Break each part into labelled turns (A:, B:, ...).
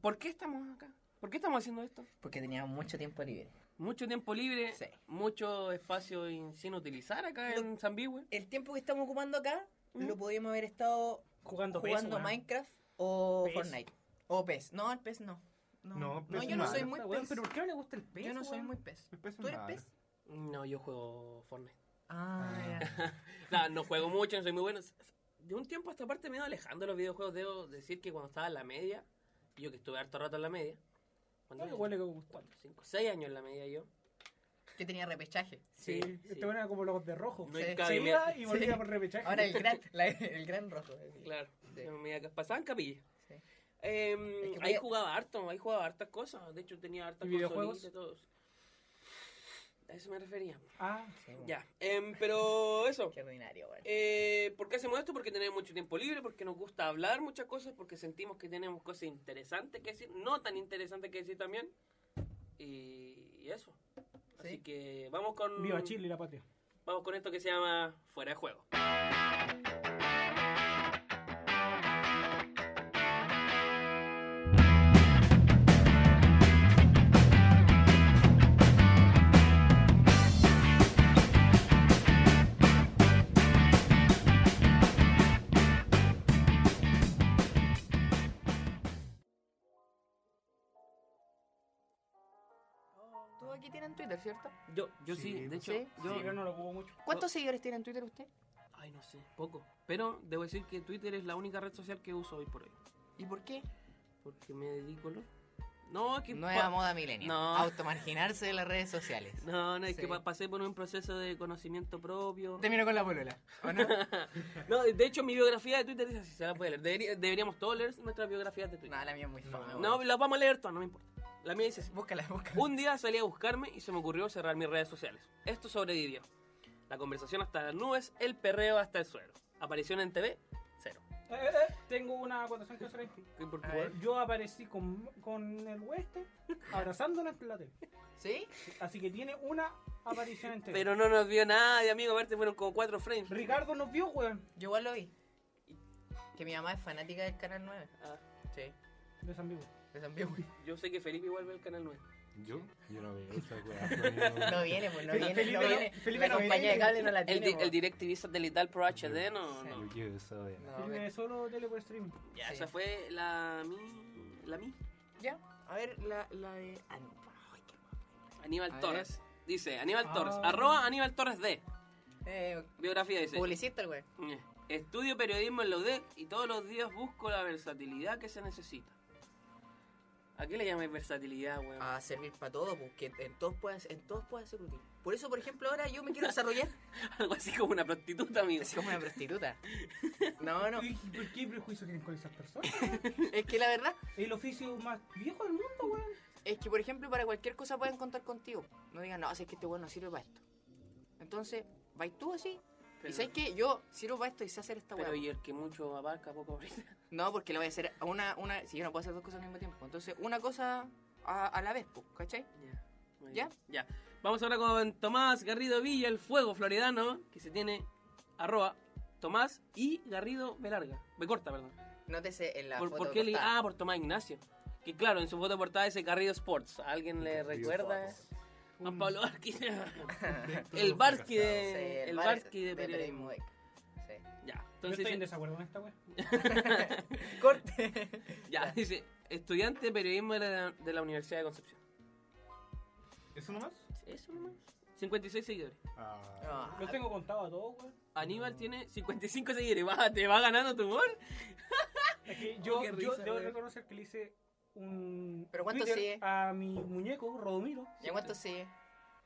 A: ¿Por qué estamos acá? ¿Por qué estamos haciendo esto?
B: Porque teníamos mucho tiempo libre.
A: Mucho tiempo libre,
B: Sí.
A: mucho espacio in- sin utilizar acá
B: Lo-
A: en Zambihue.
B: El tiempo que estamos ocupando acá
A: ¿Mm?
B: lo podíamos haber estado
C: Jugando PES,
B: jugando E
C: weón.
B: Minecraft o
C: PES.
B: Fortnite. O PES. No, el PES no. No,
A: E
B: no, yo no soy muy PES.
C: ¿Pero por qué no le gusta el pez?
B: yo no soy muy PES.
D: El PES
B: ¿Tú eres E
D: malo.
B: PES?
A: No, yo juego Fortnite.
B: Ah, ya.
A: No, no juego mucho, no soy muy bueno. De un tiempo a esta parte me he ido alejando de los videojuegos. Debo decir que cuando estaba en la media, yo que estuve harto rato en la media, cuando
C: Ah, Igual le gustó.
A: 5, 6 años en la media yo.
B: que tenía repechaje.
C: Sí,
A: sí.
C: este bueno era como los de rojo.
A: No
B: Sí.
A: hay
C: Se
A: cabe-
C: iba y volvía
B: Sí.
C: por repechaje.
B: Ahora el gran, la- el gran rojo. así.
A: Claro,
B: Sí.
A: yo me iba- pasaba en capilla.
B: Sí.
A: Eh,
B: Es que
A: ahí
B: voy a-
A: jugaba harto, ahí jugaba hartas cosas. De hecho, tenía hartas
C: ¿Y
A: consolitas
C: videojuegos?
A: y todo. A eso me refería.
C: Ah,
B: Sí, bueno.
A: Ya, em, pero eso.
B: Qué ordinario, bueno.
A: Eh, ¿Por qué hacemos esto? Porque tenemos mucho tiempo libre, porque nos gusta hablar muchas cosas, porque sentimos que tenemos cosas interesantes que decir, no tan interesantes que decir también. Y, y eso. Así
B: Sí.
A: que vamos con.
C: viva Chile y la patria.
A: Vamos con esto que se llama Fuera de Juego.
B: ¿Tú aquí tienen Twitter, cierto?
A: Yo, yo sí,
D: Sí,
A: de hecho.
B: sí,
A: yo,
C: Sí, pero no lo jugó mucho.
B: ¿Cuántos seguidores tiene en Twitter usted?
A: Ay, no sé, poco. Pero debo decir que Twitter es la única red social que uso hoy por hoy.
B: ¿Y por qué?
A: Porque me dedico lo. No, es que.
B: Nueva
A: pa-
B: moda milenial.
A: No.
B: Automarginarse de las redes sociales.
A: No, no, es
B: Sí.
A: que pa- pasé por un proceso de conocimiento propio.
B: Termino con la polola. ¿O no?
A: No, de hecho, mi biografía de Twitter dice así: se la puede leer. Debería- deberíamos todos leer nuestras biografías de Twitter.
B: no, la mía es muy fome.
A: No, las vamos a leer todas, no me importa. La mía dice así:
B: Búscala, búscala.
A: Un día salí a buscarme y se me ocurrió cerrar mis redes sociales. Esto sobrevivió. La conversación hasta las nubes, el perreo hasta el suelo. Aparición en TV, cero.
C: Eh, eh, eh, tengo una acotación que hacer ahí.
A: ¿Qué por qué?
B: A ver.
C: Yo aparecí con, con el oeste abrazándonos en la tele.
B: ¿Sí?
C: Así que tiene una aparición entera.
A: Pero no nos vio nadie, amigo. Aparte fueron como cuatro frames.
C: Ricardo nos vio, weón.
B: Yo igual lo vi. Que mi mamá es fanática del Canal 9.
A: Ah,
B: Sí.
C: De San Vivo.
B: De San Diego.
A: yo sé que Felipe igual ve el canal 9.
D: ¿Yo? Yo no veo esa weá.
B: No viene, pues no
C: Felipe
B: viene. no
C: no-
B: viene.
C: Felipe
B: la
C: no
B: compañía de
C: viene.
B: cable no la
A: El,
B: tiene.
A: di- el
B: po.
A: DirecTV satelital Pro HD, no,
B: Sí.
A: no.
D: Yo quiero esa weá.
B: No,
C: Felipe
B: ve-
C: solo tele por streaming.
A: Ya,
B: Sí.
A: esa fue la mi. La mi.
B: pues. Ya. A ver, la, la de. Ah, no. Ay, qué guapa.
A: Aníbal
B: A
A: Torres. Dice, Aníbal Torres.
C: Ah.
A: Arroba Aníbal Torres D.
B: Eh,
A: Biografía dice.
B: publicista el güey.
A: Eh, Estudio periodismo en la UDEC y todos los días busco la versatilidad que se necesita. ¿A qué le llamáis versatilidad, weón?
B: A Ah, servir para todo, porque en todos puedas, en todos puedas ser útil. Por eso, por ejemplo, ahora yo me quiero desarrollar.
A: Algo así como una prostituta, amigo.
B: Así como una prostituta. No, no.
C: ¿Y ¿Por qué prejuicio tienen con esas personas?
B: Es que la verdad
C: El oficio más viejo del mundo, weón.
B: es que, por ejemplo, para cualquier cosa pueden contar contigo. No digan, no, si es que este güey no sirve para esto. Entonces, vais tú así.
A: Pero-
B: y sabes que yo sirvo para esto y sé hacer esta
A: Pero
B: weá.
A: y el que mucho abarca, poco aprieta.
B: No, porque la voy a hacer a una, una. Si yo no puedo hacer dos cosas al mismo tiempo. Entonces, una cosa a, a la vez, po, ¿cachai?
A: Ya. muy
B: ¿Ya?
A: bien. Ya. Vamos ahora con Tomás Garrido Villa, el fuego floridano, que se tiene arroba Tomás y Garrido Belarga. Me corta, perdón.
B: Nótese en la
A: Por,
B: foto.
A: ¿por qué le-
B: portada.
A: Ah, por Tomás Ignacio. Que claro, en su foto de portada dice Garrido Sports. ¿A ¿Alguien le recuerda?
C: Mm.
A: Juan Pablo Arqui. el Barqui
B: Sí,
A: de. El
B: bar-
A: Barqui de periodismo.
B: periodismo de-
A: Ya.
C: Yo estoy en
A: Entonces,
C: desacuerdo con esta weón.
B: Sí. Corte.
A: ya, dice, estudiante de periodismo de la, de la Universidad de Concepción.
D: ¿Eso nomás?
A: Eso nomás. 56 seguidores.
D: Ah.
B: Ah,
C: Los tengo contado a todos, weón.
A: Aníbal tiene 55 seguidores. Va, te va ganando tu humor.
C: Es que
B: Oh,
C: yo,
A: qué
C: yo
A: risa,
C: debo
A: weón.
C: reconocer que le hice un
B: ¿Pero cuánto
C: Twitter
B: sigue?
C: a mi muñeco, Rodomiro.
B: ¿Y cuánto sigue?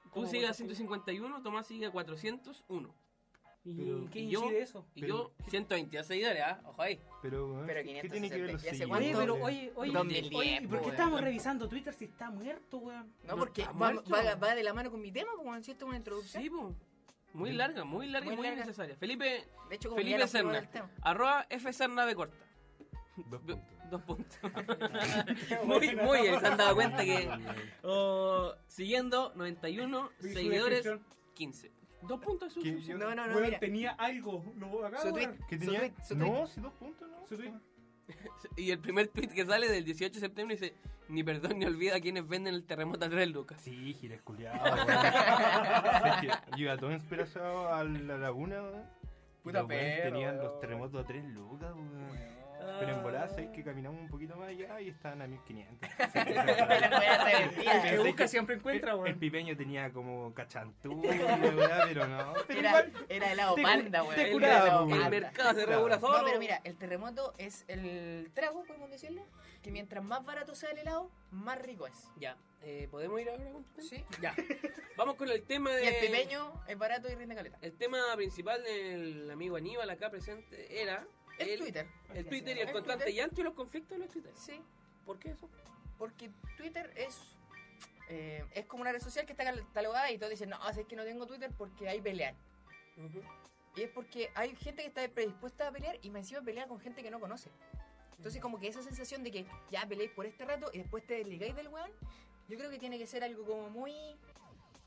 A: Tú
C: ¿Cómo
A: sigues a
C: cuánto sigue?
A: 151, Tomás sigue a 401.
C: ¿Y
D: Pero-
C: qué
A: ¿Y yo?
C: incide eso?
A: Y
D: Pero-
A: yo, 122 seguidores, ¿ah? Ojo ahí.
D: Pero, weón,
B: Pero
D: ¿qué tiene que ver los
B: 560. ¿Y hace
C: Oye,
B: ¿Cuánto?
C: pero oye, oye,
B: 2010,
C: oye, ¿y ¿por
B: weón.
C: qué estamos revisando Twitter si está muerto, weón?
B: No,
A: No,
B: porque
A: está
B: va,
A: muerto.
B: va- va de la mano con mi tema, como si esto es una introducción.
A: Sí, po. Muy larga, muy larga y
B: Muy
A: muy
B: larga.
A: innecesaria. Felipe,
B: De hecho, como que ya
A: Felipe
B: nos fuimos
A: Serna.
B: del tema.
A: Arroba F Serna B corta.
D: Dos
A: B- Dos
D: puntos.
A: puntos. muy, muy, bien, se han dado cuenta que.
D: Ah,
A: oh, siguiendo, 91 seguidores, 15. Dos puntos de
D: ¿Qué?
A: su-
B: No, no, no,
C: Weón,
B: mira.
C: tenía algo. Lo acabo
B: Su
C: de
B: tweet.
C: ver.
D: ¿Qué
B: Su
D: tenía?
B: tweet, su
D: no, si dos puntos, ¿no?
C: Su tweet.
A: Y el primer tweet que sale del 18 de septiembre dice: Ni perdón ni olvida a quienes venden el terremoto a 3 lucas.
D: Sí, giles culiados. es que yo iba todo inspirado a la laguna, weón.
E: Puta
D: Los weones
E: perro,
D: Tenían
E: weón.
D: los terremotos a tres lucas, weón. Pero en volada, es que caminamos un poquito más allá y estaban a 1500.
C: El que
D: Pensé
C: busca
D: que-
C: siempre encuentra,
D: El
C: weón.
D: pipeño tenía como cachantú, weá, pero no. Pero
B: Era,
D: igual,
B: era helado
D: Te cu-
B: panda, weón.
D: te
B: Era
D: curaba,
B: helado
D: po,
A: El
D: weón.
B: panda.
A: mercado se regula solo.
B: No, pero mira, el terremoto es el trago, podemos decirlo, que mientras más barato sea el helado, más rico es.
A: Ya, eh, ¿podemos ir ahora con tu tema?
B: Sí.
A: Ya. Vamos con el tema de.
B: Y el pepeño es barato y rinde caleta.
A: El tema principal del amigo Aníbal acá presente era.
B: El, Twitter.
A: El Twitter y el,
B: El
A: constante
B: Twitter.
A: llanto y los conflictos de los Twitter.
B: Sí,
A: ¿Por qué eso?
B: porque Twitter es eh, es como una red social que está catalogada y todos dicen, no, si es que no tengo Twitter porque ahí pelean. Y es porque hay gente que está predispuesta a pelear y me encima pelea con gente que no conoce. Entonces como que esa sensación de que ya peleáis por este rato y después te desligáis del weón, yo creo que tiene que ser algo como muy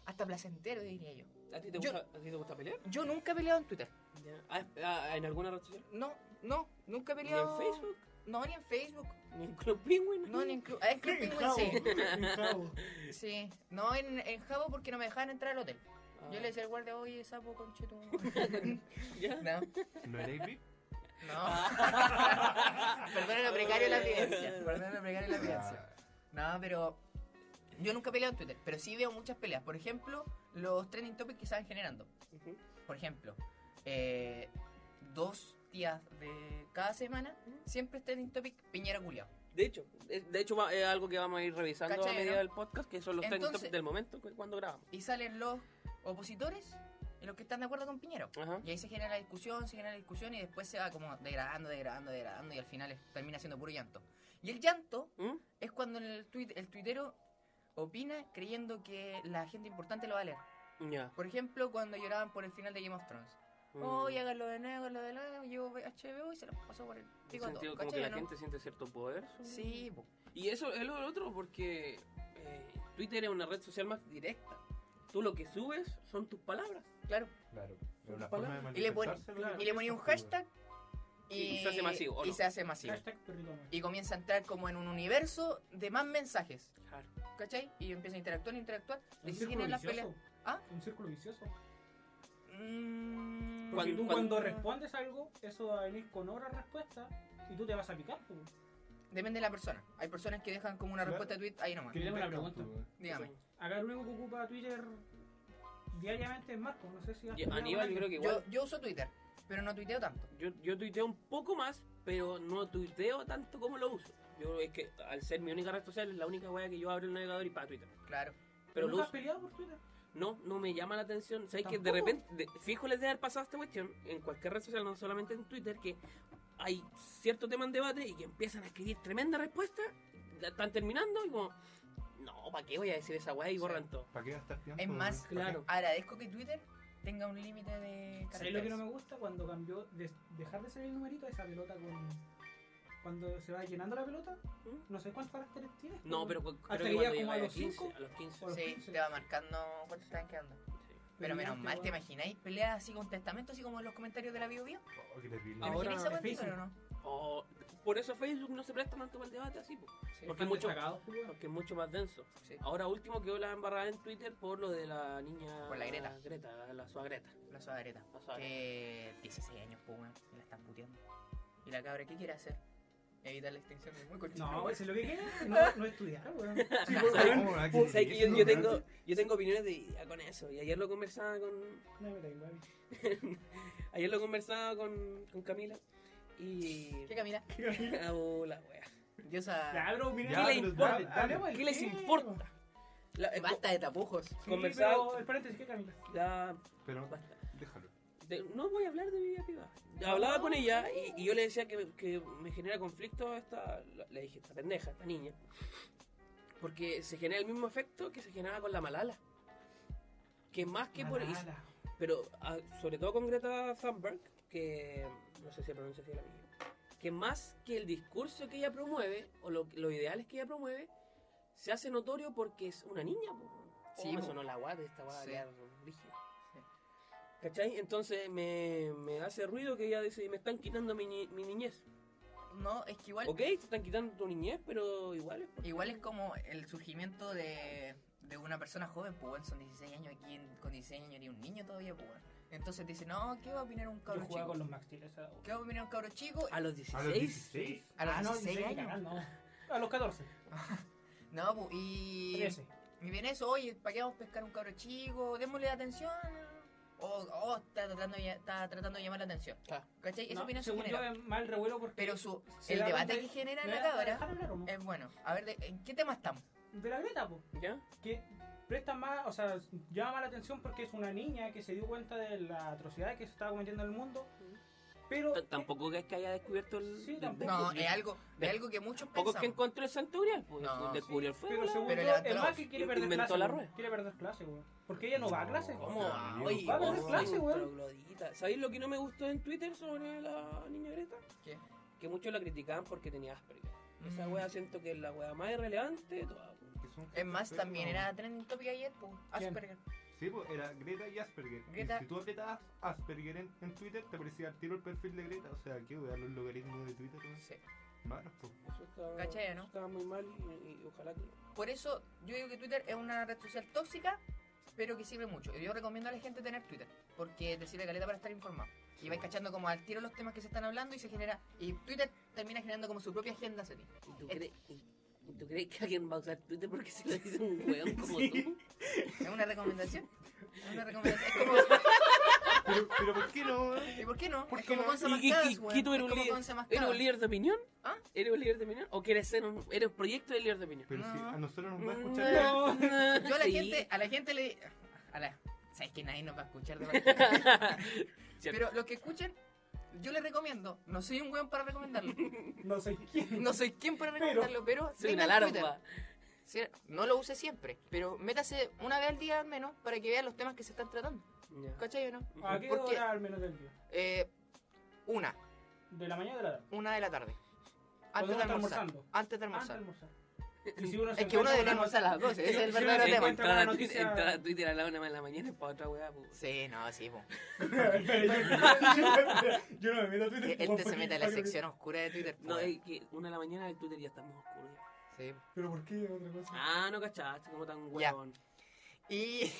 B: hasta placentero, diría yo.
A: ¿A ti te
B: Yo-
A: gusta, ¿a ti te gusta pelear?
B: Yo nunca he peleado en Twitter.
A: Ah, ah, ¿En alguna red social?
B: No, no, nunca he
A: ¿Ni
B: peleado.
A: en Facebook?
B: No, ni en Facebook.
A: ¿Ni en Club Penguin?
B: No, ni en Club. ah, en Club
C: En
B: Penguin
C: Jabo,
B: sí.
C: en Jabo.
B: Sí. No, en, en Jabo porque no me dejaban entrar al hotel.
A: Ah,
B: Yo le decía al guardia, oye, sapo conchito.
A: ¿Ya?
B: No,
D: ¿Lo erais VIP?
B: no. Perdón lo precario la evidencia. Perdón lo precario la evidencia.
D: Ah,
B: No, pero. Yo nunca he peleado en Twitter, pero sí veo muchas peleas. Por ejemplo, los trending topics que estaban generando.
A: Ujú.
B: Por ejemplo, eh, dos días de cada semana,
A: ¿Mm?
B: siempre es trending topic Piñera Culiao.
A: De hecho, de de hecho va- es algo que vamos a ir revisando a
B: ¿Cachai,
A: medida
B: no?
A: del podcast, que son los trending
B: Entonces-
A: topics del momento cu- cuando grabamos.
B: y salen los opositores y los que están de acuerdo con Piñera.
A: Ajá.
B: Y ahí se genera la discusión, se genera la discusión y después se va como degradando, degradando, degradando y al final es- termina siendo puro llanto. Y el llanto
A: ¿Mm?
B: es cuando el, tuit- el tuitero opina creyendo que la gente importante lo va a leer.
A: Ya.
B: Por ejemplo, cuando lloraban por el final de Game of Thrones.
A: Mm.
B: Oye, háganlo de nuevo, háganlo de nuevo, yo voy a HBO y se los paso por el
A: En
B: pico
A: el
B: a todos,
A: sentido como que
B: ¿cachai
A: la
B: o no?
A: gente siente cierto poder. sobre-
B: Sí, po.
A: Y eso es lo otro, porque eh, Twitter es una red social más directa. Tú lo que subes son tus palabras.
B: claro.
D: Claro.
A: Son
D: Pero una
A: palabras.
D: forma de
B: Y le pone-
D: manifestarse,
A: claro.
D: weón.
B: Y le ponía un hashtag y,
A: Y se hace masivo, ¿o
B: y
A: no?
B: se hace masivo.
C: Hashtag perrito muerto.
B: y comienza a entrar como en un universo de más mensajes,
A: Claro.
B: ¿cachai? Y empieza a interactuar, interactuar.
C: Un
B: Y se
C: círculo
B: generan las
C: vicioso.
B: peleas. ¿Ah?
C: Un círculo vicioso.
B: Mm,
C: Porque tú
A: Cuando-
C: cuando respondes algo, eso va a venir con otra respuesta y tú te vas a picar. pues, po.
B: Depende de la persona. Hay personas que dejan como una
D: Claro.
B: respuesta de tweet ahí nomás.
C: Que- Tengo una
D: Pescan,
C: pregunta.
D: weón.
B: Dígame.
C: Acá el único que ocupa Twitter diariamente es Marco. No sé si has
A: Y
C: peleado
A: Aníbal,
C: con
A: yo creo
C: alguien.
A: que
B: Yo,
A: igual.
B: yo uso Twitter, pero no tuiteo tanto.
A: Yo, yo tuiteo un poco más, pero no tuiteo tanto como lo uso. Yo es que al ser mi única red social es la única wea que yo abro el navegador y para Twitter.
B: Claro.
A: Pero lo
C: ¿Nunca has
A: uso.
C: peleado por Twitter?
A: No, no me llama la atención. Sabes que de
C: ¿Tampoco?
A: repente, de- fijo les debe haber pasado esta cuestión en cualquier red social, no solamente en Twitter, que hay cierto tema en debate y que empiezan a escribir tremenda respuesta, la están terminando y como, no, ¿para qué voy a decir esa weá y
B: Sí.
A: borran todo?
D: ¿Para qué gastar tiempo?
B: Es más,
D: weón?
A: Claro.
B: Agradezco que Twitter tenga un límite de
C: ¿Sabes lo que no me
B: caracteres.
C: gusta? Cuando cambió de dejar de ser el numerito esa pelota con. Cuando se va llenando la pelota,
A: ¿Mm?
C: no sé cuántos caracteres tienes.
A: No,
C: po.
A: pero cu-
C: Hasta
A: creo que
C: que
A: cuando
C: llega como a
A: llegáis
C: los
A: 15,
C: cinco.
A: a los 15.
C: Por
B: Sí,
C: ejemplo,
B: te va marcando cuánto están quedando.
A: sí.
B: Pero menos
C: Brillante,
B: mal, ¿te
C: weón.
B: imagináis peleas así con testamento, así como en los comentarios de la BioBio?
D: Oh, qué terrible.
B: ¿Te
A: Ahora-
B: imagináis esa
C: en
B: weá en Twitter o
C: Facebook.
B: no?
A: O- Oh, por eso Facebook no se presta tanto para el debate así, po,
B: Sí,
A: porque,
C: Están
A: es mucho,
C: destacados, po, weón.
A: porque es mucho más denso.
B: Sí.
A: Ahora último quedó la embarrada en Twitter por lo de la niña...
B: Por la Greta.
A: Greta, la sua Greta.
B: La suagreta.
A: La suagreta.
B: Que 16 años, pues, weón. Y la están puteando. ¿Y la cabra qué quiere hacer? Evitar la extinción del muy cochino.
C: No, güey, si lo que quieres es no, no estudiar, weón.
D: Sí, weón,
A: ¿Saben?
D: ¿cómo va a
A: ¿Sabes que yo,
D: querer,
A: yo
D: weón?
A: tengo, yo tengo opiniones de, con eso. Y ayer lo conversaba con.
C: No me da igual.
A: Ayer lo conversaba con, con Camila. Y.
B: ¿Qué camina?
A: Ah, oh, la wea.
C: Ya,
B: Diosa. eh,
C: bro, mira,
D: Ya,
A: ¿Qué le
D: pero
A: importa?
D: dale, dale.
C: Hablemos del
A: ¿Qué les
C: tema.
A: importa? La, eh,
B: Basta de tapujos.
C: Sí,
A: Conversar-
C: pero el paréntesis, ¿qué Camila?
A: la-
D: Pero
A: basta.
D: déjalo.
A: De- no voy a hablar de mi vida privada. Hablaba con ella y, y yo le decía que, que me genera conflicto esta. la- Le dije, esta pendeja, esta niña. Porque se genera el mismo efecto que se generaba con la Malala. Que más que por. y-
C: Malala.
A: Pero ah, sobre todo con Greta Thunberg, que no sé si se pronuncia así el apellido, que más que el discurso que ella promueve, o lo, los ideales que ella promueve, se hace notorio porque es una niña. po.
B: Sí,
A: Oh, me
B: po.
A: sonó la guata, esta guata
B: Sí.
A: quedar rígida.
B: Sí.
A: ¿Cachai? Entonces me, me hace ruido que ella dice, me están quitando mi, ni- mi niñez.
B: No, es que igual,
A: Ok, te están quitando tu niñez, pero igual es porque-
B: igual es como el surgimiento de, de una persona joven, pues bueno, son 16 años aquí, en- con 16 años ni un niño todavía, pues bueno. Entonces dice, no, ¿qué va a opinar un
C: Yo
B: cabro
C: jugaba
B: chico?
C: con los Max Steel, esa edad.
B: ¿Qué va a opinar un cabro chico?
A: A los
D: A los
A: 16.
D: 16.
B: A los
C: Ah, no,
B: 16
C: 16,
B: años.
C: cagar, no. A los 14.
B: No, pues, y...
C: 13.
B: Y viene eso, oye, ¿para qué vamos a pescar un cabro chico? Démosle atención. O, o está, tratando, de- está tratando de llamar la atención.
A: Ah.
B: ¿Cachai? Eso
C: No,
B: opinión se
C: según yo eh,
B: genera.
C: es mal revuelo porque...
B: Pero su,
C: se
B: el
C: da
B: debate
C: cuenta-
B: que genera
C: ¿Me
B: la Eh.
C: vas a
B: cabra
C: dejar hablar o no?
B: es bueno. A ver, de- ¿en qué tema estamos?
C: De la Greta, po,
A: ¿Ya?
C: que presta más, o sea, llama más la atención porque es una niña que se dio cuenta de la atrocidad que se estaba cometiendo en el mundo, pero...
A: T- Tampoco es que haya descubierto el.
C: Sí,
A: del-
C: tampoco.
B: No,
A: del-
B: es algo,
A: de-
B: es algo que muchos
A: Tampoco es que
B: pensamos.
A: encontró el santuarial, pues
B: No,
A: descubrió el fuego.
C: Pero según
B: Pero
C: yo,
B: le
C: es
B: atrás.
C: más que quiere perder
A: Inventó
C: clase,
A: la
C: weón.
A: rueda.
C: Quiere perder clase, weón. Porque ella no va a clase, weón.
A: ¿Cómo? Ah,
D: No,
A: Oye,
C: va a perder
A: vos,
C: clase, weón.
A: troglodita. ¿Sabéis lo que no me gustó en Twitter sobre la niña Greta?
B: ¿Qué?
A: Que muchos la criticaban porque tenía Asperger. Esa
B: Mm.
A: wea siento que es la wea más irrelevante de todas.
D: que son gente
B: Es más,
D: enferma.
B: también era trending topic ayer, po.
C: ¿Quién?
B: Asperger.
D: Sí, pues era Greta y Asperger. Y
B: Greta-
D: si tú apretabas Asperger en, en Twitter, te aparecía al tiro el perfil de Greta. O sea, que weón, los logaritmos de Twitter son
B: Sí.
D: malos, pues.
A: Eso estaba,
B: Cachai, ¿no?
A: estaba muy mal y, y ojalá que no.
B: Por eso yo digo que Twitter es una red social tóxica, pero que sirve mucho. Yo recomiendo a la gente tener Twitter, porque te sirve caleta para estar informado. Y vais cachando como al tiro los temas que se están hablando y se genera. Y Twitter termina generando como su propia agenda hacia ti.
A: ¿Y tú,
B: Eh.
A: crees, y- y tú crees que alguien va a usar Twitter porque se lo dice un weón como tú?
B: ¿Es una recomendación? Es una recomendación. Es como.
D: Pero, pero ¿por qué no? weón?
B: ¿Y por qué no?
D: ¿Por
B: es
D: qué
B: como
D: no?
B: Gonza
A: ¿Y- y-
B: Mascadas,
A: y-
B: weón.
A: qué tú
B: Es
A: eres un
B: como
A: líder?
B: Gonza
A: ¿Eres
B: Mascadas.
A: un líder de opinión?
B: ¿Ah?
A: ¿Eres un líder de opinión? ¿O quieres ser un, eres un proyecto de líder de opinión?
D: Pero si
B: No.
D: a nosotros nos va a escuchar.
A: No, no,
B: Yo a la
A: sí.
B: gente, a la gente le. A la, sabes que nadie nos va a escuchar de verdad. Pero los que escuchen, yo les recomiendo. No soy un weón para recomendarlo.
C: No sé quién.
B: No soy quien para recomendarlo, pero.
A: Soy
B: tengan
A: una
B: Twitter.
A: larva.
B: Sí, No lo use siempre, pero métase una vez al día al menos para que vean los temas que se están tratando. ¿Cachai o no?
A: Ah,
C: ¿A qué
B: ¿Por qué?
C: hora al menos del día?
B: Eh, una,
C: ¿De la mañana o de la tarde?
B: una de la tarde.
C: Cuando
B: Antes
C: uno
B: de
C: está
B: almorzar.
C: almorzando.
B: Antes de
C: Antes de
B: almorzar.
C: almorzar. Y si uno se
B: Es que uno
C: encuentra
B: debe
C: una
B: almorzar a las 12, ese es el
C: Sí,
B: verdadero
C: sí,
B: tema.
C: cuenta con
A: Entrar
C: la
A: a, Twitter,
C: noticia.
A: entrar a Twitter a la una de la mañana es para otra weá. pues.
B: Sí, no, sí, po.
C: Yo no me meto a Twitter.
B: Este se mete a la
C: porque-
B: sección oscura de Twitter. po.
A: No, es que una de la mañana el Twitter ya está muy oscuro. ya.
B: Sí.
C: Pero ¿por qué otra cosa?
A: Ah, no cachaste, como tan
B: Ya.
A: huevón.
B: Y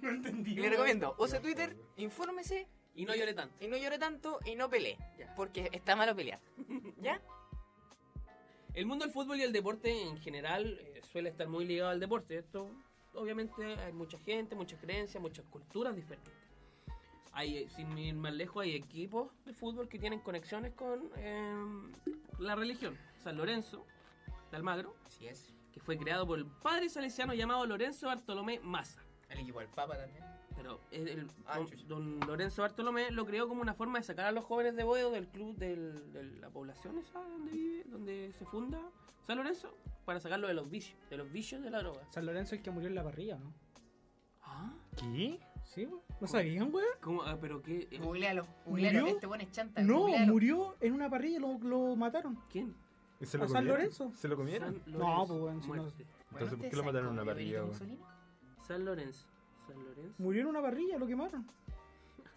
C: No entendí.
B: le recomiendo, use Twitter, infórmese
A: Y no lloré tanto.
B: y no llore tanto y no pelee.
A: Ya.
B: Porque está malo pelear. ¿Ya?
A: El mundo del fútbol y el deporte en general eh, suele estar muy ligado al deporte. Esto, obviamente, hay mucha gente, muchas creencias, muchas culturas diferentes. Hay, eh, sin ir más lejos, hay equipos de fútbol que tienen conexiones con eh, la religión. San Lorenzo, de Almagro,
B: Así es.
A: que fue creado por el padre salesiano llamado Lorenzo Bartolomé Massa.
B: El equipo del Papa también.
A: Pero el, el-
B: Ah,
A: don-
B: chucha.
A: don, Lorenzo Bartolomé lo creó como una forma de sacar a los jóvenes de Boedo del club del- de la población esa donde vive, donde se funda San Lorenzo, para sacarlo de los vicios, de los vicios de la droga.
C: San Lorenzo es el que murió en la parrilla, ¿no?
A: Ah,
C: ¿Qué? Sí, weón. ¿No sabían, weón?
A: ¿cómo? Ah, pero qué eh,
B: Googlealo, googlealo, que
C: ¿Murió?
B: este bueno es chanta.
C: No,
B: googlealo.
C: murió en una parrilla y lo, lo mataron.
A: ¿quién?
D: ¿Se
C: ¿A San
D: comieron?
C: Lorenzo?
D: ¿Se lo comieron?
A: San Lorenzo,
C: No, pues, bueno, si no-
A: muerte.
B: Bueno,
D: Entonces, ¿por
B: ¿ustedes
D: qué lo
B: saben
D: mataron en
B: cómo
D: una
B: murió
D: parrilla,
B: Benito
D: weón?
B: Mussolini?
A: San Lorenzo, San Lorenzo.
C: Murió en una parrilla, lo quemaron.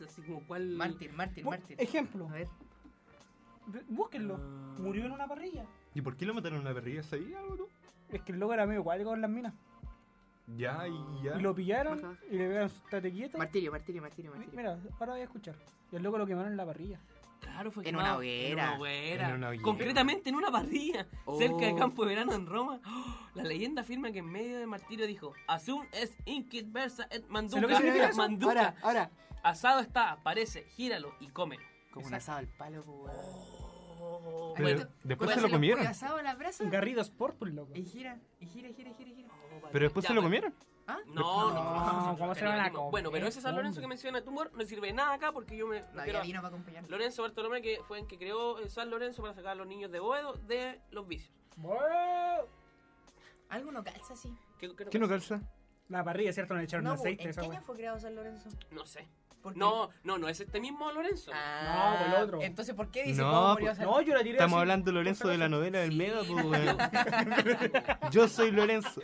A: Así como cuál
B: Mártir, mártir,
C: Bu-
B: mártir.
C: Ejemplo,
B: A ver.
C: re- búsquenlo.
A: Ah.
C: Murió en una parrilla.
D: ¿Y por qué lo mataron en una parrilla? ¿Sabía algo tú?
C: Es que el loco era medio igual con las minas.
D: Ya, y ya.
C: Y lo pillaron
B: Ajá.
C: y le pegaron su estate quieto.
B: Martirio, martirio, martirio,
C: Mi-
B: martirio.
C: Mira, ahora voy a escuchar. Y el loco lo quemaron en la parrilla.
A: Claro, fue
B: En
A: quemado.
B: una hoguera.
A: En una hoguera.
D: En una hoguera.
A: Concretamente en una parrilla,
B: Oh.
A: cerca de Campo de Verano en Roma. ¡Oh! La leyenda afirma que en medio de martirio dijo: Asum es inquit versa et
C: ¿Sé lo que
A: manduca.
C: significa eso?
A: manduca.
B: Ahora, ahora.
A: Asado está, parece, gíralo y cómelo.
B: Como un asado al palo, po, weón.
D: Oh. Pero
B: Cuando-
D: después
B: cuando
D: se lo
B: los
D: comieron.
B: pollos asados a la brasa
C: Garrido Sport, pues loco.
B: Y gira, y gira, gira, gira, gira.
D: Pero después se lo comieron.
B: ¿Ah?
A: No, no,
C: No,
A: no.
C: ¿cómo se van a comer?
A: Bueno, pero ese San Lorenzo
C: Hombre.
A: que menciona Tumor no sirve de nada acá porque yo me.
B: No
A: quiero-
B: había vino para acompañar.
A: Lorenzo Bartolomé, que fue el que creó eh, San Lorenzo para sacar a los niños de Boedo de los vicios.
C: Bueno,
B: Algo no calza así.
A: ¿Qué- qué-
D: ¿Qué no calza?
C: La parrilla, ¿cierto? No le echaron
B: No, po,
C: aceite.
B: ¿en
C: esa
B: qué
C: wea.
B: año fue creado San Lorenzo?
A: No sé.
B: Porque-
A: No, no, no es este mismo Lorenzo.
B: Ah,
C: No, el otro.
B: Entonces, ¿por qué dice
D: No,
B: cómo murió
D: pues-
B: San-
C: No, yo la tiré
D: Estamos
C: así.
D: hablando, Lorenzo, de la novela del
B: Sí.
D: Mega, pues, weón. Yo soy Lorenzo.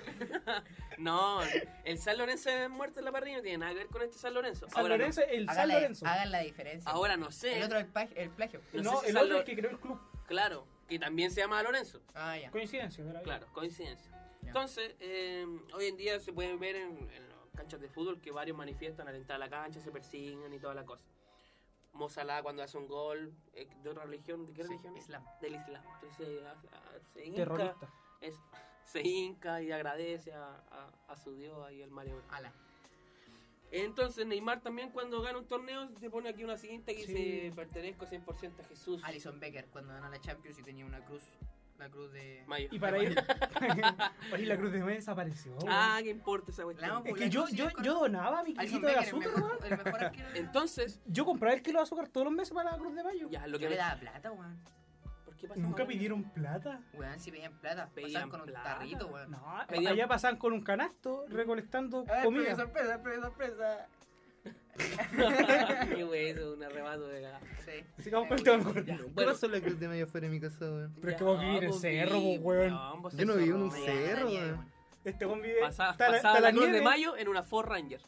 A: No, el San Lorenzo es muerto en la parrilla, no tiene nada que ver con este San Lorenzo.
C: San
A: ahora,
C: Lorenzo, el
B: Hagan
C: San
B: la-
C: Lorenzo.
B: Hagan la diferencia.
A: No, ahora no sé.
B: El otro, el, pag- el plagio.
A: no
C: No,
A: sé si
C: el
A: San
C: otro es
A: Lor-
C: que creó el club.
A: Claro, que también se llama Lorenzo.
B: Ah, ya.
C: Coincidencia, ¿verdad?
A: Claro, coincidencia.
B: Ya.
A: Entonces, eh, hoy en día se pueden ver en, en las canchas de fútbol que varios manifiestan al entrar a la cancha, se persiguen y toda la cosa. Mo Salah cuando hace un gol eh, de otra religión, ¿de qué
B: Sí,
A: religión? es?
B: Islam.
A: Del Islam. Entonces eh, a- se hinca,
C: Terrorista.
A: es- se hinca y agradece a, a- a su dios ahí el Mario.
B: Ala.
A: Entonces Neymar también cuando gana un torneo se pone aquí una cinta que
C: Sí.
A: dice pertenezco 100% a Jesús.
B: Alison Becker, cuando ganó la Champions y tenía una cruz. La cruz de.
A: Mayo.
C: Y para ir. Oye, la Cruz de Mesa desapareció.
A: Ah, qué importa esa cuestión.
B: La-
C: es que yo, yo, yo donaba mi
B: Alison
C: kilito de
B: Becker, el
C: azúcar, weón.
B: mejor, el mejor arquero. del-
A: Entonces,
C: Yo compraba el kilo de azúcar todos los meses para la Cruz de Mayo.
A: ya pues, lo
B: Yo
A: que
B: le
A: me-
B: daba plata, weón.
A: ¿Por qué pasamos
C: Nunca
A: ahora?
C: pidieron plata.
B: Weón, si pedían plata,
A: Pedían
B: pasaban con un
A: plata.
B: tarrito, weón.
C: No,
A: Pedían-
C: allá pasaban con un canasto recolectando comida.
B: sorpresa, pero sorpresa.
A: Qué güey, eso, un arrebato de la.
B: Sí.
C: Sigamos con el
B: Eh,
C: tema mejor.
A: Ya,
D: ¿Qué
A: bueno.
D: pasó la cruz de Mayo fuera de mi casa, weón?
C: Pero es que vos vivís en el
A: vos
C: cerro,
A: vivís,
C: vos, weón.
A: vos
D: Yo no
A: sos
D: viví en un
A: zorro,
B: me
A: weón.
B: ganaba
D: cerro,
B: la nieve,
D: weón.
B: weón.
C: Este con vive.
A: Pasaba,
C: está la-
A: pasaba
C: está
A: la,
C: la
A: Cruz de
C: nieve.
A: Mayo en una Ford Ranger.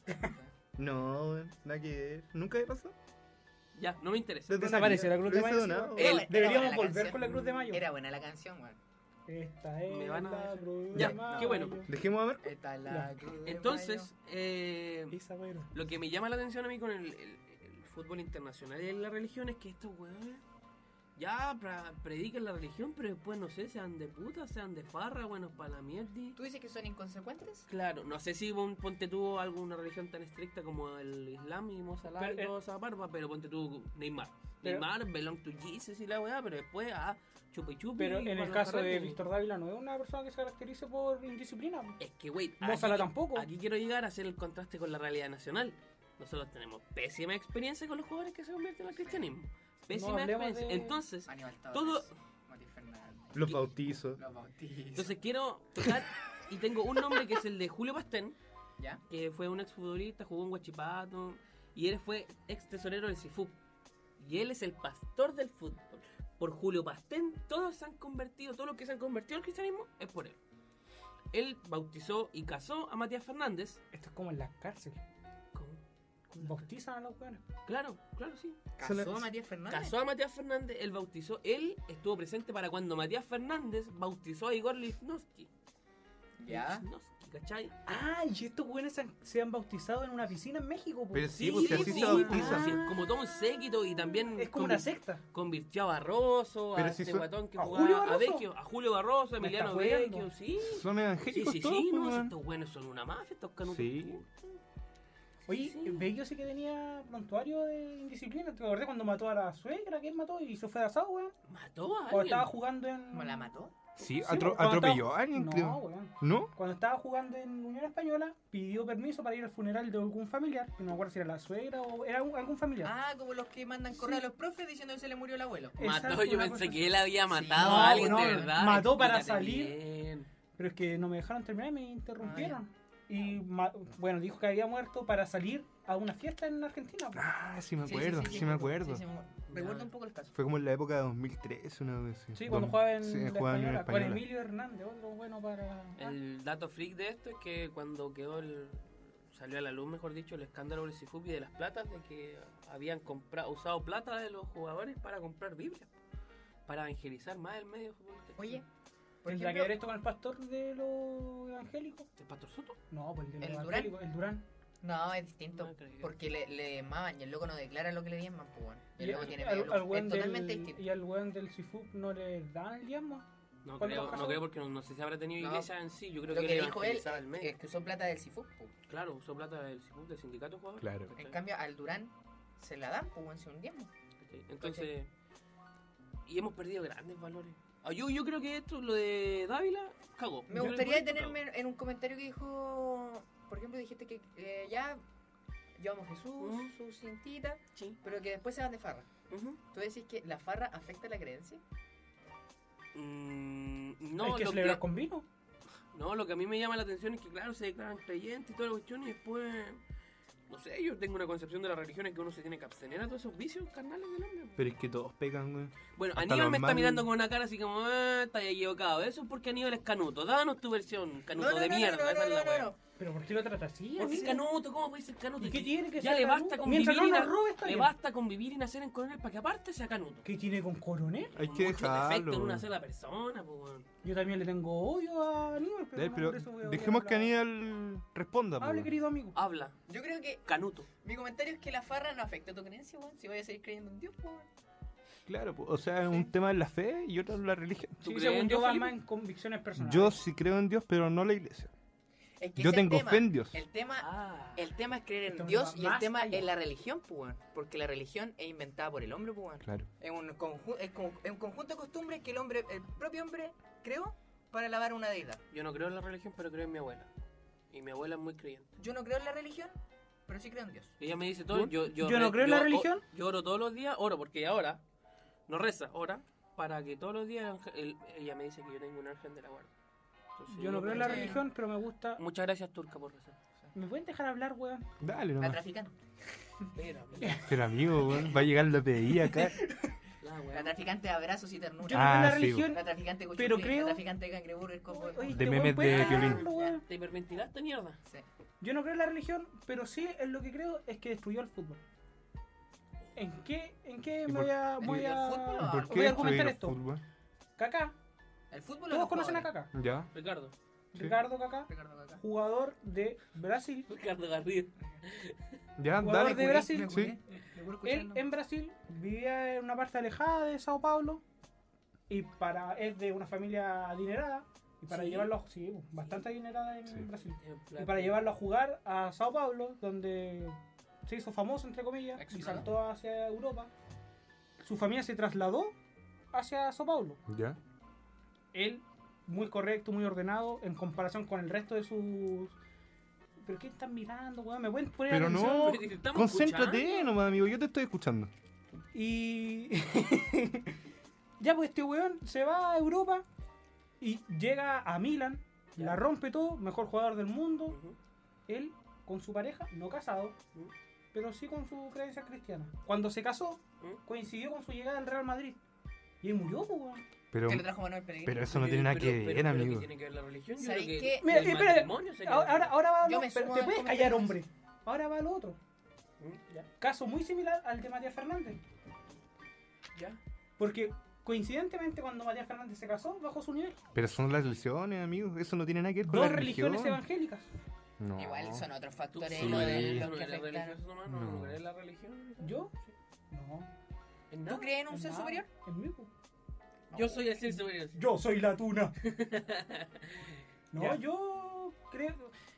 D: No, weón, nada que ver. Nunca me pasó.
A: Ya, no me interesa.
D: Desde
C: Desaparece
D: una-
C: la Cruz de
D: lo hice
C: Mayo,
D: donado.
C: sí,
B: Era
A: Él,
B: buena- era
C: Deberíamos
B: buena la
C: volver
B: canción.
C: con la Cruz de Mayo.
B: Era buena la canción, weón.
C: Esta
A: Me
C: es
A: van a
C: la
A: dejar.
C: Cruz de
D: Ya,
C: Mayo.
A: qué bueno.
D: Dejemos a ver.
B: Esta es la
C: Ya.
B: cruz de
A: Entonces,
B: Mayo.
A: eh,
C: Esa, bueno.
A: lo que me llama la atención a mí con el, el- el fútbol internacional y la religión es que estos weones ya pra- predican la religión, pero después no sé, sean de puta, sean de farra, buenos para la mierda.
B: ¿Tú dices que son inconsecuentes?
A: Claro, no sé si pon- ponte tú alguna religión tan estricta como el Islam y Mo Salah
C: Pero,
A: y
C: eh,
A: toda esa barba, pero ponte tú Neymar.
C: pero-
A: Neymar, belong to Jesus y la weá, pero después a chupi chupi.
C: Pero en
A: para
C: el
A: los
C: caso de
A: carretes.
C: Víctor Dávila no es una persona que se caracterice por indisciplina.
A: Es que, wait,
C: Mo
A: aquí-
C: Salah tampoco.
A: Aquí quiero llegar a hacer el contraste con la realidad nacional. Nosotros tenemos pésima experiencia con los jugadores que se convierten al cristianismo. Pésima
C: hablemos
A: experiencia.
C: de-
A: Entonces,
B: Aníbal Torres.
A: Todo-
B: Mati Fernández.
D: Los bautizos.
B: Los bautizos.
A: entonces quiero tocar y tengo un nombre que es el de Julio Pastén.
B: ¿Ya?
A: que fue un exfutbolista, jugó en Huachipato, y él fue ex tesorero del CIFUP. Y él es el pastor del fútbol. Por Julio Pastén, todos se han convertido, todos los que se han convertido al cristianismo es por él. Él bautizó y casó a Matías Fernández.
C: Esto es como en la cárcel.
A: con- con-
C: Bautizan a los buenos.
A: claro, claro, sí.
B: ¿Casó
D: Solo-
B: a Matías Fernández?
A: Casó a Matías Fernández, él bautizó, él estuvo presente para cuando Matías Fernández bautizó a Igor Lichnowsky.
B: ¿Ya?
A: Lichnowsky, ¿cachai?
C: Ah, y estos buenos se han, se han bautizado en una piscina en México. po.
D: Pero sí, pues si así
A: sí,
D: se bautiza.
A: sí, como todo un séquito y también
C: Es como
A: con-
C: una secta.
A: convirtió a Barroso,
D: Pero
A: a
D: si
A: este
D: son-
A: guatón que
C: ¿a
A: jugaba
C: Julio
A: a
C: Barroso?
A: Vecchio, a Julio Barroso, a
C: Me
A: Emiliano
C: está jodiendo.
A: Vecchio, sí.
D: Son
A: Sí,
D: evangélicos
A: sí,
D: todos,
A: sí,
D: pues,
A: no, si
D: weón.
A: estos buenos son una mafia, estos canutos.
D: Sí.
C: Oye,
A: Sí.
C: Bello sí que tenía prontuario de indisciplina. ¿Te acordás cuando mató a la suegra que él mató y se fue de asado, weón?
A: Mató a
C: Cuando
A: alguien.
C: estaba jugando en.
B: ¿Cómo la mató?
D: Sí,
C: Sí,
D: atro-
C: cuando
D: atropelló
C: estaba-
D: a alguien,
C: No,
D: creo.
C: weón.
D: ¿No?
C: Cuando estaba jugando en Unión Española, pidió permiso para ir al funeral de algún familiar. No me acuerdo si era la suegra o era un- algún familiar.
B: Ah, como los que mandan correo a los profes diciendo que se le murió el abuelo.
C: Exacto,
A: Mató, yo
C: una
A: pensé
C: cosa
A: que él había matado
B: no,
A: a alguien
B: no,
A: de verdad.
C: mató para
A: Explícate
C: salir.
A: bien.
C: Pero es que no me dejaron terminar, me interrumpieron. y ma- bueno, dijo que había muerto para salir a una fiesta en Argentina. po.
D: Ah, sí me acuerdo, sí me acuerdo.
B: Sí, sí, me acuerdo. Recuerdo un poco el caso.
D: Fue como en la época de 2003, una vez. así.
C: Sí, cuando
D: Dos-
C: jugaba en,
D: sí, jugaba
C: la
D: en
C: española,
D: Unión
C: con
D: Española.
C: Emilio Hernández, otro bueno para.
B: Ah.
C: ah,
A: El dato freak de esto es que cuando quedó el. Salió a la luz, mejor dicho, el escándalo del Cifupi de las platas, de que habían comprado, usado plata de los jugadores para comprar Biblias, para evangelizar más el medio futbolístico.
B: Oye, por
C: ¿Tendrá que ver
B: ejemplo,
C: esto con el pastor de los evangélicos?
A: ¿el Pastor Soto?
C: No, pues el de los
B: ¿El Durán?
C: evangélicos, el Durán.
B: no, es distinto.
A: No creo.
B: Porque le, le diezmaban y el loco no declara lo que le diezman, pues bueno. Y el
C: Y
B: loco
C: al-
B: tiene
C: al-
B: medio
C: al
B: loco.
C: weón
B: Es
C: del-
B: totalmente distinto.
C: Y al weón del Cifup no le dan el diezmo.
A: No
C: ¿Cuándo
A: creo,
C: pasó?
A: no creo porque no, no sé si habrá tenido
B: No.
A: iglesia en sí. Yo creo
B: Lo
A: que,
B: que
A: él
B: dijo él
A: evangelizaba el medio.
B: Es que usó plata del CIFUP, pues.
A: Claro, usó plata del, del sindicato jugador.
D: Claro.
A: ¿cachai?
B: En cambio, al Durán se la dan, pues bueno, si un diezmo.
A: ¿Cachai? Entonces, y hemos perdido grandes valores. Ah, Yo, yo creo que esto, lo de Dávila, cagó.
B: Me
A: Yo creo
B: gustaría
A: que por esto
B: detenerme en un comentario que dijo, por ejemplo, dijiste que eh, ya yo amo a Jesús,
A: Ujú.
B: su cintita,
A: cagó. Sí.
B: pero que después se van de farra.
A: Ujú.
B: ¿Tú decís que la farra afecta la creencia?
A: Mm,
C: Hay
A: no,
C: que
A: lo
C: celebrar
A: que,
C: con vino.
A: no, lo que a mí me llama la atención es que, claro, se declaran creyentes y toda la cuestión, y después No sé, yo tengo una concepción de las religiones que uno se tiene que abstener a todos esos vicios carnales del hombre.
D: Pero es que todos pecan, weón.
A: Bueno,
D: Hasta
A: Aníbal
D: los
A: me está
D: más-
A: mirando con una cara así como, ah, está equivocado. Eso es porque Aníbal es canuto. Danos tu versión, canuto de mierda. esa es la wea.
C: ¿Pero por qué lo trata así?
A: ¿Por qué
C: así?
A: canuto? ¿Cómo puede ser canuto?
C: ¿Y qué tiene que
A: ya
C: ser
A: le
C: canuto?
A: basta convivir
C: Mientras no
A: y
C: nos
A: na-
C: robe, está
A: le
C: bien.
A: basta convivir y nacer en coronel para que aparte sea canuto.
C: ¿Qué tiene con coronel?
D: Hay
A: Con
D: que
A: muchos defectos en
D: dejarlo.
A: una
D: weón.
A: sola persona, pues, weón.
C: Yo también le tengo odio a Aníbal, pero,
D: Ya,
C: no,
D: Pero
C: por eso voy a
D: dejemos que
C: hablar.
D: Aníbal pues. responda,
C: Hable,
D: weón.
C: querido amigo.
A: Habla,
B: Yo creo que
A: canuto.
B: mi comentario es que la farra no afecta tu creencia, weón. Si voy a seguir creyendo en Dios, po, weón.
D: Claro, po. o sea, un tema es la fe y otro es la religión.
A: ¿Tú
C: Sí,
A: crees
C: según
A: en
C: yo
A: Dios,
C: va
A: Felipe?
C: más en convicciones personales.
D: Yo sí creo en Dios, pero no la iglesia.
B: Es que
D: Yo
B: ese es el
D: tengo
B: tema.
D: fe en Dios.
B: El tema,
A: Ah.
B: el tema Este es creer
C: Esto
B: en
C: me
B: Dios
C: va
B: y el
C: más
B: tema
C: allá.
B: es la religión, po, weón. Porque la religión es inventada por el hombre, po, weón.
D: Claro.
B: Es un, conju- es con- es un conjunto de costumbres que el hombre, el propio hombre creó para alabar una deidad.
A: Yo no creo en la religión, pero creo en mi abuela. Y mi abuela es muy creyente.
B: Yo no creo en la religión, pero sí creo en Dios.
A: Ella me dice todo.
D: Bueno,
A: Yo, yo,
C: yo no
A: re-
C: creo en la
A: o-
C: religión.
A: yo oro todos los días, oro porque ahora no reza, ora para que todos los días el ángel- el- ella me dice que yo tengo un ángel de la guarda. Entonces,
C: Yo no creo en la
B: Sí.
C: religión, pero me gusta.
A: Muchas gracias, Turca, por rezar.
C: ¿Me pueden dejar hablar, weón?
D: Dale
B: La
D: nomás.
B: traficante.
A: Pero, mira,
D: Pero amigo, weón, va a llegar la PDI acá.
A: la
B: La
A: weá.
B: traficante de abrazos y
C: Yo no
B: ternura.
C: creo
D: Ah,
C: en la
D: sí,
C: religión.
B: La traficante de
C: Pero
B: cuchuflí,
C: creo-
B: La traficante de cangreburger, combo.
C: Oye,
D: De
C: este
D: memes
C: weón puede
D: de
C: hablar,
D: violín.
C: weón.
A: ¿Te hiperventilás esta mierda?
B: Sí.
C: Yo no creo en la religión, pero sí en lo que creo es que destruyó el fútbol. ¿En qué, en qué
D: ¿Y
C: me
D: por-
C: voy a, voy
B: ¿Destruyó el fútbol
C: a,
B: o-
D: ¿Por
C: voy a
D: qué
C: argumentar
D: destruir el
C: esto?
D: fútbol?
C: Kaká,
B: El fútbol o
C: todos
B: los
C: conocen a
B: jugadores?
C: Kaká.
D: Ya.
A: Ricardo.
D: Sí.
C: Ricardo Kaká,
B: Ricardo Kaká.
C: jugador de Brasil.
A: Ricardo Garrido.
D: Ya,
C: Jugador
D: dale.
C: de
D: weón.
C: Brasil.
B: Me
D: Sí.
B: curé, me curé
C: Él
B: escucharlo.
C: en Brasil vivía en una parte alejada de Sao Paulo y para es de una familia adinerada y para
A: Sí.
C: llevarlo a- sí, bastante adinerada en
D: Sí.
C: Brasil. Y para llevarlo a jugar a Sao Paulo, donde se hizo famoso, entre comillas, y
B: Exploró.
C: saltó hacia Europa. Su familia se trasladó hacia Sao Paulo.
D: Ya.
C: Él, muy correcto, muy ordenado, en comparación con el resto de sus... ¿Pero qué están mirando, weón? ¿Me pueden poner
D: Pero
C: atención?
D: no,
A: Pero te estamos
D: Concéntrate
A: escuchando.
D: nomás, amigo. Yo te estoy escuchando.
C: Y. ya, pues este weón se va a Europa y llega a Milan,
A: Ya.
C: la rompe todo, mejor jugador del mundo.
A: Ujú.
C: Él con su pareja, no casado,
A: Ujú.
C: pero sí con su creencia cristiana. Cuando se casó,
A: Ujú.
C: coincidió con su llegada al Real Madrid. Y él murió, pues, weón.
D: Pero,
B: Que lo trajo Manuel Pellegrini.
D: pero eso no
A: Pero-
D: tiene nada
A: pero-
D: que
A: pero-
D: ver,
A: pero ¿qué
D: amigo.
A: tiene que ver la religión? Yo
B: ¿Sabes
A: creo que
B: qué?
C: Mira,
A: el
C: espera,
A: matrimonio sería-
C: Ahora, ahora, ahora va
B: Yo
C: lo-
B: me
C: pero
B: sumo
C: te
B: al
C: puedes
B: comentario
C: callar,
B: de
C: hombre. Ahora va lo otro.
A: Mm, Ya,
C: Caso muy similar al de Matías Fernández.
A: ya.
C: Porque coincidentemente, cuando Matías Fernández se casó, bajó su nivel.
D: Pero son las religiones, amigo. Eso no tiene nada que ver con
C: Dos
D: la religión.
C: religiones evangélicas.
D: No.
B: Igual son otros
A: ¿Tú
B: factores
D: sí,
A: no
B: los
A: eres,
B: los
A: no
B: que
A: eres
B: afectan.
A: religioso, hermano?
D: No.
A: ¿No crees en la religión?
C: ¿Yo? No.
A: ¿En
B: ¿Tú
A: nada?
B: crees en un ser
C: Nada.
B: superior?
C: En mí, pues.
A: Yo soy el ser superior.
C: Yo soy la tuna. No,
A: Ya.
C: yo creo.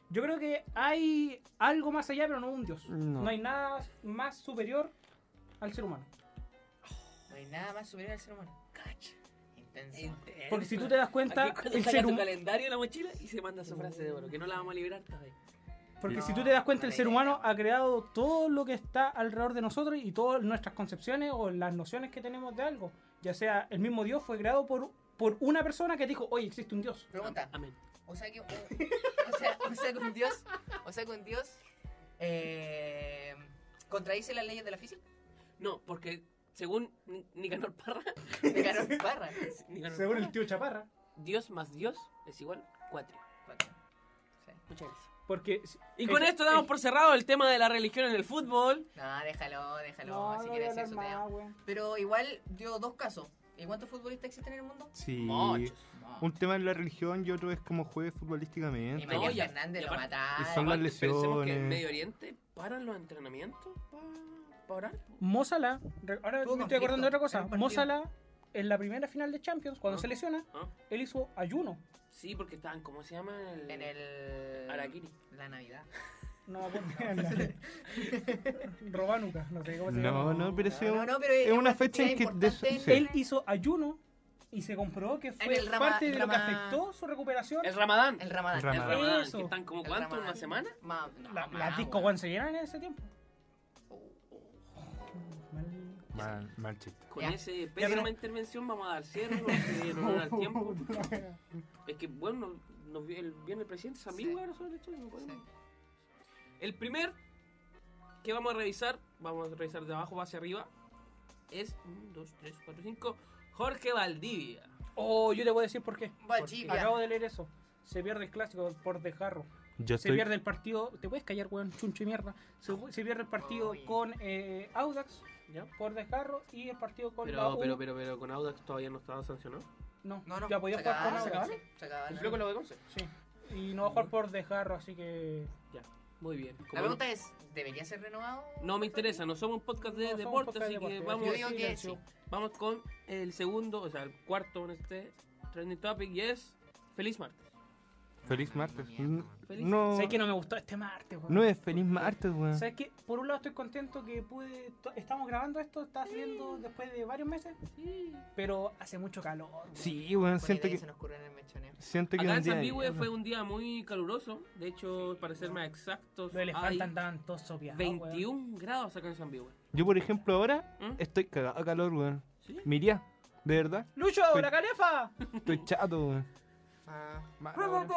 C: Yo creo que hay algo más allá, pero no un dios.
D: No.
C: No, hay nada más superior al ser humano.
B: No hay nada más superior al ser humano. Cacha.
A: Eh,
B: Intenso.
C: Porque si tú te das cuenta,
A: Aquí cuando
C: el
A: saca
C: ser
A: tu
C: humano.
A: calendario de la mochila y se manda su frase de oro, que no la vamos a liberar todavía.
C: Porque
B: No,
C: si tú te das cuenta,
B: no
C: el ser
B: le-
C: humano ha creado todo lo que está alrededor de nosotros y todas nuestras concepciones o las nociones que tenemos de algo. Ya sea, el mismo Dios fue creado por, por una persona que dijo, oye, existe un Dios.
B: Pregunta.
A: Amén.
B: O sea que. O sea, o sea con Dios. O sea con Dios. Eh, ¿Contradice las leyes de la física?
A: No, porque según Ni- Nicanor Parra,
B: De Carol Parra.
A: Nicanor Parra,
C: tío Chaparra.
A: Dios más Dios es igual cuatro.
B: Cuatro. Sí.
A: Muchas gracias.
C: Porque.
A: Y con esto damos por cerrado el tema de la religión en el fútbol.
B: No, déjalo, déjalo.
C: No,
B: si
C: no voy a
B: quieres
C: hablar
B: decir eso, te
C: más,
B: amo.
C: weón.
B: Pero igual dio dos casos. ¿Y cuántos futbolistas existen en el mundo?
D: Sí.
A: Muchos.
D: Un tema es la religión y otro es cómo juegue futbolísticamente.
B: Y María
A: No, ya-
B: Fernández
A: y
B: lo
A: aparte-
B: mataron.
D: y son las
A: Aparte, Pensemos que en
D: lesiones.
A: Medio Oriente paran los entrenamientos para orar.
C: Mo Salah, re- ahora
B: Tuvo
C: me estoy acordando de otra cosa.
B: conflicto en el
C: Mo
B: partido.
C: Salah, en la primera final de Champions, cuando
A: Ah.
C: se lesiona,
A: Ah.
C: él hizo ayuno.
A: Sí, porque estaban, ¿cómo se llama? El,
B: En el.
A: Araquiri.
B: La Navidad.
C: No, Robanuca, no sé cómo se
D: No,
C: llama.
D: no, pero eso es
B: No,
D: un-
B: no, pero es
D: es una fecha en que
B: actividad
D: de-
B: importante
D: sí.
C: Él hizo ayuno y se comprobó que fue
B: el Rama-
C: parte de lo que
B: Rama-
C: afectó su recuperación.
A: El Ramadán.
B: El Ramadán.
D: El Ramadán.
A: El Ramadán,
C: Eso.
A: que están como
B: El
A: cuánto,
B: Ramadán.
A: una semana.
B: Ma- no,
C: La-
B: ma,
C: las discos
B: weón.
C: One se llenan en ese tiempo. Mal-
D: Mal, mal chiste.
A: Con
B: Ya.
A: ese
B: pero-
A: pésima intervención vamos a dar cierre porque no nos da el tiempo. Es que bueno, nos vi- el- viene el presidente, es
B: Sí.
A: amigo ahora sobre esto y no podemos. El primer ¿Qué vamos a revisar? Vamos a revisar de abajo hacia arriba. Es 1, 2, 3, 4, 5. Jorge Valdivia.
C: Oh, yo te voy a decir por qué.
B: Valdivia.
C: Acabo de leer eso. Se pierde el clásico por dejarlo.
D: Yo
C: Se pierde el partido. ¿Te puedes callar, weón? Chuncho y mierda. Se, se pierde el partido
B: Oye.
C: con eh, Audax
A: ¿Ya?
C: por desgarro y el partido con la
A: Pero,
C: U.
A: pero, pero, pero con Audax todavía no estaba sancionado.
C: No,
B: No, no.
C: ya podía
B: se
C: jugar con
B: acabaron, se
C: Audax.
B: acabaron, se acabaron.
A: Cumplió con lo de Conce.
C: Sí. Y no va a jugar por desgarro, así que.
A: Muy bien. Como
B: La
A: no-
B: pregunta es, ¿debería ser renovado?
A: no me interesa, no somos un podcast de
C: No, somos
A: deporte,
C: podcast de
A: así que
C: deporte,
A: vamos,
B: Yo digo que
C: Silencio.
B: sí.
A: vamos con el segundo, o sea, el cuarto en este trending topic y es Feliz Martes.
D: Feliz martes. Mm,
B: Mierda.
A: Feliz-
D: No,
C: Sé que no me gustó este martes, weón.
D: no es feliz martes, weón.
C: ¿Sabes qué? Por un lado estoy contento que pude. to- Estamos grabando esto, está saliendo después de varios meses. Pero hace mucho calor. weón.
D: Sí, weón,
B: Buena
D: siento
B: idea,
D: que,
B: se nos ocurrió en el eh. mechoneo.
D: siento que
A: Acá
D: un
A: en
D: día...
A: San Vigüe fue un día muy caluroso, de hecho, para ser más exactos,
C: Los elefantes
A: hay
C: andaban todos sopiados. weón.
A: 21 grados acá en San Vigüe.
D: Yo, por ejemplo, ahora
A: ¿Mm?
D: estoy cagado de calor, weón.
A: ¿Sí?
D: Miría, de verdad,
C: ¡Lucho, la calefa!
D: estoy chato, weón.
B: Ah,
D: Mal, weón.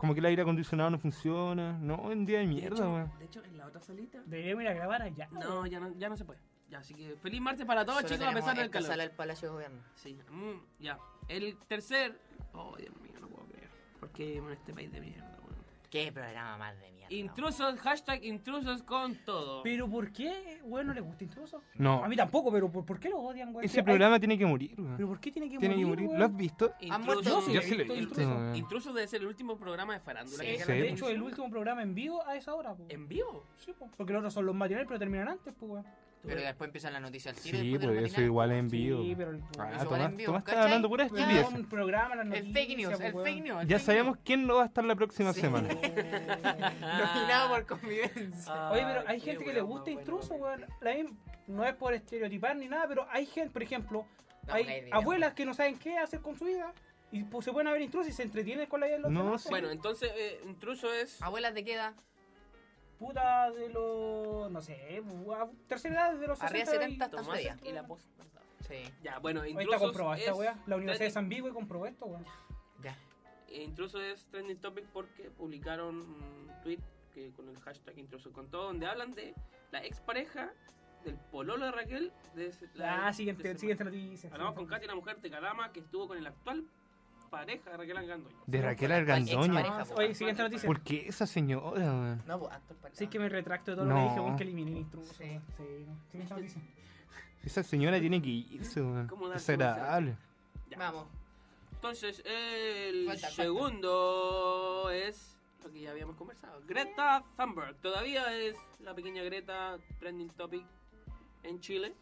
D: Como que el aire acondicionado no funciona. No, un día de
A: de,
D: mierda, weón.
A: hecho, de hecho, en la otra salita...
C: Deberíamos ir a grabar allá.
A: No, ya no, ya no se puede. Ya, así que feliz martes para todos,
B: solo
A: chicos, a
B: tenemos
A: pesar del
B: esta
A: calor.
B: sala del Palacio de Gobierno.
A: Sí, mm, ya. El tercer. Oh, Dios mío, no puedo creer. ¿Por qué vivimos en este país de mierda, weón?
B: Qué programa más de mierda.
A: Intrusos, hashtag intrusos con todo.
C: ¿Pero por qué, weón, no les gusta Intruso?
D: No,
C: A mí tampoco, pero ¿por, por qué lo odian, weón?
D: ese
C: Si hay-
D: programa tiene que morir,
C: ¿Pero
D: weón.
C: por qué tiene que
D: Tiene que morir.
C: morir, weón?
D: ¿Lo has visto?
B: ¿Han muerto?
A: Intrusos-
D: Yo sí lo he visto,
C: visto, Intrusos.
D: weón.
A: Intrusos debe ser el último programa de farándula.
B: Sí,
A: que
C: Eh,
A: gana
D: sí.
C: de
A: la
C: hecho,
A: televisión.
C: el último programa en vivo a esa hora, po.
A: ¿En vivo?
C: Sí, po. Porque los otros son los matinales, pero terminan antes, pues, weón.
B: Pero después empiezan las noticias al tiro.
D: Sí,
B: después de
D: pues
B: la
D: yo soy
B: matinal.
D: igual en vivo.
C: Sí, pero el,
D: Ah,
B: Eso igual
D: Tomás,
B: en vivo,
D: Tomás está
B: ¿cachai?
D: hablando pura
B: Ya,
C: Ya,
D: estupidez.
C: un programa, las
B: El fake news,
C: noticias,
B: el
C: po,
B: fake
C: pues, weón.
B: news. el
D: Ya
B: fake
D: sabemos quién no va a estar la próxima
B: Sí.
D: semana.
B: news. Nominado por convivencia.
A: Ah,
C: Oye, pero hay
A: qué
C: gente que
A: weón
C: le
A: más
C: gusta
A: bueno,
C: intruso,
A: weón.
C: weón. La im- No es por estereotipar ni nada, pero hay gente, por ejemplo,
B: No,
C: hay
B: no hay idea.
C: abuelas que no saben qué hacer con su vida y pues, se pueden a ver intrusos y se entretienen con la vida de los
D: No,
C: demás,
D: sí.
A: Bueno,
C: weón.
A: entonces, eh, intruso es.
C: Ah,
B: Abuelas de queda.
C: Puta de los. No sé, a tercera edad de
D: Pues
C: los
B: Arriba de
C: 60. y-
B: 70 hasta
A: Tomás
B: media.
A: y la post.
B: Sí,
A: Ya, bueno,
C: Ahí está
A: intrusos.
C: comprobada esta
A: es-
C: weá. La Universidad de
A: Tres-
C: San Vigo comprobó esto, weón.
B: ya.
A: E Intruso es trending topic porque publicaron un tweet que, con el hashtag Intruso con todo, donde hablan de la expareja del pololo de Raquel. De ese-
C: La
A: de
C: Ah, siguiente,
A: ese-
C: siguiente noticia.
A: Hablamos con
C: siguiente
A: Katy, la mujer de Calama, que estuvo con el actual pareja de Raquel Angandoña.
D: De Raquel
B: Expareja.
D: Argandoña.
C: noticia.
B: Pareja,
C: Ah, Oye,
B: po.
C: siguiente noticia.
D: ¿Por qué esa señora, weón?
B: No, pues actor para
C: Sí, que me retracto de todo lo
D: No.
C: que dije, weón, que eliminé intruso.
B: Sí.
C: weón. Sí, no. Siguiente noticia.
D: Esa señora tiene que irse, weón.
A: ¿Cómo darse
D: Desagradable.
A: Ya.
B: Vamos.
A: Entonces, el
B: Falta, falta.
A: segundo es lo que ya habíamos conversado. Greta Thunberg. Todavía es la pequeña Greta trending topic en Chile.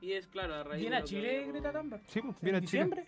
A: Y es claro, a raíz
C: ¿Viene
A: de
C: a
A: lo que
C: Chile,
A: habíamos-
C: Greta Thunberg?
D: Sí, pues,
C: ¿En
D: viene a Chile.
C: diciembre?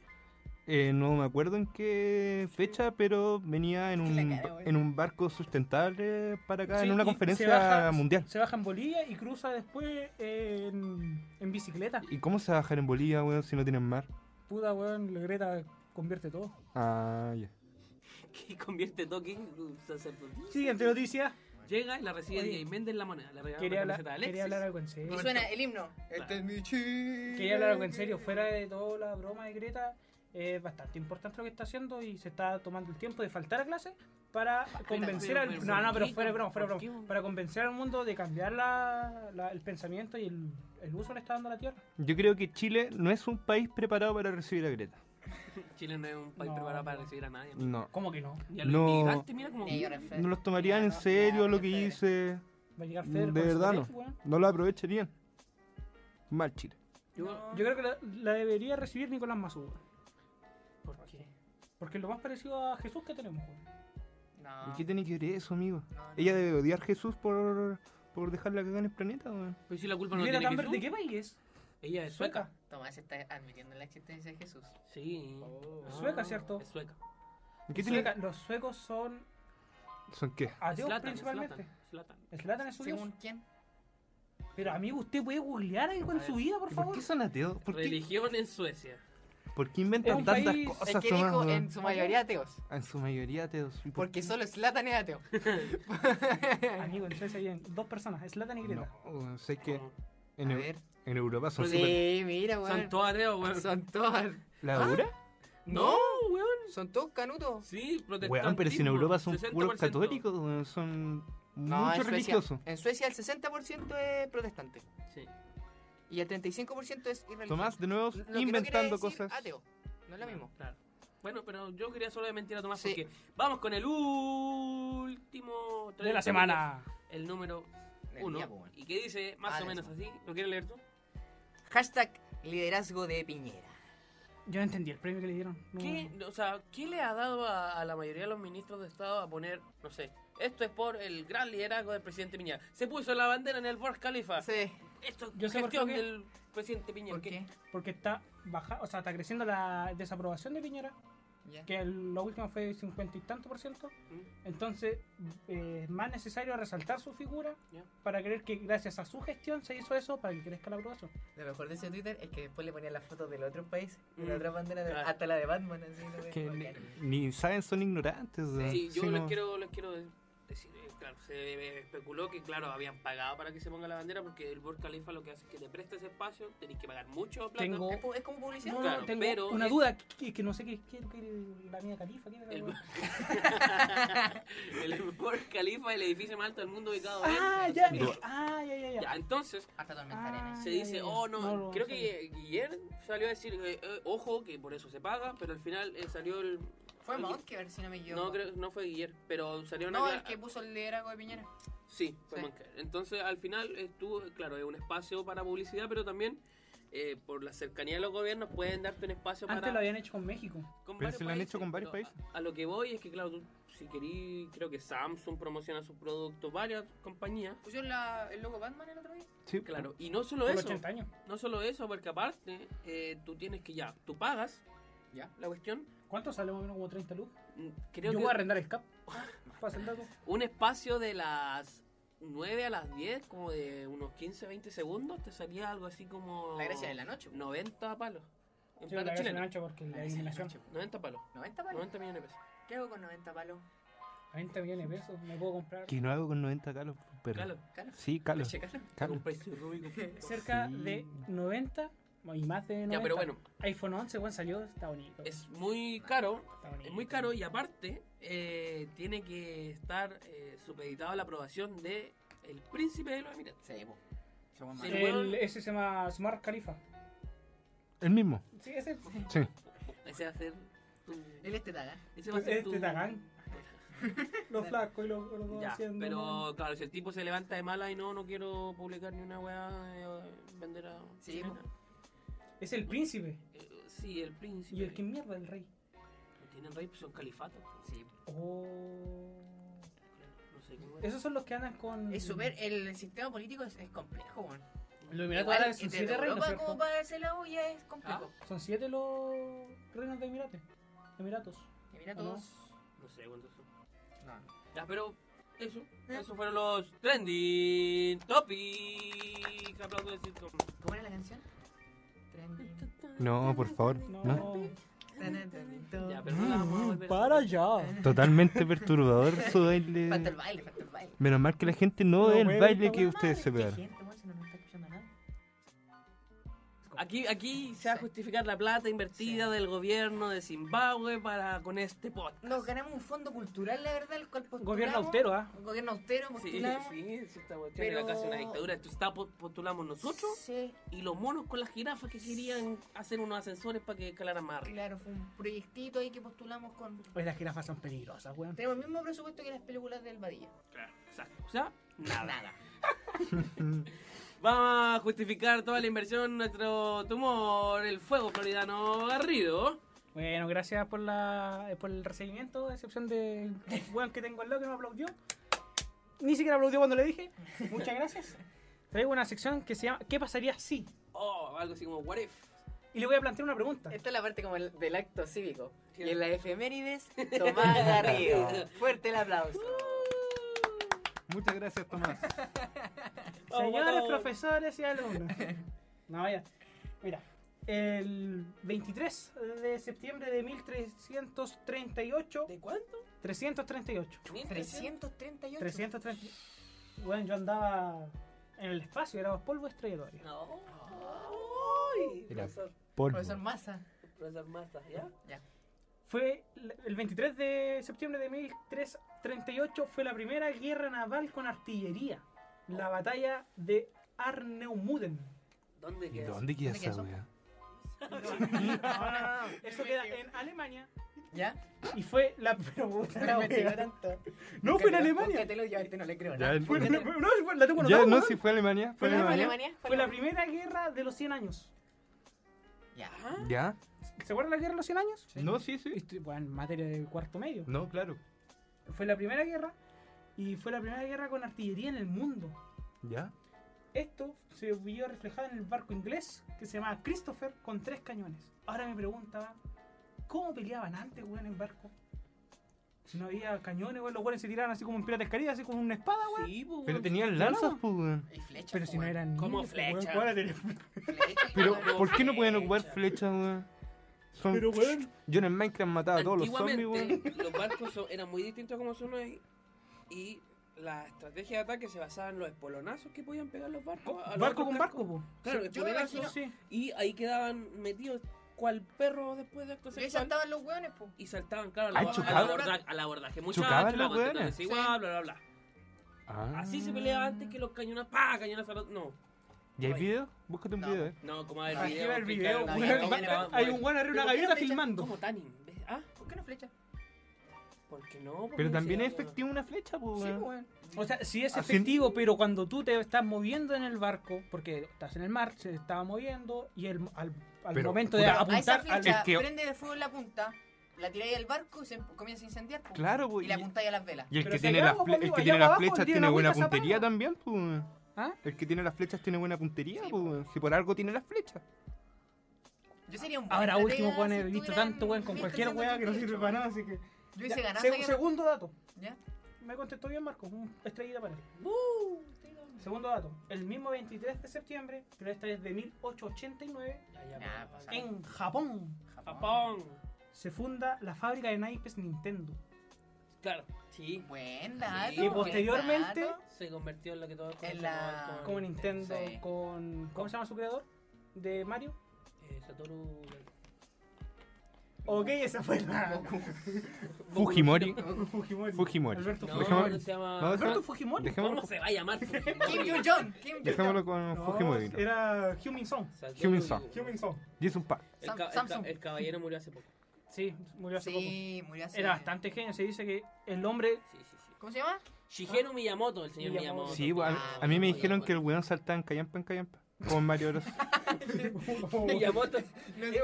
D: Eh, no me acuerdo en qué fecha, pero venía en
B: La
D: un,
B: cara, güey.
D: en un barco sustentable para acá,
C: Sí,
D: en una
C: y se
D: conferencia
C: baja-
D: mundial.
C: Se baja en Bolivia y cruza después en, en bicicleta.
D: ¿Y cómo se va a bajar en Bolivia, weón, si no tienen mar?
C: Puta, weón, la Greta convierte todo.
D: Ah, ya.
A: que convierte Toki en un sacerdote.
C: Siguiente noticia.
A: Llega y la recibe
C: Oye.
A: y venden la moneda. Le regalan
C: Quería
A: una
C: hablar,
A: camiseta a Alexis.
C: quería hablar algo en serio.
B: Y suena el himno.
A: Este es
B: mi chile.
C: Quería hablar algo en serio. Fuera de toda la broma de Greta, es bastante importante lo que está haciendo y se está tomando el tiempo de faltar a clase para convencer al.
A: Ah, pero
C: No, no,
A: ¿por
C: pero
A: qué?
C: fuera de broma, fuera de
A: ¿Por
C: broma.
A: qué?
C: Para convencer al mundo de cambiar la- la- el pensamiento y el, el uso que le está dando a la tierra.
D: Yo creo que Chile no es un país preparado para recibir a Greta.
A: Chile no es un país
C: No.
A: preparado para recibir a nadie. amigo.
D: No.
C: ¿Cómo que no?
A: Y a los
D: No.
A: inmigrantes, mira cómo.
D: No los tomarían en serio lo que hice.
C: Va a llegar Feder
D: De
C: con su
D: verdad
C: teléfono, weón.
D: No lo aprovecharían. Mal Chile.
A: Yo-
C: Yo creo que la, la debería recibir Nicolás Mazú.
A: ¿Por qué?
C: Porque es lo más parecido a Jesús que tenemos, weón.
B: No.
C: Ah.
D: ¿Y qué tiene que ver eso, amigo?
B: No, no.
D: Ella debe odiar a Jesús por, por dejarla cagar en el planeta, weón.
A: Pues si la culpa no
C: Greta
A: tiene
C: Thunberg, ¿de
A: Jesús.
C: qué país es?
A: Ella es sueca.
B: Tomás está admitiendo la existencia de Jesús.
A: Sí.
C: Es sueca, ¿cierto?
A: Oh. Es sueca.
D: ¿Y qué tiene
C: Sueca- los suecos son
D: ¿Son qué?
C: ateos
A: Zlatan,
C: principalmente.
A: Zlatan, Zlatan.
C: Slatan es su dios.
B: ¿Según quién?
C: Pero amigo, usted puede googlear algo en
A: A
C: su
A: ver.
C: vida, por
D: ¿Y
C: favor.
D: qué son ateos? ¿Por qué,
A: Religión en Suecia.
D: por qué
C: Es
D: inventan
C: un
D: tantas
C: país-
D: cosas,
B: Es que
D: Tomás,
B: dijo
D: weón?
B: en su mayoría ateos.
D: En su mayoría ateos. ¿Y por
B: Porque solo Slatan es ateo.
C: Amigo, entonces hay dos personas, Slatan y
D: qué?
C: Greta.
D: No, weón, sé que
A: Como-
D: en,
B: A
D: Eu-
B: ver.
D: en Europa son súper-
B: Sí, mira, weón.
A: Son todos ateos,
D: Ah,
A: weón.
B: Son todos.
D: ¿La dura?
A: No, weón.
B: Son todos canutos.
A: Sí, protestantes.
D: Weón, pero si en Europa son puros católicos, weón, son
E: No,
D: mucho
E: en Suecia,
D: religioso.
E: en Suecia el 60% es protestante
A: Sí.
E: y el 35% es irreligioso.
D: Tomás, de nuevo,
E: Lo que no quiere
D: inventando
E: decir
D: cosas.
B: ah,
E: Ateo. No es lo mismo.
A: Claro. Bueno, pero yo quería solo de mentir a Tomás
E: Sí.
A: porque vamos con el último
C: De la semana.
A: El número
B: Del
A: uno.
B: día, po, weón.
A: y que dice más
E: pues, Ah,
A: o
E: de la
A: menos así. ¿Lo quieres leer tú?
B: Hashtag liderazgo de Piñera.
C: Yo no entendí el premio que le dieron. No.
A: ¿Qué, o sea, ¿qué le ha dado a, a la mayoría de los ministros de Estado a poner, no sé, esto es por el gran liderazgo del presidente Piñera? Se puso la bandera en el Burj Khalifa.
E: Sí.
A: Esto es
C: Yo sé por
A: gestión
C: qué.
A: del presidente Piñera.
B: ¿Por Ah. qué?
C: Porque está baja, o sea, está creciendo la desaprobación de Piñera,
B: Ya.
C: que el- lo último fue 50 y tanto por ciento.
A: Mm.
C: Entonces, eh, es más necesario resaltar su figura
A: Ya.
C: para creer que gracias a su gestión se hizo eso para que crezca la aprobación.
B: Lo mejor de ese Twitter es que después le ponían las fotos del otro país, de
A: Mm.
B: la otra bandera, de-
A: Claro.
B: hasta la de Batman. Así, ¿no?
D: Que
B: Bacán.
D: ni, ni saben, son ignorantes. weón.
A: Sí, yo
D: Sí,
A: les,
D: no.
A: quiero, les quiero de- decir, eh, claro, se especuló que, claro, habían pagado para que se ponga la bandera porque el Burj Khalifa lo que hace es que te presta ese espacio, tenéis que pagar mucho plata.
C: Tengo,
B: Es, pu- es como publicidad.
C: no, no,
A: claro,
C: tengo
A: pero-
C: una duda, que, que- que no sé qué qué- qué- la mía califa. ¿qué era la
A: El,
C: weá?
A: el Burj Khalifa, el edificio más alto del mundo ubicado en-
C: Ah, ya,
D: Mira.
C: ah, ya, ya, ya.
A: Ya, entonces,
B: Hasta
C: Ah,
B: Tormentarena.
A: se
C: ya,
A: dice,
C: ya.
A: oh no,
C: No lo
A: creo
C: sabía.
A: que Guillermo salió a decir, eh, eh, ojo, que por eso se paga, pero al final eh, salió el...
B: Fue
A: alguien-
B: Monkever, si no me equivoco.
A: No, creo, no fue Guillermo, pero salió una...
B: No, el que puso el liderazgo de Piñera.
A: Sí, fue
B: Sí.
A: Monkever. Entonces, al final, estuvo, claro, es un espacio para publicidad, pero también eh, por la cercanía de los gobiernos pueden darte un espacio
C: Antes
A: para...
C: lo habían hecho con México.
A: con
D: Pero
A: varios
D: se lo han hecho con varios
A: pero a-
D: países.
A: A, lo que voy es que, claro, tú, si querís, creo que Samsung promociona sus productos, varias compañías.
B: ¿Pusieron la, el logo Batman el otro día?
D: Sí.
A: Claro, y no solo
C: Por
A: eso,
C: 80 años.
A: no solo eso, porque aparte, eh, tú tienes que ya, tú pagas
B: Ya.
A: la cuestión,
C: ¿Cuánto sale más o menos como 30 luz?
A: Mm, Creo
C: Yo
A: que Ah,
C: voy a arrendar el CAP. Pasa el dato.
A: un espacio de las 9 a las 10, como de unos 15, 20 segundos, te salía algo así como.
B: La gracia de la noche. pues.
A: 90 palos. En plata
C: Sí, la cabeza
A: chilena.
C: ancho porque la
B: Gracia de la
C: eliminación.
B: noche.
A: 90 palos.
B: 90 palos.
A: 90 millones de pesos.
B: ¿Qué hago con 90 palos?
C: 20 millones de pesos, me puedo comprar.
D: Que no hago con 90 calos. Pero...
A: Claro,
B: Calo.
D: Sí, calos.
B: Leche, calo.
A: te
D: calos.
A: compráis un Rubik.
C: Cerca
D: Sí.
C: de 90 y más de 90.
A: Ya, pero bueno,
C: iPhone 11, bueno, salió, está bonito.
A: es muy caro.
C: está bonito.
A: Es muy caro y aparte eh, tiene que estar eh, supeditado a la aprobación de el príncipe de los Emiratos.
B: Sí, pues. po. Ese buen
A: Sí.
B: malo.
C: El, ese se llama Smart Khalifa.
D: El mismo.
C: Sí, ese es
D: Sí.
A: Ese va a ser tu.
B: Él es Tetara.
A: Ese va a ser tu.
C: este Tagán. Los flacos y los, los dos
A: Ya,
C: haciendo-
A: pero claro, si el tipo se levanta de mala y no, no quiero publicar ni una weá, eh, vender a.
B: Sí,
A: chilena.
C: Es el príncipe.
A: Eh, sí, el príncipe.
C: ¿Y el que mierda? El rey.
A: No tienen rey, pues son califatos.
B: Sí.
C: Oh.
A: No sé cómo es.
C: Esos son los que andan con.
B: Es súper.
A: eh.
B: El sistema político es, es complejo, weón.
C: Los Emiratos
B: Igual,
C: Árabes
B: desde
C: son siete reinos.
B: Europa como
C: ¿cierto?
B: para hacer la olla es complejo.
C: Son siete los reinos de Emirates. Emiratos.
A: ¿Ah?
B: Y mira
C: ¿O
B: todos.
A: No sé cuántos son.
B: No.
A: Ya, pero eso. Esos fueron los trending topics. Aplausos de sitcom.
B: ¿Cómo era la canción? Trending.
D: No, por favor.
C: No.
D: No.
B: Trending, trending, todo.
A: Ya, pero no la vamos a volver a hacer.
C: allá.
D: Totalmente perturbador su baile.
B: Falta el baile, falta el baile.
D: Menos mal que la gente no
C: No
D: ve el
C: mueve
D: baile
C: esta
D: que
C: weá.
D: ustedes se
B: Qué
D: pegaron.
B: gente, weón, si no nos está escuchando nada.
A: Aquí, aquí se va a
B: Sí.
A: justificar la plata invertida del gobierno de Zimbabue para con este podcast.
B: Nos ganamos un fondo cultural, la verdad, el cual postulamos.
C: Gobierno austero, ¿ah?
B: Un gobierno austero,
A: Sí,
B: postulamos.
A: sí, sí, esta cuestión
B: Pero-
A: era casi una dictadura. Esto está po- postulamos nosotros
B: Sí,
A: y los monos con las jirafas que querían hacer unos ascensores para que escalaran más arriba.
B: claro, fue un proyectito ahí que postulamos con.
C: Pues las jirafas son peligrosas, weón.
B: Tenemos el mismo presupuesto que las películas del Badilla.
A: Claro, exacto. O sea, nada.
B: Nada.
A: Vamos a justificar toda la inversión, nuestro tumor, el fuego floridano garrido.
C: Bueno, gracias por la eh, por el recibimiento, a excepción del weón que tengo al lado que no aplaudió. Ni siquiera aplaudió cuando le dije. Muchas gracias. Traigo una sección que se llama ¿Qué pasaría si?
A: Oh, algo así como what if.
C: Y le voy a plantear una pregunta.
B: Esta es la parte como el- del acto cívico.
A: Sí.
B: Y en las efemérides, Tomás Garrido. Fuerte el aplauso.
D: Muchas gracias, Tomás.
C: Señores
A: votado.
C: profesores y alumnos. No, ya. Mira, el 23 de septiembre de 1338,
A: ¿De cuánto?
C: 338.
B: 338.
C: 330. Bueno, yo andaba en el espacio, éramos polvo estrelladores.
A: No.
D: Era-
A: Profesor,
D: Polvo.
B: Profesor Massa.
A: profesor Massa, ¿ya?
C: Fue el- el 23 de septiembre de 1338 fue la primera guerra naval con artillería, la batalla de Arneumuden.
A: ¿Dónde
D: ¿Y
A: queda?
D: dónde queda
B: ¿Dónde queda
D: esa
B: eso?
D: wea?
C: Eso queda en Alemania
B: ¿Ya?
C: y fue la pero puta la
B: Me tiró
C: wea.
B: tanto.
C: No fue en Alemania.
B: Te lo yo, este no le creo
D: Ya,
B: nada.
D: el-
C: Fue en Ale- no, fue- la tengo
D: Ya,
C: anotada,
D: no,
C: weón.
D: si fue Alemania. Fue
C: ¿Fue en
E: ¿Fue
D: Alemania.
E: Alemania?
C: Fue la primera guerra de los 100 años.
B: Ya.
A: Ah,
D: ¿Ya?
C: ¿Se acuerdan la guerra de los 100 años?
D: No, sí, sí.
C: Estoy- bueno, en materia de cuarto medio.
D: No, claro.
C: Fue la primera guerra y fue la primera guerra con artillería en el mundo.
D: ¿Ya?
C: Esto se vio reflejado en el barco inglés que se llamaba Christopher con tres cañones. Ahora me preguntaba, ¿cómo peleaban antes, weón, en barco? Si no había cañones, weón, los weones se tiraban así como en Piratas Caribe, así como una espada, weón.
A: sí, po,
D: Pero
A: weón.
D: tenían lanzas,
C: no.
D: pues, weón.
B: Y flecha.
C: Pero si no eran
A: Como
C: niños, weón,
A: flecha.
C: ¿cuál era?
D: Pero, ¿por qué no pueden ocupar flechas, weón? Son-
C: Pero, weón.
D: Yo en el Minecraft mataba a todos Ah, los zombies, weón.
A: Antiguamente, los barcos son- eran muy distintos como son hoy. Y la estrategia de ataque se basaba en los espolonazos que podían pegar los barcos. a los
C: Barco
A: otros
C: con barco,
A: barcos.
C: po.
A: Claro,
B: Yo me
A: espolonazos,
B: imagino-
C: Sí.
A: Y ahí quedaban metidos cual perro después de acto
B: Yo
A: sexual.
B: saltaban los hueones, po.
A: Y saltaban, claro, al
D: Ah,
A: abo- al
D: chocaban.
A: abordaje- al abordaje. Muchachos,
D: Chocaban
A: la
D: los
A: cuestión
D: weones.
A: es igual, bla,
B: Sí.
A: bla, bla.
D: Ah.
A: Así se peleaba antes que los cañones. ¡Pah! Cañones al otro- No,
D: ¿Y hay
A: Oye.
D: video? Búscate un
B: No.
D: video, eh.
A: no, como el
C: Aquí
A: video.
C: va el
A: explicaron la
C: video,
B: claro,
C: weón.
B: claro,
A: dinámica,
C: Va-
B: claro,
C: Hay
A: weón.
C: un weón arriba de una
B: Pero ¿por qué
C: galleta
B: la flecha?
C: filmando.
A: Como tan imbécil. Ah,
B: ¿Por qué no flecha?
A: ¿por qué no?
D: Pero
A: Porque
D: también
A: se-
D: es efectivo una flecha, pues,
B: Sí,
D: weón.
B: weón.
C: O sea, sí es
D: Así-
C: efectivo, pero cuando tú te estás moviendo en el barco, porque estás en el mar, se estaba moviendo y el, al, al
D: Pero,
C: momento de
D: puta,
B: A esa
C: apuntar al-
B: flecha
D: es que-
B: prende de fuego en la punta, la tiráis al barco y se em- comienza a incendiar, po.
D: Claro, pues.
B: Y la
D: y-
B: apuntáis a las velas.
D: Y el
C: Pero
D: que,
C: si
D: tiene
C: allá
D: las
C: abajo,
D: fle- el
C: amigo,
D: que
C: allá
D: tiene las
C: abajo
D: flechas
C: tiene
D: tiene
C: una
D: buena
C: agüita
D: puntería
C: zapada.
D: también, pues. weón.
C: ¿Ah?
D: El que tiene las flechas tiene buena puntería,
B: Sí,
D: pues. weón. Si por algo tiene las flechas.
B: Yo sería un buen
C: Ahora
B: estratega
C: último, weón,
B: si
C: he visto
B: estuviera en
C: tanto, weón, con
B: 1988,
C: cualquier weá que no sirve para nada, así que...
B: Yo hice
C: Ya,
B: ganar
C: seg-
B: esa guerra.
C: segundo dato.
B: ¿Ya?
C: Me contestó bien Marcos, un estrellita para él.
A: ¡Uh!
C: Segundo dato. El mismo 23 de septiembre, pero esta es de 1889,
A: Ya, ya,
B: Nah,
A: pa-
B: pues, ah.
A: pa-
C: en Japón,
A: Japón.
C: se funda la fábrica de naipes Nintendo.
A: Claro, sí.
B: Buen dato.
A: Y
C: Y
B: buen
C: posteriormente,
B: dato.
A: Se convirtió en lo que todos
B: En
A: conocemos
B: la-
A: hoy
C: como Nintendo,
B: Sí.
C: con... ¿Cómo se llama su creador? ¿De Mario?
A: eh, Satoru...
C: Ok, esa fue la...
D: Fujimori.
C: Fujimori.
D: Fujimori.
C: Alberto
A: No,
D: Fujimori.
A: no se llama...
D: No,
C: Alberto Fujimori.
D: Dejémoslo-
A: ¿Cómo se va a llamar?
B: Kim Jong-un. Kim Jong-un.
D: Dejémoslo con
C: No,
D: Fujimori. ¿no?
C: Era Human Song.
D: Heung-min Song.
C: Human Song.
D: Jason Park.
A: El, ca- el ca-
B: Samsung.
A: el caballero murió hace poco.
C: Sí, murió hace
B: Sí, murió
C: poco.
B: así.
C: Era bastante genio. Se dice que el hombre.
A: Sí, sí, sí.
B: ¿Cómo se llama?
A: Shigeru Miyamoto, el señor
C: Miyamoto.
A: Miyamoto.
D: Sí, weón.
B: Ah,
D: a mí me
A: Miyamoto.
D: dijeron que el weón saltaba en callampa en callampa. Como en Mario Bros.
A: Miyamoto...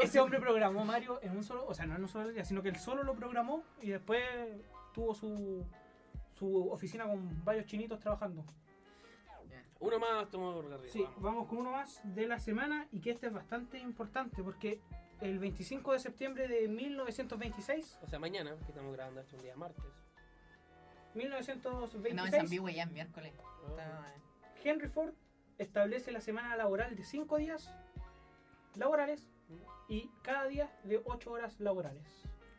C: Ese hombre programó Mario en un solo. O sea, no en un solo día, sino que él solo lo programó y después tuvo su, su oficina con varios chinitos trabajando.
A: Uno más tomó por arriba.
C: Sí,
A: vamos.
C: vamos con uno más de la semana y que este es bastante importante porque el 25 de septiembre de 1926.
A: O sea, mañana, que estamos grabando esto un día martes.
C: 1926.
B: No, en San Vivo ya es miércoles.
A: Ah,
B: Está-
C: Henry Ford establece la semana laboral de 5 días laborales y cada día de 8 horas laborales,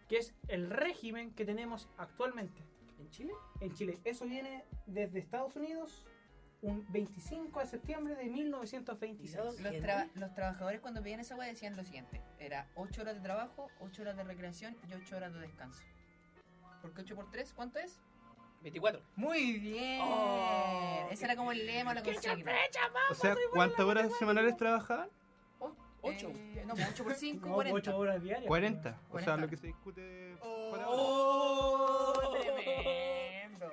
C: que es el régimen que tenemos actualmente
A: ¿En Chile?
C: en Chile. Eso viene desde Estados Unidos un 25 de septiembre de 1926.
B: Los, tra- los trabajadores cuando pedían esa weá decían lo siguiente. Era 8 horas de trabajo, 8 horas de recreación y 8 horas de descanso. Porque 8 por 3, ¿cuánto es?
A: 24.
B: Muy bien.
A: Oh,
B: Ese era como el lema, la consigna.
C: Ah,
D: O sea,
C: pues
D: ¿cuántas horas semanales trabajaban?
B: 8.
A: Eh,
B: no, 8 por 5,
C: 8
B: 40.
C: horas diarias.
D: 40. O
B: 40.
D: sea, lo que se discute. para ahora.
B: Oh, tremendo.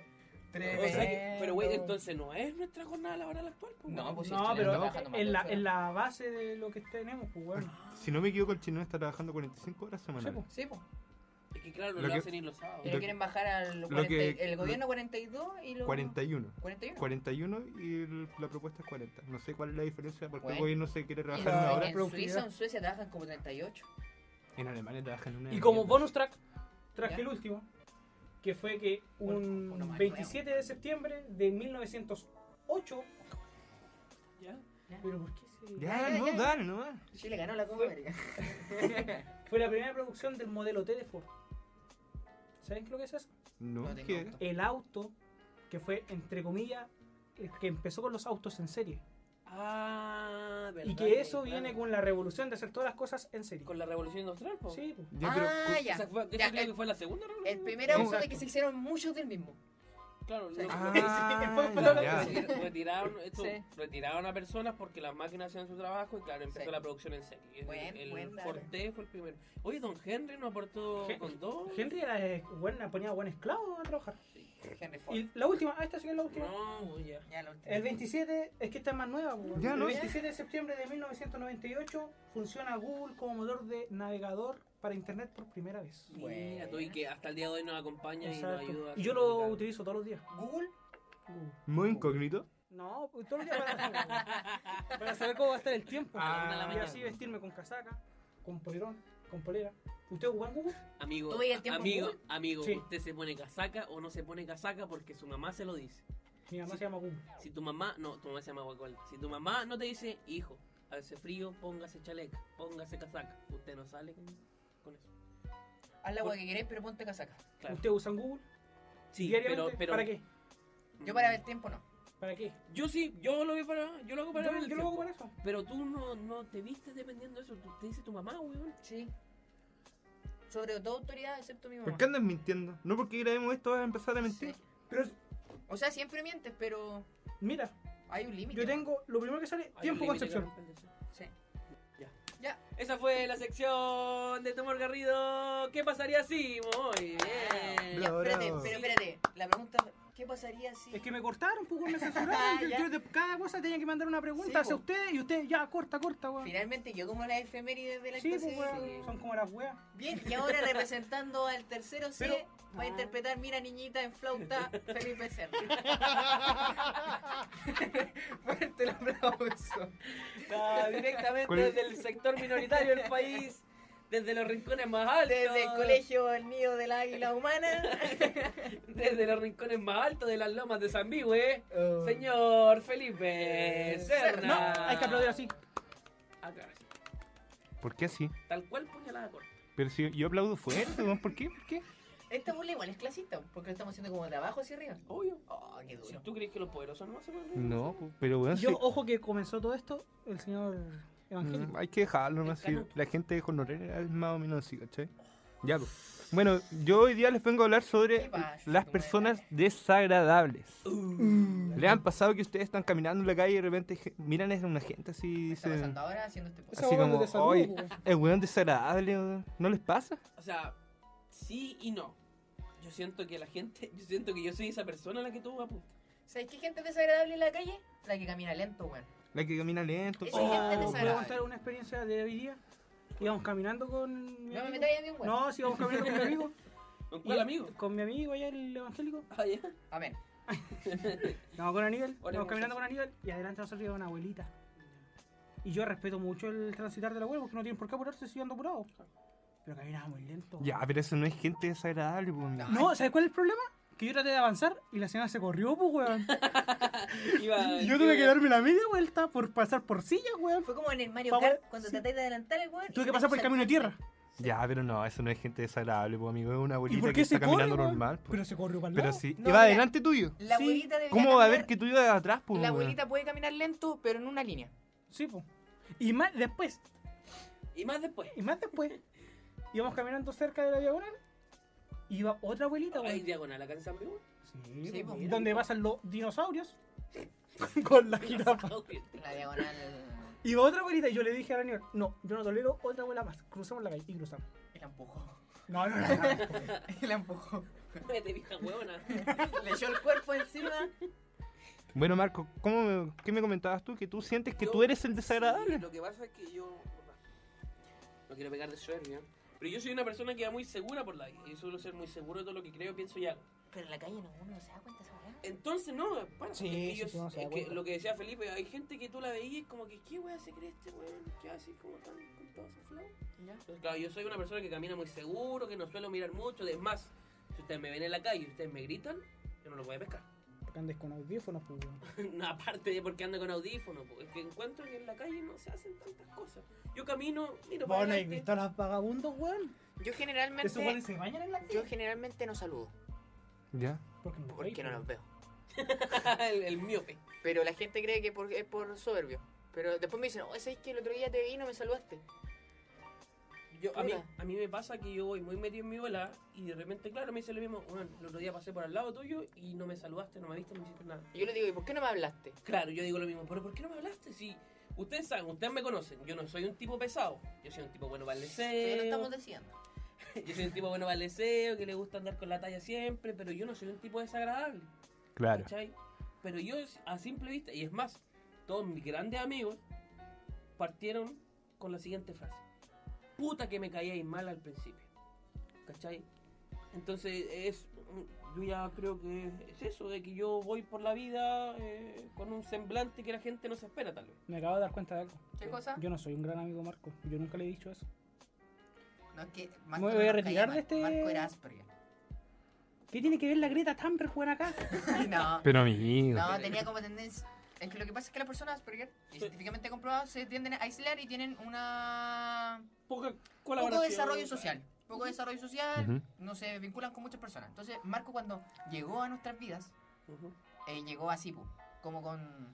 B: Tremendo.
A: O sea que- pero, güey, entonces no es nuestra jornada laboral actual. pues,
B: No,
A: güey.
B: pues sí,
C: No,
B: Chile
C: pero
B: está trabajando más de
C: en la,
B: ocho horas.
C: en la base de lo que tenemos, pues bueno.
D: Si no me equivoco, el chino está trabajando 45 horas
C: Sí,
D: semanales.
C: pues.
B: Sí, pues.
A: Es que claro, no
D: Lo
A: lo,
D: que-
A: hacen ir los sábados.
B: Y
D: Lo-
B: lo quieren bajar al
D: lo
B: 40,
D: que-
B: el gobierno 42 y los
D: 41.
B: 41.
D: 41 y el- la propuesta es 40. No sé cuál es la diferencia, porque
B: Bueno.
D: el gobierno se quiere
B: Y en-
D: trabajar una
B: en,
D: hora.
C: Ahora productividad.
B: Suiza, en Suecia trabajan como 38.
D: En Alemania trabajan una
C: Y como
D: mierda.
C: bonus track, traje
B: ¿Ya?
C: el último, que fue que
B: Uno- uno
C: un
B: más
C: 27 de septiembre de 1908,
A: ¿Ya?
C: pero ¿por qué se-
D: Ya,
B: Ya,
D: no,
B: ya, ya.
D: dale, no más.
B: Chile ganó la Copa América.
C: Fue la primera producción del modelo T de Ford. ¿Saben qué es lo que es eso?
D: No,
B: No
D: es
B: tengo
D: que-
B: auto.
C: El auto que fue, entre comillas, el que empezó con los autos en serie.
A: Ah, verdad.
C: Y que eso
A: claro.
C: viene con la revolución de hacer todas las cosas en serie.
A: con la revolución industrial, po.
C: Sí, pues.
D: Ya, pero,
B: ah,
D: cu-
A: O
B: ya.
A: sea, fue- de hecho,
B: Ya,
A: creo
B: el-
A: que fue la segunda revolución.
B: El primer abuso de
C: Exacto.
B: que se hicieron muchos del mismo.
A: Claro,
B: Sí.
A: lo-
D: Ah, ya.
A: Sí, retiraron, esto,
B: Sí.
A: retiraron a personas porque las máquinas hacían su trabajo y claro, empezó
B: Sí.
A: la producción en serie. El-
B: Buen-
A: el
B: buen dato.
A: Forte fue el primero. Oye, don Henry nos aportó
C: Gen-
A: con dos.
C: Henry era, eh, bueno, ponía buen esclavo a trabajar.
B: Henry Ford.
C: Y la última, ah, esta sí que es la última.
A: No, ya.
B: Ya, la última.
C: El 27, es que esta es más nueva. pues.
D: Ya,
C: el
D: ¿no?
C: 27 de septiembre de 1998 funciona Google como motor de navegador para Internet por primera vez.
A: Mira, tú, y que hasta el día de hoy nos acompaña y nos
C: Exacto.
A: ayuda. a
C: Y yo lo
A: comunicar.
C: utilizo todos los días.
B: Google,
C: Google.
D: Muy incógnito.
C: No, pues, todos los días para, para saber cómo va a estar el tiempo.
A: A la
D: Ah.
A: una de la
C: y
A: mañana.
C: así vestirme con casaca, con polerón, con polera. ¿Ustedes jugaban Google?
A: Amigo,
B: ¿Tú veías el tiempo
A: amigo,
B: en
A: amigo,
C: Sí.
A: usted se pone casaca o no se pone casaca porque su mamá se lo dice.
C: Mi mamá
A: Sí.
C: se llama Google.
A: Si tu mamá, no, tu mamá se llama Guacolda. Si tu mamá no te dice, hijo, hace frío, póngase chaleca, póngase casaca, usted no sale con, con eso.
B: haz la agua que queréis, pero ponte casaca.
A: Claro.
C: ¿Ustedes usan Google
A: Sí,
C: diariamente?
A: pero, pero mm,
C: ¿Para qué?
D: Mm.
B: Yo para ver el tiempo no.
C: ¿Para qué?
A: Yo sí, yo lo, veo para, yo lo hago para
C: Yo-
A: ver
C: yo
A: el
C: lo hago
A: tiempo.
C: para eso.
A: Pero tú no, no te vistes dependiendo de eso, tú- te dice tu mamá, weón.
B: Sí. Sobre toda autoridad, excepto mi mamá.
D: ¿Por qué andas mintiendo? No porque grabemos esto vas a empezar a mentir.
C: Pero es-
B: O sea, siempre mientes, pero
C: mira,
B: hay un límite.
C: yo tengo lo primero que sale,
A: Hay
C: tiempo
A: un límite,
C: concepción.
A: claro.
B: Sí.
A: Ya. Esa fue la sección de Tomor Garrido. ¿Qué pasaría si? Muy
B: Ya,
A: bien.
D: Bravo,
B: espérate,
D: bravo.
B: pero espérate. La pregunta, ¿qué pasaría si...?
C: Es que me cortaron un poco, me censuraron. yo,
B: Ya.
C: yo de cada cosa tenía que mandar una pregunta
B: Sí,
C: hacia
B: po.
C: ustedes y ustedes ya, corta, corta, weón.
B: Finalmente yo como la efeméride de la
C: Sí, pues,
B: clase-
C: weón. Son como las weas.
B: Bien, y ahora representando al tercero C,
C: Pero- ah.
B: va a interpretar Mira Niñita en flauta, Felipe Cerro. Fuerte el aplauso.
A: Está directamente
D: ¿Cuál es?
A: desde el sector minoritario del país, desde los rincones más altos.
B: Desde el colegio El Nido del Águila Humana.
A: Desde los rincones más altos de las lomas de San Bigüe. Señor
B: eh,
A: Felipe
C: Eh, No,
A: Eh, Serna.
C: hay que aplaudir así.
A: Ah, claro, sí.
D: ¿Por qué así?
A: Tal cual puñalada corta.
D: Pero si yo aplaudo fuerte, weón, ¿por qué? ¿Por qué?
B: Esta burla igual es clasista, porque lo estamos haciendo como trabajo hacia arriba.
A: Obvio.
B: Oh, qué
A: Si
B: duro.
A: tú crees que los poderosos no hacen más
D: No, pero weón, Ah, sí.
C: Yo, ojo que comenzó todo esto el señor
D: Mm,
C: Evangélico.
D: hay que dejarlo, no
A: El
D: sé.
A: canon.
D: La gente de Honorera es más o menos así, ¿cachai? Ya, pues. Bueno, yo hoy día les vengo a hablar
B: ¿Qué
D: sobre
B: pasa,
D: las
B: tu
D: personas desagradables.
A: Uh.
D: ¿Le han pasado que ustedes están caminando en la calle y de repente je- miran a una gente así y
B: ¿Qué está
D: dicen...
B: pasando ahora haciendo este podcast?
C: Esa
D: Así
C: hueá
D: como,
C: de salud,
D: "Ay,
C: po, weón".
D: el weón desagradable, weón"? ¿no les pasa?
A: O sea, sí y no. Yo siento que la gente, yo siento que yo soy esa persona a la que tú apuntas.
B: ¿Sabes qué gente desagradable en la calle? La que camina lento, weón.
D: La que camina lento.
B: Esa
C: Oh,
B: gente
C: ¿Puedo
B: desagradable.
C: contar una experiencia de hoy día? Íbamos caminando con mi
B: No me
C: amigo.
B: metáis a mí, weón.
C: No, sí, íbamos caminando con mi amigo.
A: ¿Con cuál
C: Y-
A: amigo?
C: Con mi amigo allá, el evangélico.
A: Ah, ya.
B: Amén.
C: Vamos con Aníbal. Vamos
A: muchachos.
C: caminando con Aníbal y adelante nosotros iba una abuelita. Y yo respeto mucho el transitar de la abuela porque no tienen por qué apurarse si yo ando apurado. Pero caminaba muy lento.
D: Ya, pero eso no es gente desagradable, po, amigo.
C: No, ¿sabes cuál es el problema? Que yo traté de avanzar y la señora se corrió, pues, weón.
A: Iba-
C: Y yo tuve que
A: iba-
C: darme la media vuelta por pasar por sillas, weón.
B: Fue como en el Mario
C: Vamos,
B: Kart, cuando
C: sí.
B: tratáis de adelantar el weón.
C: Tuve que pasar por el camino de tierra.
D: Ya, pero no, eso no es gente desagradable, po, amigo. Es una
C: ¿Y
D: abuelita
C: por
D: que
C: qué
D: está
C: se corre,
D: caminando
C: weón?
D: normal. po.
C: Pero se corrió para el
D: Pero
C: lado.
D: sí,
B: No,
D: iba
B: mira,
D: adelante tuyo.
B: La
C: Sí.
B: abuelita debería
D: ¿Cómo va a ver
B: caminar-
D: que tú ibas atrás, po,
B: La
D: weón?
B: abuelita puede caminar lento, pero en una línea.
C: Sí, pues. Y más después,
A: Y más después.
C: y más después, íbamos caminando cerca de la diagonal. y Iba otra abuelita,
A: Hay
C: weón.
A: diagonal acá en San Pedro.
C: Sí,
B: Sí, po.
C: po. Donde pasan los dinosaurios con la jirafa.
B: La diagonal.
C: Iba otra abuelita y yo le dije a Aníbal, no, yo no tolero otra abuela más. Cruzamos la calle y cruzamos.
B: Y la empujó.
C: No, no, no.
B: Y la empujó.
A: Vete, vieja huevona.
B: Le echó el cuerpo encima.
D: Bueno, Marco, ¿cómo me- ¿qué me comentabas tú? Que tú sientes que
A: Yo-
D: tú eres el
A: Sí,
D: desagradable.
A: Lo que pasa es que yo. No quiero pegar de soberbia. Pero yo soy una persona que va muy segura por la vida. Yo suelo ser muy seguro de todo lo que creo, pienso y hago.
B: Pero en la calle no uno no se da cuenta de esa weá.
A: Entonces, no, para.
C: Sí,
A: es que
C: sí,
A: yo-
C: sí, uno se da
A: es que
C: cuenta.
A: lo que decía Felipe, hay gente que tú la veías y es como que, ¿qué weá se cree este weón? ¿Qué hace como tan con todo flauta? Entonces, claro, yo soy una persona que camina muy seguro, que no suelo mirar mucho. Es más, si ustedes me ven en la calle y ustedes me gritan, yo no lo voy a pescar.
C: Porque andes con audífonos, pues, weón.
A: No, aparte de porque ando con audífonos, po. es que encuentro que en la calle no se hacen tantas cosas. Yo camino, miro para
C: Vos no has
A: adelante.
C: visto a las vagabundos, weón.
E: Yo
C: Esos weones
E: generalmente,
C: se bañan en la
E: yo
C: calle.
E: generalmente no saludo,
D: Ya.
C: Porque no, pues.
E: porque no los veo.
A: el, el miope.
E: Pero la gente cree que por- es por soberbio. Pero después me dicen, oh, ¿sabes que el otro día te vi y no me saludaste?
A: Yo, a, mí,
E: Puta.
A: a mí me pasa que yo voy muy metido en mi bola y de repente, claro, me dice lo mismo. Bueno, el otro día pasé por al lado tuyo y no me saludaste, no me viste, no me hiciste nada.
E: Y yo le digo, ¿y por qué no me hablaste?
A: Claro, yo digo lo mismo, pero ¿por qué no me hablaste? Si ustedes saben, ustedes me conocen, yo no soy un tipo pesado, yo soy un tipo bueno para el
B: Pero
C: Eh,
B: no
A: deseo,
B: estamos diciendo.
A: yo soy un tipo bueno para el deseo, que le gusta andar con la talla siempre, pero yo no soy un tipo desagradable.
D: Claro.
A: ¿cachai? Pero yo a simple vista, y es más, todos mis grandes amigos partieron con la siguiente frase. Puta que me caíais mal al principio. ¿Cachai? Entonces es yo ya creo que es eso, de que yo voy por la vida eh, con un semblante que la gente no se espera tal vez.
C: Me acabo de dar cuenta de algo.
B: ¿Qué
E: Ah.
B: cosa?
C: Yo no soy un gran amigo Marco. Yo nunca le he dicho eso.
B: No, es que
C: voy
B: no
C: a
B: nos
C: retirar
B: caía
C: de
B: mal.
C: este-
B: Marco era áspero.
C: ¿Qué tiene que ver la Greta Thunberg jugando acá?
B: no,
D: Pero amigo.
B: no, tenía como tendencia. Es que lo que pasa es que las personas Asperger, y científicamente comprobado, se tienden a aislar y tienen una
A: Poca
B: poco
A: colaboración.
B: desarrollo social. Poco desarrollo social,
D: Ujú.
B: no se vinculan con muchas personas. Entonces, Marco cuando llegó a nuestras vidas,
A: Ujú.
B: eh, llegó así, pu, como con,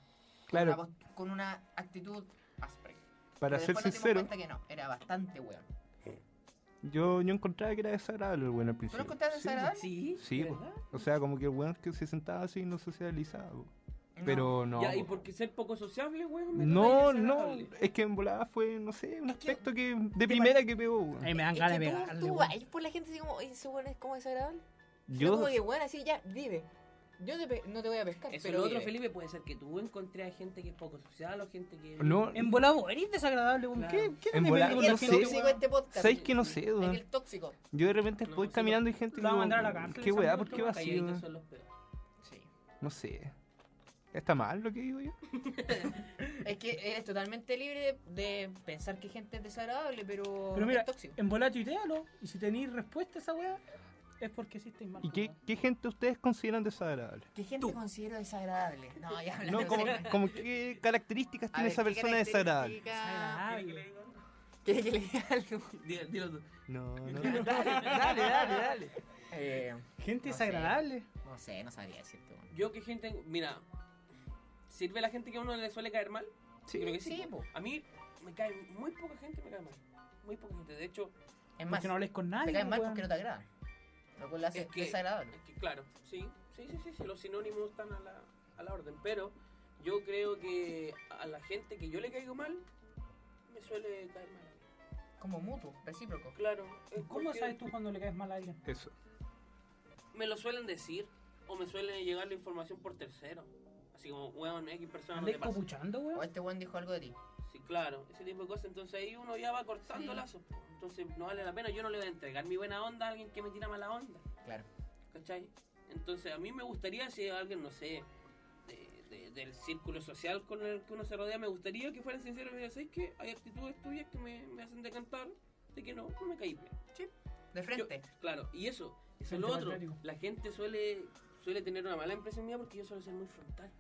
D: Claro.
B: una post- con una actitud Asperger.
D: Para
B: Pero
D: ser
B: después nos dimos
D: sincero,
B: cuenta que no, era bastante weón.
D: yo, yo encontraba que era desagradable el weón al
B: ¿Tú
D: principio.
B: lo encontrabas
D: Sí,
B: desagradable?
A: Sí,
D: Sí,
A: ¿de
D: po.
A: verdad?
D: O sea, como que el weón que se sentaba así no socializaba. po.
B: No.
D: Pero no.
A: Ya, y
D: po.
A: porque ser poco sociable, weón. me
D: No,
A: parece
D: no.
A: desagradable.
D: Es que en volada fue, no sé, un
E: Es que-
D: aspecto que de primera que pegó.
C: A
D: weón.
C: mí me dan
E: Es
C: ganas
E: que
C: de
E: tú-
C: pegarle.
E: Tú
C: weón.
E: vas por la gente así como, oye, ese bueno es como desagradable. Yo
D: Yo
E: como que, bueno, así ya, vive. Yo te pe- no te voy a pescar,
A: Eso,
E: pero
A: lo otro,
E: vive.
A: Felipe, puede ser que tú encontré a gente que es poco social o gente que...
D: no,
C: En volado, eres desagradable. weón.
A: Claro.
C: ¿Qué, qué
D: En
C: tiene que
D: volado,
C: ver
B: Y
C: con
B: el
C: la
D: no sé.
C: gente,
B: tóxico de
C: weón?
B: este podcast.
D: ¿Sabes que no sé,
B: Es
D: weón?
B: el tóxico.
D: Yo de repente
A: No,
D: voy
A: sí,
D: caminando y gente
C: lo va a
D: digo,
C: mandar a la cárcel,
D: ¿Qué
C: esa
D: weá?
C: mierda,
D: ¿Por qué va así?
A: Calladitos
D: weón?
A: son los peores.
B: Sí.
D: No sé. ¿Está mal lo que digo yo?
B: Es que eres totalmente libre de pensar que gente es desagradable, pero,
C: Pero mira,
B: es tóxico.
C: En volado tuitealo. Y si tenéis respuesta a esa weá, es porque existen más.
D: ¿Y qué, qué gente ustedes consideran desagradable?
B: ¿Qué gente considero desagradable? No, ya hablando
D: No, como,
B: en serio.
D: como qué características
E: A
D: tiene
E: ver,
D: esa
E: ¿qué
D: persona desagradable.
A: Ah,
E: característica-
B: ¿Quieres que le diga algo?
A: Dilo, dilo tú.
D: No, no.
A: Dale, dale, dale, dale.
B: Eh,
C: Gente
B: No sé.
C: desagradable.
B: no sé, no sabría decirte. bueno.
A: Yo que gente... Mira, ¿sirve la gente que a uno le suele caer mal?
D: Sí,
A: Yo creo que sí.
B: Sí, po.
A: A mí me cae muy poca gente, me cae mal. Muy poca gente. De hecho,
B: Es más,
C: Porque no habléis con
B: te
C: nadie.
B: caen mal
C: weón.
B: porque no te agrada. Lo cual lo hace
A: Es que-
B: desagradable.
A: es que claro, sí, sí, sí, sí, sí, los sinónimos están a la, a la orden. Pero yo creo que a la gente que yo le caigo mal, me suele caer mal.
B: Como mutuo, recíproco.
A: Claro. es
C: ¿Cómo
A: porque
C: sabes tú cuando le caes mal a alguien?
D: Eso.
A: Me lo suelen decir o me suele llegar la información por tercero. Así como, weón, X persona no
C: ¿Andáis
A: te pasa.
C: copuchando,
B: O
E: Oh,
C: weón?
B: este buen dijo algo de ti.
A: Sí, claro, ese tipo de cosas. Entonces ahí uno ya va cortando
B: Sí.
A: lazos. po. Entonces no vale la pena. Yo no le voy a entregar mi buena onda a alguien que me tira mala onda.
B: Claro.
A: ¿Cachai? Entonces a mí me gustaría si alguien, no sé, de- de- del círculo social con el que uno se rodea, me gustaría que fueran sinceros. Mira, ¿sabes que Hay actitudes tuyas que me, me hacen decantar de que no, no me caí bien.
B: De frente.
A: Yo- claro, y eso, eso
C: Frente
A: es lo otro.
C: patriótico.
A: La gente suele suele tener una mala impresión mía porque yo suelo ser muy frontal.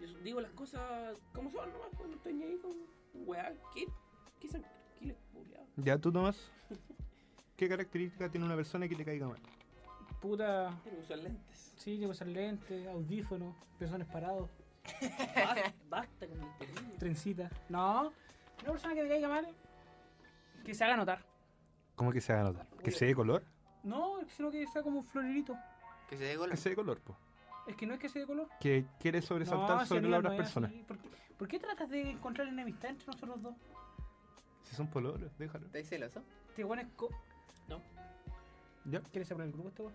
A: Yo su- digo las cosas como son, nomás, pues, no estoy ni ahí con weá, ¿qué? ¿Qué son? ¿Qué les culiao?
D: ¿Ya tú, Tomás? ¿Qué características tiene una persona que te caiga mal?
C: Puta.
A: Tienen que usar lentes.
C: Sí, tengo que usar lentes, audífonos, pezones parados,
A: Basta, basta con el término.
C: trencita. No, una persona que me caiga mal, que se haga notar.
D: ¿Cómo que se haga notar? ¿Que se dé color?
C: No, sino que sea como un florerito.
E: Que se dé gol.
D: Que se dé color, po.
C: Es que no es que sea de color.
D: Que quiere sobresaltar
C: No, si
D: sobre
C: amiga,
D: las
C: no
D: otras
C: es
D: personas.
C: así. ¿Por, qué, por qué tratas de encontrar enemistad entre nosotros dos?
D: Si son pololos, déjalo.
B: ¿Estás celoso?
C: Este weón es co...
A: No.
D: ¿Ya?
C: ¿Quieres separar el grupo este weón?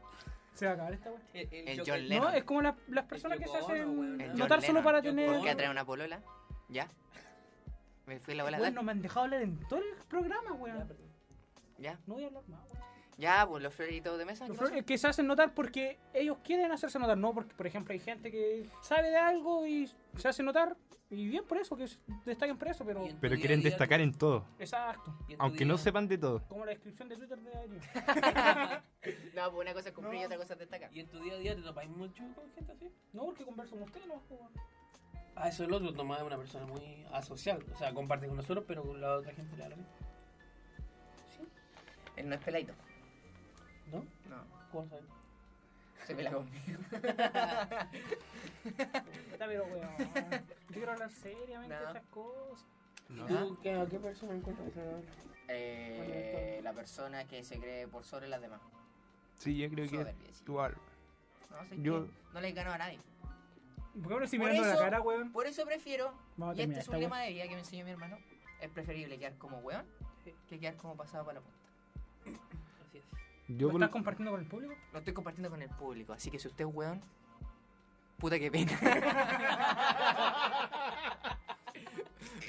C: Se va a acabar esta weón.
A: El, el
E: El
A: Joker-
E: John
C: No,
E: Lennon.
C: es como las- las personas que se
A: Yoko Ono, weón.
C: hacen
A: El
C: notar
E: John
C: solo para
A: Lennon, Yoko
C: tener...
E: ¿Por qué
A: Ono.
E: atrae una polola? ¿Ya? Me fui la bola.
C: Weón,
E: dale.
C: no me han dejado hablar en todo el programa,
A: Ya,
C: weón.
A: perdón.
E: ¿Ya?
C: No voy a hablar más, weón.
E: ¿Ya? pues los floritos de mesa? ¿qué
C: Los
E: pasa?
C: flores que se hacen notar porque ellos quieren hacerse notar, no porque, por ejemplo, hay gente que sabe de algo y se hace notar, y bien por eso, que se destaquen por eso, pero
A: Y en tu
D: Pero
A: día a
D: quieren
A: día,
D: destacar en todo,
C: exacto,
A: y en tu
D: aunque no
A: día-
D: sepan de todo.
C: como la descripción de Twitter de Ariel.
B: No, pues una cosa es cumplir y
C: No.
B: otra cosa es destacar.
A: Y en tu día a día te topáis mucho con gente así.
C: No, porque converso con ustedes, no, pues, bueno.
A: Ah, eso es lo otro. Tomás es una persona muy asocial. O sea, comparte con nosotros, pero con la otra gente le da lo mismo.
B: Él no es peladito.
A: ¿No?
B: No.
A: ¿Cómo sabes?
E: Se pela conmigo.
C: Puta, pero weón. Yo quiero hablar seriamente de
E: No.
C: estas cosas.
E: ¿Ah?
D: No.
A: ¿Tú qué, a qué persona encuentras agradable?
E: Eh, la persona que se cree por sobre las demás.
D: Sí, yo creo que
E: Soberbia, sí.
D: igual.
E: No, sé
D: Yo-
E: que no le ganó a nadie.
C: ¿Por qué me lo estoy
E: Por
C: mirando la
E: eso-
C: cara, weón?
E: Por eso prefiero,
D: Ah,
C: Vamos a
E: y este
C: terminar
E: es
C: esta
E: un
C: weón.
E: lema de vida que me enseñó mi hermano, es preferible quedar como weón que quedar como pasado para la punta.
A: Así es.
D: Yo por-
C: ¿Lo Pues estás compartiendo con el público?
E: Lo estoy compartiendo con el público, así que si usted es weón, puta que pena.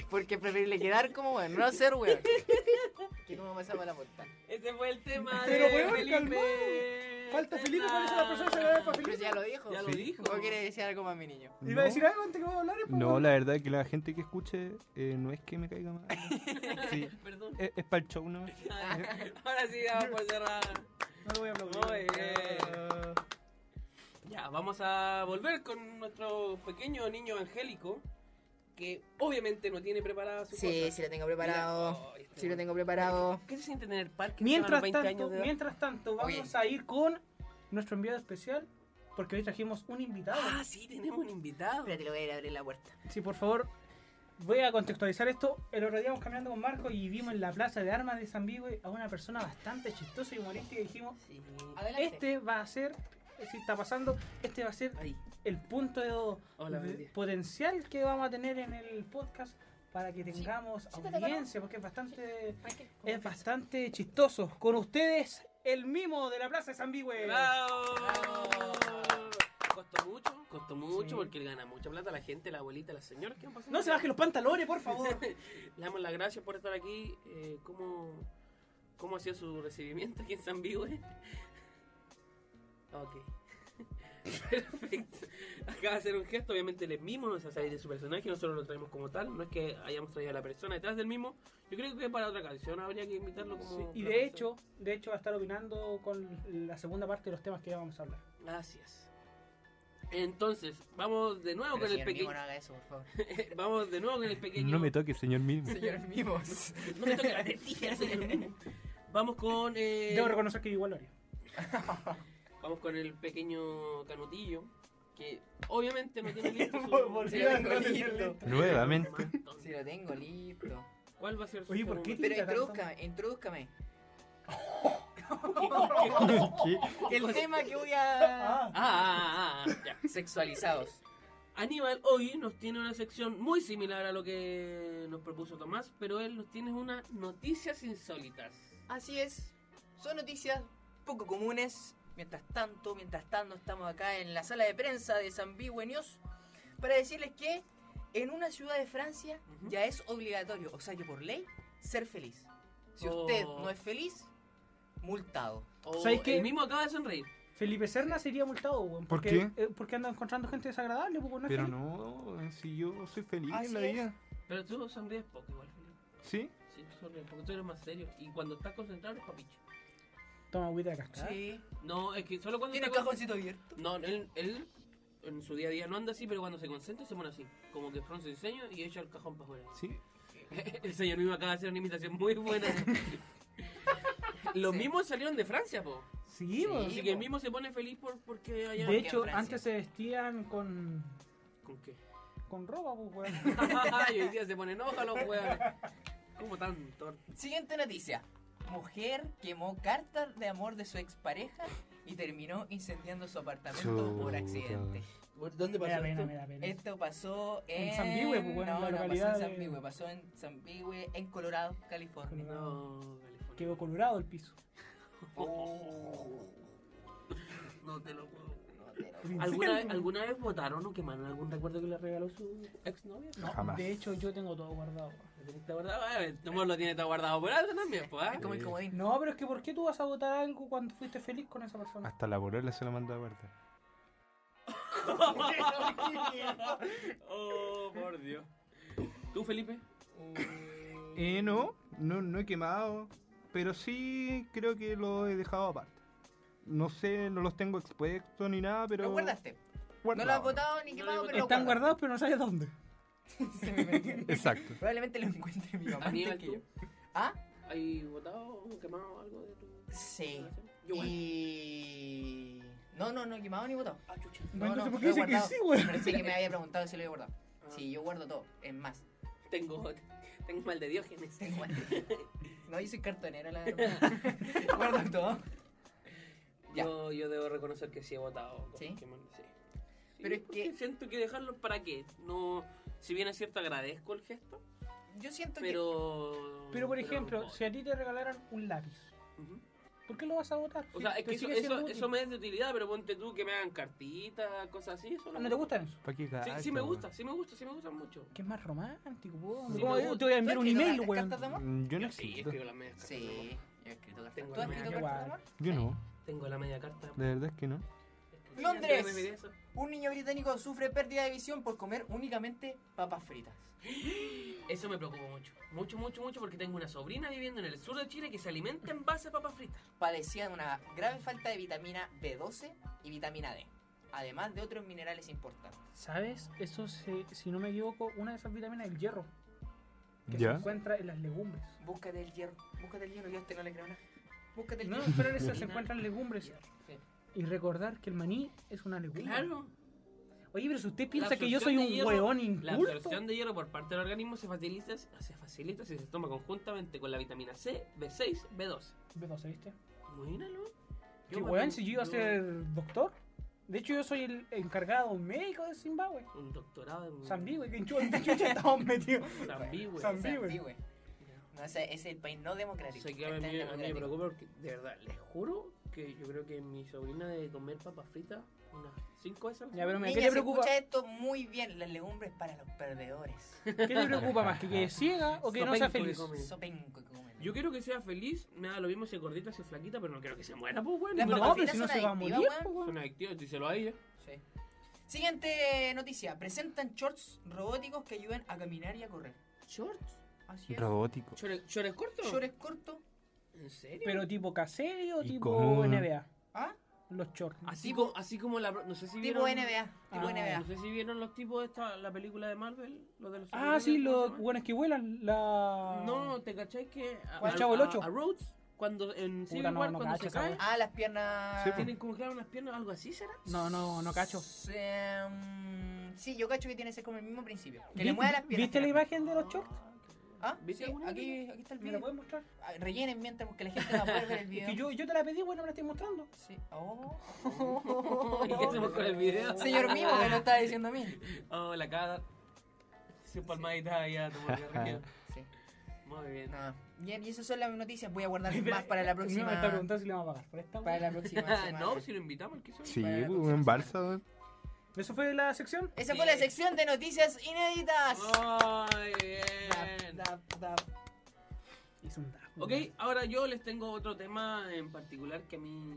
E: Porque es preferible quedar como weón, no ser weón. Que como pasado para la punta.
A: Ese fue el tema
C: Pero,
A: de
C: weón,
A: Felipe.
C: calmado. Falta
A: Tema.
C: Felipe, por eso la persona se va a para
E: Pero
C: Felipe.
E: ya lo dijo.
A: Ya lo
D: Sí.
A: dijo.
E: ¿Cómo quiere decir algo más, mi niño?
C: ¿Iba a decir algo antes que vamos a hablar? pues, po,
D: No,
C: weón?
D: la verdad es que la gente que escuche eh, no es que me caiga mal. Sí,
A: Perdón.
D: es, para el show, Eh, ¿no?
A: Ahora sí, vamos por cerrar.
C: No lo voy a
A: Muy
C: aplaudir.
A: bien. Ya, vamos a volver con nuestro pequeño niño angélico. Que obviamente no tiene preparada su cosa.
E: lo tengo
A: preparado. Mira, oh, este Sí lo weón.
E: tengo
A: ¿Qué se siente tener parque
C: Mientras
A: a los 20
C: tanto,
A: años de edad?
C: mientras tanto,
E: Oye.
C: vamos a ir con nuestro enviado especial. Porque hoy trajimos un invitado.
A: Ah, sí, tenemos un invitado.
E: Espérate, lo voy a ir a abrir la puerta.
C: Sí, por favor, voy a contextualizar esto. El otro día íbamos caminando con Marco y vimos en la plaza de armas de San Vigo a una persona bastante chistosa y humorística y dijimos,
A: Sí.
E: Adelante.
C: este va a ser, si está pasando, este va a ser
A: Ahí.
C: el punto de-
A: Hola,
C: de-
A: buen día.
C: potencial que vamos a tener en el podcast para que tengamos
E: siéntate acá, ¿no?
C: audiencia, porque es bastante,
E: Tranquilo,
C: es bastante chistoso. Con ustedes, el mimo de la plaza de San Vigo.
A: ¡Bravo!
E: Bravo.
A: Costó mucho, costó mucho
C: Sí.
A: porque él gana mucha plata. La gente, la abuelita, la señora que han pasado.
C: No se bajen los pantalones, por favor.
A: Le damos las gracias por estar aquí. Eh, ¿cómo, ¿Cómo ha sido su recibimiento aquí en San Vigo? eh? Ok. Perfecto. Acaba de hacer un gesto, obviamente el mismo no se va a salir de su personaje, nosotros lo traemos como tal, no es que hayamos traído a la persona detrás del mismo. Yo creo que para otra canción habría que invitarlo como...
C: Sí, y
A: profesor.
C: de hecho, de hecho va a estar opinando con la segunda parte de los temas que ya vamos a hablar.
A: Gracias. Entonces, vamos de nuevo
E: Pero
A: con el
E: señor
A: pequeño...
E: Mimo, no haga eso, por favor.
A: vamos de nuevo con el pequeño...
D: No me toque, señor mismo.
E: Señor Mimos.
A: No me toque la tetilla, señor Mimo. Vamos con... eh,
C: Debo reconocer que yo igual lo haría.
A: Vamos con el pequeño canutillo, que obviamente no tiene listo su...
E: Sí, a no tener listo.
D: Nuevamente.
A: Mantón.
E: Si lo tengo listo.
A: ¿Cuál va a ser su
C: Oye, ¿por qué
E: Pero
C: Mira, tanto.
E: introdúzcame, introdúzcame.
D: ¿Qué?
E: El tema que voy a.
A: Ah, ah, ah, ah, ya.
E: Sexualizados.
A: Aníbal hoy nos tiene una sección muy similar a lo que nos propuso Tomás, pero él nos tiene unas noticias insólitas.
E: Así es. Son noticias poco comunes. Mientras tanto, mientras tanto, estamos acá en la sala de prensa de San Vivo News para decirles que en una ciudad de Francia
A: Ujú.
E: ya es obligatorio, o sea que por ley, ser feliz. Si
A: Oh.
E: usted no es feliz, multado.
A: O
C: ¿Sabes qué?
A: El mismo acaba de sonreír.
C: Felipe Serna sería multado, weón.
D: ¿Por
C: porque, eh, porque anda encontrando gente desagradable, pues, no es
D: Pero
C: feliz.
D: no, si yo soy feliz
E: Así
D: en la
E: es.
D: vida.
A: Pero tú sonríes poco igual, Felipe.
D: ¿Sí?
A: Sí, tú sonríes porque tú eres más serio. Y cuando estás concentrado eres papicho.
C: Toma agüita acá.
E: Sí.
A: No, es que solo cuando...
E: ¿Tiene el
A: está con-
E: cajoncito abierto?
A: No, él, él en su día a día no anda así, pero cuando se concentra se pone así. Como que frunce el ceño y echa el cajón para afuera.
D: Sí.
A: El señor mismo acaba de hacer una imitación muy buena. Los
E: Sí.
A: mismos salieron de Francia, po.
C: Sí, weón.
A: Así
E: Sí,
A: que el
E: po.
A: mismo se pone feliz por, porque allá...
C: De
E: en
C: hecho,
E: Francia.
C: antes se vestían con,
A: ¿Con qué?
C: con ropa, pues, weón.
A: Ay, hoy día se ponen hoja los hueones. Como tan torta.
E: Siguiente noticia. Mujer quemó cartas de amor de su expareja y terminó incendiando su apartamento por
D: Chuta.
E: accidente.
A: ¿Dónde
C: Me da pena, me da pena.
E: Esto pasó en...
C: En Zambihue, pues, bueno, en
E: no,
C: la
E: no,
C: localidad
E: pasó en
C: de-
E: Zambihue, pasó en Zambihue, en Colorado, California.
A: No, California.
C: Quedó colorado el piso.
E: Oh,
A: No te lo puedo.
E: no te lo-
A: ¿Alguna, vez- ¿Alguna vez votaron o quemaron algún recuerdo que le regaló su exnovia?
C: No,
D: Jamás.
C: De hecho, yo tengo todo guardado. weón.
A: ¿Lo tenés todo guardado? Ah, el Tomás lo tiene todo guardado por algo también, pues. ¿ah?
E: Como el comodín.
C: No, pero es que ¿por qué tú vas a votar algo cuando fuiste feliz con esa persona?
D: Hasta la polola se la manda a guardar.
A: Oh, por Dios. ¿Tú, Felipe?
D: Eh, no, no, no he quemado, pero sí creo que lo he dejado aparte. No sé, no los tengo expuestos ni nada, pero...
E: ¿Lo guardaste? No lo
D: guardado.
E: has votado ni
A: No
E: quemado,
A: lo he
E: pero lo
C: Están
E: guardas.
C: guardados, pero no sabes dónde.
E: Se me metió.
D: Exacto.
E: Probablemente lo encuentre mi mamá antes
A: Aníbal,
E: que
A: ¿tú?
E: yo. ¿Ah?
A: ¿Hay votado o quemado algo de tu
E: Sí.
A: relación? Yo igual.
E: Y... No, no, no he quemado ni votado.
A: Ah, chucha.
E: No,
C: entonces,
E: no,
C: ¿por qué
E: lo he
C: dice que
E: guardado.
C: sí, weón?
E: Pensé que me había preguntado si lo había guardado.
A: Ah,
E: Sí, yo guardo todo. Es más,
A: Tengo, tengo mal de Diógenes.
E: tengo No, yo soy cartonera, la verdad. guardo todo. Ya.
A: Yo, yo debo reconocer que sí he votado con
E: ¿Sí?
A: Pokémon, sí. Sí,
E: Pero es
A: porque
E: que-
A: Siento que dejarlo para qué. No, si bien es cierto, agradezco el gesto,
E: Yo siento
A: pero.
C: Pero por ejemplo,
A: no.
C: si a ti te regalaran un lápiz,
A: Ujú.
C: ¿por qué lo vas a votar?
A: O
C: Si
A: sea, es
C: te
A: que eso,
C: sigue siendo
A: eso,
C: útil.
A: eso me es de utilidad, pero ponte tú que me hagan cartitas, cosas así. Eso no,
C: ¿No te gustan eso?
D: Pa' qué
A: Sí,
D: gasto,
A: sí me
D: weón.
A: gusta, sí me gusta, sí me gustan mucho.
C: Que es más romántico, weón.
A: Sí,
C: ¿Cómo
A: me gusta.
C: yo te voy a
E: que. ¿Tú has
C: enviar un
E: escrito
C: email,
E: cartas-
C: weón?
E: cartas de amor?
D: Mm, Yo no
A: Yo sí,
D: escrito.
A: escribo la media carta.
E: Sí, yo he escrito cartas.
A: Tengo
E: ¿Tú has
A: la
E: escrito
A: mía
E: cartas
C: igual.
E: de amor?
D: Yo no.
A: Tengo la media carta.
D: La verdad es que no.
A: Escribí
E: Londres.
A: antes de ver eso.
E: Un niño británico sufre pérdida de visión por comer únicamente papas fritas.
A: Eso me preocupa mucho. Mucho, mucho, mucho, porque tengo una sobrina viviendo en el sur de Chile que se alimenta en base a papas fritas.
E: Padecía de una grave falta de vitamina B12 y vitamina D, además de otros minerales importantes.
C: ¿Sabes? Eso, se- si no me equivoco, una de esas vitaminas es el hierro. Que
D: Ya.
C: se encuentra en las legumbres.
E: Búscate el hierro, búscate el hierro, yo a este no le creo nada. Búscate el
C: No,
E: hierro.
C: pero en esas se encuentran legumbres.
E: Sí.
C: Y recordar que el maní es una legumbre.
A: Claro.
C: Oye, pero si usted
A: La
C: piensa que yo
A: absorción
C: soy
A: de
C: un
A: hierro-
C: weón
A: La
C: inculto.
A: absorción de hierro por parte del organismo se facilita, se facilita si se toma conjuntamente con la vitamina C, B6, B12.
C: B12, ¿viste?
A: Buena, ¿no?
C: Que
A: me
C: weón,
A: tengo-
C: si yo iba a
A: yo-
C: ser doctor. De hecho, yo soy el encargado médico de Zimbabue.
A: Un doctorado en.
C: Zambí, güey, que en chu- en chucha estamos metidos.
A: Zambí, güey.
C: Zambí.
E: Esa-
C: güey.
E: sí, güey. No, ese ese es el país no democrático.
A: Sé que
E: Este
A: a
E: es
A: mí, a mí me
E: democrático.
A: preocupa porque, de verdad, les juro que yo creo que mi sobrina de comer papas fritas unas 5 veces. al
C: Ya,
A: día.
C: pero mira, ¿qué te
E: Niña, se
C: preocupa?
E: escucha esto muy bien. Las legumbres para los perdedores.
C: ¿Qué te preocupa más? ¿Que quede ciega o que no sea
A: Sopenco que
C: feliz?
A: come.
E: Sopenco que comen.
A: Yo quiero que sea feliz, me da lo mismo si es gordita, si es flaquita, pero no quiero que se muera, pues, weón.
E: Las
A: Pero
C: No,
E: papas
C: pero
E: fritas
C: si no
E: son
C: se va a
E: adictivas,
C: morir,
E: weón.
C: po, weón.
A: Son adictivos, díselo a ella.
E: Sí. Siguiente noticia. Presentan shorts robóticos que ayudan a caminar y a correr. ¿Shorts? Así es.
D: Robótico.
A: ¿Chores, chores cortos?
E: Shorts cortos.
A: ¿En serio?
C: Pero tipo caserio o
D: ¿Y
C: tipo
D: cómo?
C: NBA.
E: ¿Ah?
C: Los shorts.
A: Así,
E: Tipo-
A: como, así como la. No sé si
E: Tipo
A: vieron.
E: NBA. Tipo
C: Ah,
E: NBA.
A: No sé si vieron los tipos de esta, la película de Marvel, los de los.
C: Ah, sí,
A: superhéroes, ¿cómo se
C: los
A: llama?
C: buenos que vuelan. La...
A: No, ¿te cacháis que. A,
C: ¿Cuál
A: a-
C: Chavo el
A: a-
C: Ocho?
A: a Rhodes, cuando en Civil
C: Puta, no,
A: War,
C: no
A: cuando
C: cacho
A: se
C: esa
A: cae,
C: wea.
E: Ah, las piernas.
D: Sí,
A: tienen como claro unas piernas, algo así, ¿será?
C: No, no, no cacho.
E: Eh, mm, sí, yo cacho que tiene ese como el mismo principio. Que
C: Vi-
E: le mueva las piernas.
C: ¿Viste la
E: finalmente.
C: imagen de los shorts?
E: Ah,
A: ¿Viste
E: sí,
A: alguna?
E: aquí, aquí está el
C: ¿Me la
E: video.
C: puedes mostrar?
E: Ah, Rellenen mientras porque la gente no puede ver el
C: Es
E: video.
C: que yo, yo te la pedí, bueno, me la estoy mostrando.
E: Sí. Oh.
A: ¿Y Oh, qué hacemos con el video? Ah,
E: Señor mío, me lo está diciendo a mí.
A: Oh, la cara. Su palmadita allá, tu mordida.
E: Sí.
A: Muy bien.
E: Nada. Bien, Ah, y esas son las noticias. Voy a guardar
C: Espera,
E: más para la próxima.
C: Me está preguntando si le vamos a pagar por esta.
E: Para
C: weón.
E: la próxima. semana.
A: no, pues si lo invitamos, ¿qué
D: Sí,
E: Para la
D: weón,
E: próxima
D: Barça, weón.
C: ¿Eso fue la sección?
E: Esa fue la sección de noticias inéditas.
A: Muy
E: Dap,
A: bien.
E: dap, dap.
C: Hizo un tajo.
A: Ok, ahora yo les tengo otro tema en particular que a mí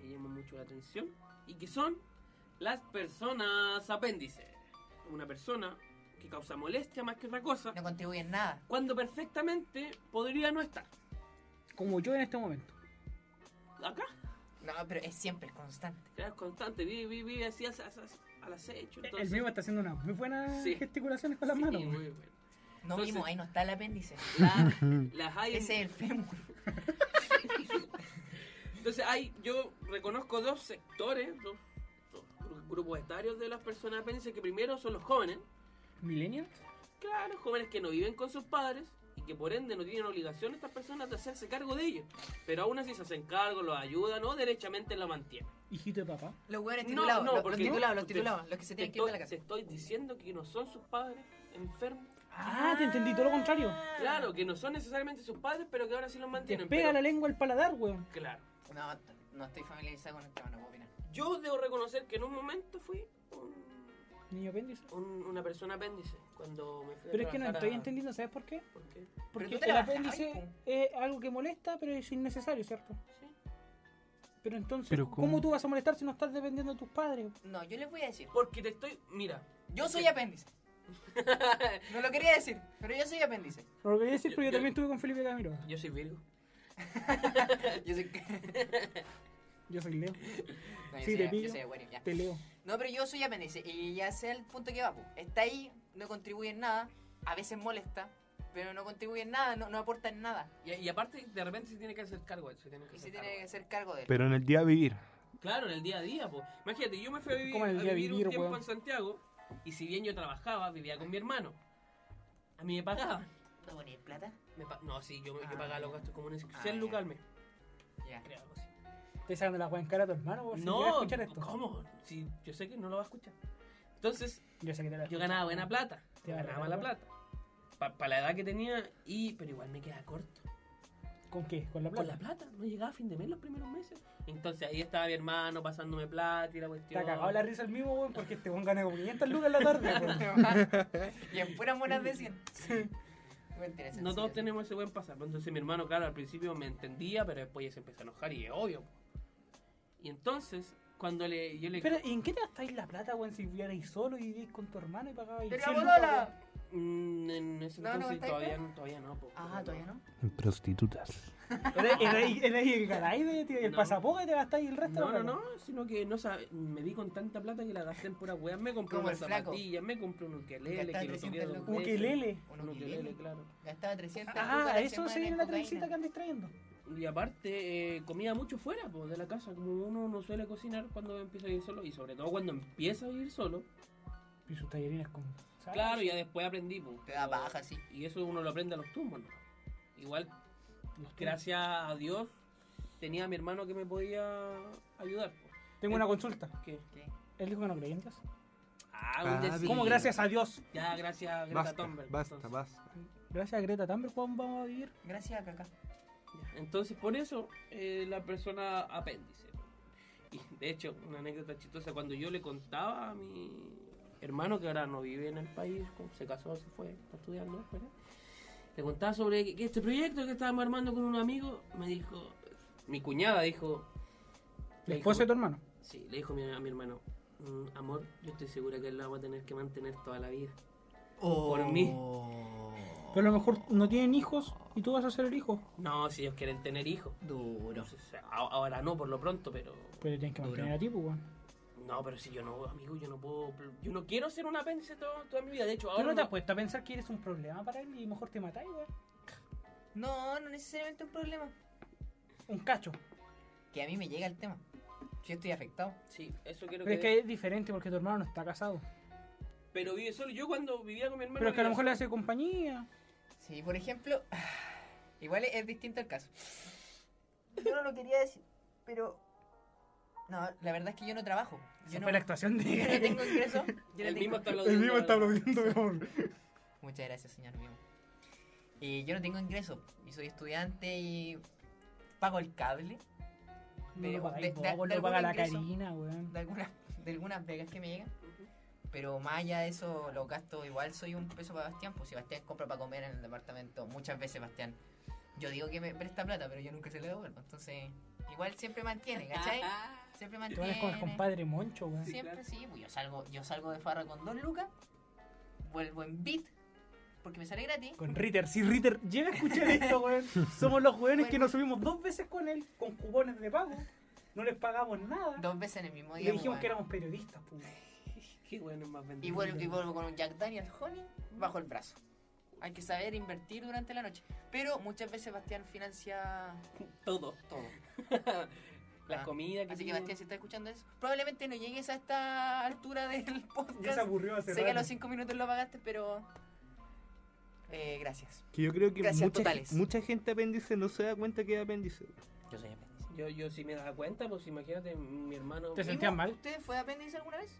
A: me llama mucho la atención y que son las personas apéndices. Una persona que causa molestia más que otra cosa
E: No contribuyen nada.
A: cuando perfectamente podría no estar.
C: Como yo en este momento.
A: Acá,
E: No, pero es siempre, es constante.
A: es constante, vive, vive, vive así, as- as- as- al acecho.
C: el
A: entonces-
C: mío está haciendo unas muy buenas
A: Sí.
C: gesticulaciones con las
A: Sí,
C: manos. weón.
A: muy bueno.
E: No
A: Entonces-
E: vimos, ahí no está el apéndice.
A: La- las hay en-
E: Ese es el fémur.
A: Entonces hay, yo reconozco dos sectores, dos, dos gru- grupos etarios de las personas apéndices que primero son los jóvenes,
C: ¿Millennials?
A: Claro, jóvenes que no viven con sus padres y que por ende no tienen obligación estas personas de hacerse cargo de ellos. Pero aún así se hacen cargo, los ayudan o derechamente lo mantienen.
C: Hijito de papá.
E: Los hueones
A: No, no,
E: titulados. los- los,
A: porque-
E: titulados, los
A: Te-
E: titulados. Los que se
A: Te
E: tienen que ir
A: estoy,
E: de la casa.
A: te estoy diciendo que no son sus padres enfermos.
C: Ah, te entendí, todo lo contrario.
E: Ah.
A: Claro, que no son necesariamente sus padres, pero que ahora sí los
C: Te
A: mantienen.
C: pega
A: pero-
C: la lengua al paladar, weón.
A: Claro.
E: No, t- no estoy familiarizado con el tema, no puedo opinar.
A: Yo debo reconocer que en un momento fui un-
C: Niño apéndice.
A: un- una persona apéndice cuando me fui a
C: Pero es que no
A: trabajar
C: estoy
A: a-
C: entendiendo, ¿sabes por qué?
A: ¿Por qué?
C: Porque
E: tú te
C: el
E: la bajabas,
C: apéndice
E: po.
C: es algo que molesta, pero es innecesario, ¿cierto?
A: Sí.
C: Pero entonces,
D: Pero
C: ¿cómo?
D: ¿cómo?
C: tú vas a molestar si no estás dependiendo de tus padres?
E: No, yo les voy a decir.
A: Porque te estoy. Mira,
E: Yo soy apéndice. No lo quería decir, pero yo soy apéndice.
C: No lo quería decir,
A: Yo-
C: pero yo,
A: yo-
C: también estuve con Felipe Camiro.
A: yo soy Virgo.
E: Yo soy.
C: Yo soy Leo.
E: No, yo
C: Sí,
E: soy-
C: te
E: yo
C: pillo.
E: soy acuario, ya.
C: Te leo.
E: No, pero yo soy apéndice y ya sé el punto que va. po. Está ahí, no contribuye en nada, a veces molesta, pero no contribuye en nada, no, no aporta en nada.
A: Y, y aparte, de repente se tiene que hacer cargo. Se tiene que
E: Y
A: hacer
E: se tiene que
A: cargo.
E: hacer cargo de él.
D: Pero en el día a vivir.
A: Claro, en el día a día, pues. Imagínate, yo me fui a vivir,
C: Como en el
A: a
C: día a
A: vivir un
C: vivir,
A: tiempo
C: weón.
A: en Santiago y si bien yo trabajaba, vivía con mi hermano. A mí me pagaban.
E: ¿No ponéis plata?
A: Me pa- no, sí, yo, yo
E: Ah,
A: pagaba
E: ya.
A: los gastos comunes.
E: Ah,
A: 100
E: ya.
A: lucas al mes,
E: Ya.
A: creo, algo así.
C: Estoy sacando la weá en cara a tu hermano, weón. si llega a
A: No,
C: escuchar esto.
A: ¿cómo? Si yo sé que no lo va a escuchar. Entonces,
C: Yo sé que te la
A: yo ganaba buena plata.
C: Te va a
A: ganaba
C: regalar,
A: mala plata. Para la edad que tenía, y pero igual me quedaba corto.
C: ¿Con qué? ¿Con la plata?
A: Con la plata, no llegaba a fin de mes los primeros meses. Entonces ahí estaba mi hermano pasándome plata y la
C: Te
A: cuestión.
C: ha cagado la risa el mismo, weón, porque este weón gana como 500 lucas en la tarde, weón.
E: y en puras monas de 100. Mentira,
A: No todos
E: sencillo.
A: tenemos ese buen pasar. Entonces mi hermano, claro, al principio me entendía, pero después ya se empezó a enojar y es obvio. po. Y entonces, cuando le, yo le...
C: Pero, ¿y en qué te gastáis la plata, weón, si vivierais solo y vivís con tu hermano y pagabais
E: ¡Pero
C: 100
E: la
C: lucas,
E: bolola!
C: weón?
A: Mm, en ese
E: No, no,
A: entonces
E: ¿está ahí,
A: todavía, no, todavía no. po,
E: Ah, todavía no.
D: Prostitutas.
C: Era- era ahí- era ahí el garay de tío, y el
A: No.
C: pasaporte y te gastáis el resto
A: No, no,
C: de la
A: no, sino que no sabe- me di con tanta plata que la gasté en puras weas. Me compré
E: Como
A: unas
E: el flaco.
A: zapatillas, me compré un ukelele,
E: Gastar
A: que lo
E: 300
A: toqué dos
E: lucas.
A: veces.
C: Ukelele.
E: Un
A: Un ukelele,
E: ukelele.
A: claro.
E: Gastaba 300 lucas
C: Ah,
E: la
C: eso
E: semana
C: sí
E: en
C: la
E: cocaína.
C: trencita que andáis trayendo.
A: Y aparte, eh, comía mucho fuera po, de la casa, como uno no suele cocinar cuando empieza a vivir solo, y sobre todo cuando empieza a vivir solo.
C: Y sus tallerines con. ¿sabes?
A: Claro, ya después aprendí. po,
E: Te da
A: pero-
E: paja, sí.
A: Y eso uno lo aprende a los tumbos, ¿no? Igual,
C: Los tíos.
A: gracias a Dios, tenía a mi hermano que me podía ayudar. po,
C: Tengo una consulta.
A: que-
E: ¿Qué?
C: Él dijo que no creía en Dios.
A: Ah,
D: Ah,
A: un decir.
D: Sí.
C: ¿Cómo? Gracias a Dios.
A: Ya, gracias a Greta
D: Basta,
A: Thunberg,
D: basta,
A: entonces.
D: basta.
C: Gracias a Greta Thunberg, weón, vamos a vivir.
E: Gracias, caca.
A: Ya, Entonces, por eso, eh, la persona apéndice. Y de hecho, una anécdota chistosa, cuando yo le contaba a mi hermano, que ahora no vive en el país, como se casó, se fue, está estudiando afuera, le contaba sobre que- que este proyecto que estábamos armando con un amigo, me dijo, mi cuñada dijo...
C: El
A: le
C: esposo
A: dijo-
C: de tu hermano.
A: Sí, le dijo mi- a mi hermano, "Mm, amor, yo estoy segura que él la va a tener que mantener toda la vida.
E: Oh.
A: Por mí.
C: Pero a lo mejor no tienen hijos y tú vas a ser el hijo.
A: No, si ellos quieren tener hijos.
E: Duro.
A: No sé, a- ahora no, por lo pronto, pero...
C: Pero tienes que
E: Duro.
C: mantener a ti, pues, weón.
A: No, pero si yo no, amigo, yo no puedo. Yo no quiero ser un apéndice todo- toda mi vida. De hecho,
C: Tú
A: ahora.
C: no te has
A: no-
C: puesto a pensar que eres un problema para él y mejor te matáis, weón.
E: No, no necesariamente un problema.
C: Un cacho.
E: Que a mí me llega el tema. Yo estoy afectado.
A: Sí, eso quiero
C: Pero es que es diferente porque tu hermano no está casado.
A: Pero vive solo. Yo cuando vivía con mi hermano.
C: Pero es que a lo
A: vivía
C: mejor le hace compañía.
E: Sí, por ejemplo, igual es, es distinto el caso. Yo no lo quería decir, pero. No, la verdad es que yo no trabajo. Yo
C: Esa
E: no,
C: fue la actuación
E: yo no
C: de.
E: tengo ingreso. Yo no
A: solo. El
E: tengo-
A: mismo está aplaudiendo. ahora.
D: aplaudiendo, por
E: Muchas gracias, señor mío. Y yo no tengo ingreso. Y soy estudiante y pago el cable
C: No lo
E: de- de-
C: pagáis vos,
E: de-
C: vos
E: de
C: lo paga
E: algún
C: la
E: ingreso.
C: Karina, weón.
E: de algunas, de algunas vegas que me llegan. Pero más allá de eso, los gastos igual soy un peso para Bastián, pues si Bastián compra para comer en el departamento, muchas veces Bastián, yo digo que me presta plata, pero yo nunca se le devuelvo, entonces igual siempre mantiene, ¿cachai? Siempre
C: Te van a con el
E: mantiene.
C: compadre Moncho, weón.
E: Siempre sí, pues yo salgo, yo salgo de farra con dos lucas, vuelvo en bit, porque me sale gratis.
C: Con Ritter, si Ritter llega a escuchar esto, weón, somos los weones que
E: Bueno.
C: nos subimos dos veces con él, con cupones de pago, no les pagamos nada.
E: Dos veces en el mismo
C: y
E: día.
C: le dijimos
E: pues,
C: que
E: bueno.
C: éramos periodistas, pues.
A: Qué bueno es más
E: y
A: vendido.
E: vuelvo, y vuelvo con un Jack Daniel Honey bajo el brazo. Hay que saber invertir durante la noche. Pero muchas veces Bastián financia
A: Todo.
E: todo.
A: La
E: Ah.
A: comida que
E: Así que
A: tiene.
E: Bastián, si estás escuchando eso, probablemente no llegues a esta altura del
C: Ya se
E: podcast.
C: aburrió hace
E: Sé que a
C: rato.
E: los cinco minutos lo pagaste, pero. eh, gracias.
D: Que yo creo que
E: Gracias,
D: mucha,
E: totales.
D: mucha gente apéndice no se da cuenta que es apéndice.
E: Yo soy apéndice.
A: Yo, yo si me daba cuenta, pues imagínate, mi hermano.
C: Te sentías mal.
E: ¿Usted fue apéndice alguna vez?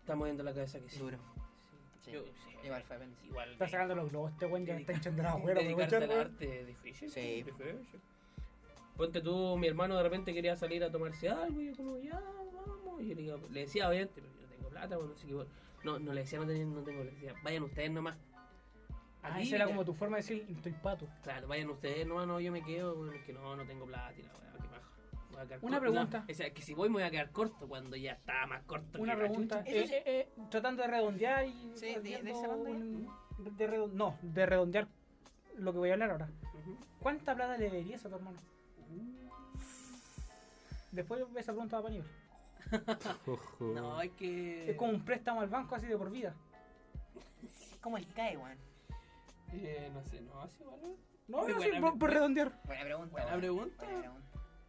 A: Está moviendo la cabeza que sí.
E: Sí.
A: Yo sí.
E: Igual fue apéndice.
A: Igual.
C: Está sacando los globos, este weón ya me está echando la afuera, weón.
A: Dedicarte al arte es difícil.
E: Sí.
A: difícil. Ponte tú, mi hermano de repente quería salir a tomarse algo y yo como, ya, vamos. Y yo le, digo- le decía, obviamente, pero yo no tengo plata, bueno, así que bueno. No, no le decía, no, tenía- no tengo, le decía, vayan ustedes nomás.
C: Ah,
A: Aquí
C: esa era
A: ya.
C: como tu forma de decir, estoy pato.
A: Claro, vayan ustedes nomás, no, yo me quedo, bueno, es que no, no tengo plata y la weá, qué paja. Me voy a quedar
C: Una
A: corto.
C: pregunta.
A: No, o sea, que si voy me voy a quedar corto cuando ya estaba más corto.
C: Una
A: que la
C: pregunta.
A: chucha.
C: eh, eh, eh, tratando de redondear y.
E: Sí, de- de
C: haciendo
E: cerrando ya.
C: un- de redon- No, de redondear lo que voy a hablar ahora.
A: Ujú.
C: ¿Cuánta plata le deberías a tu hermano? Después esa pregunta va para Aníbal.
D: Ojo.
A: No, hay
E: Eh.
A: que...
C: Es como un préstamo al banco así de por vida.
E: Es como el CAE, weón.
A: Eh, no sé, no, así vale.
C: No,
A: Muy
C: no, sí,
A: buena,
C: por,
A: muy-
C: por redondear.
E: Buena pregunta.
A: Buena
E: weón.
A: pregunta.
E: Buena pregunta.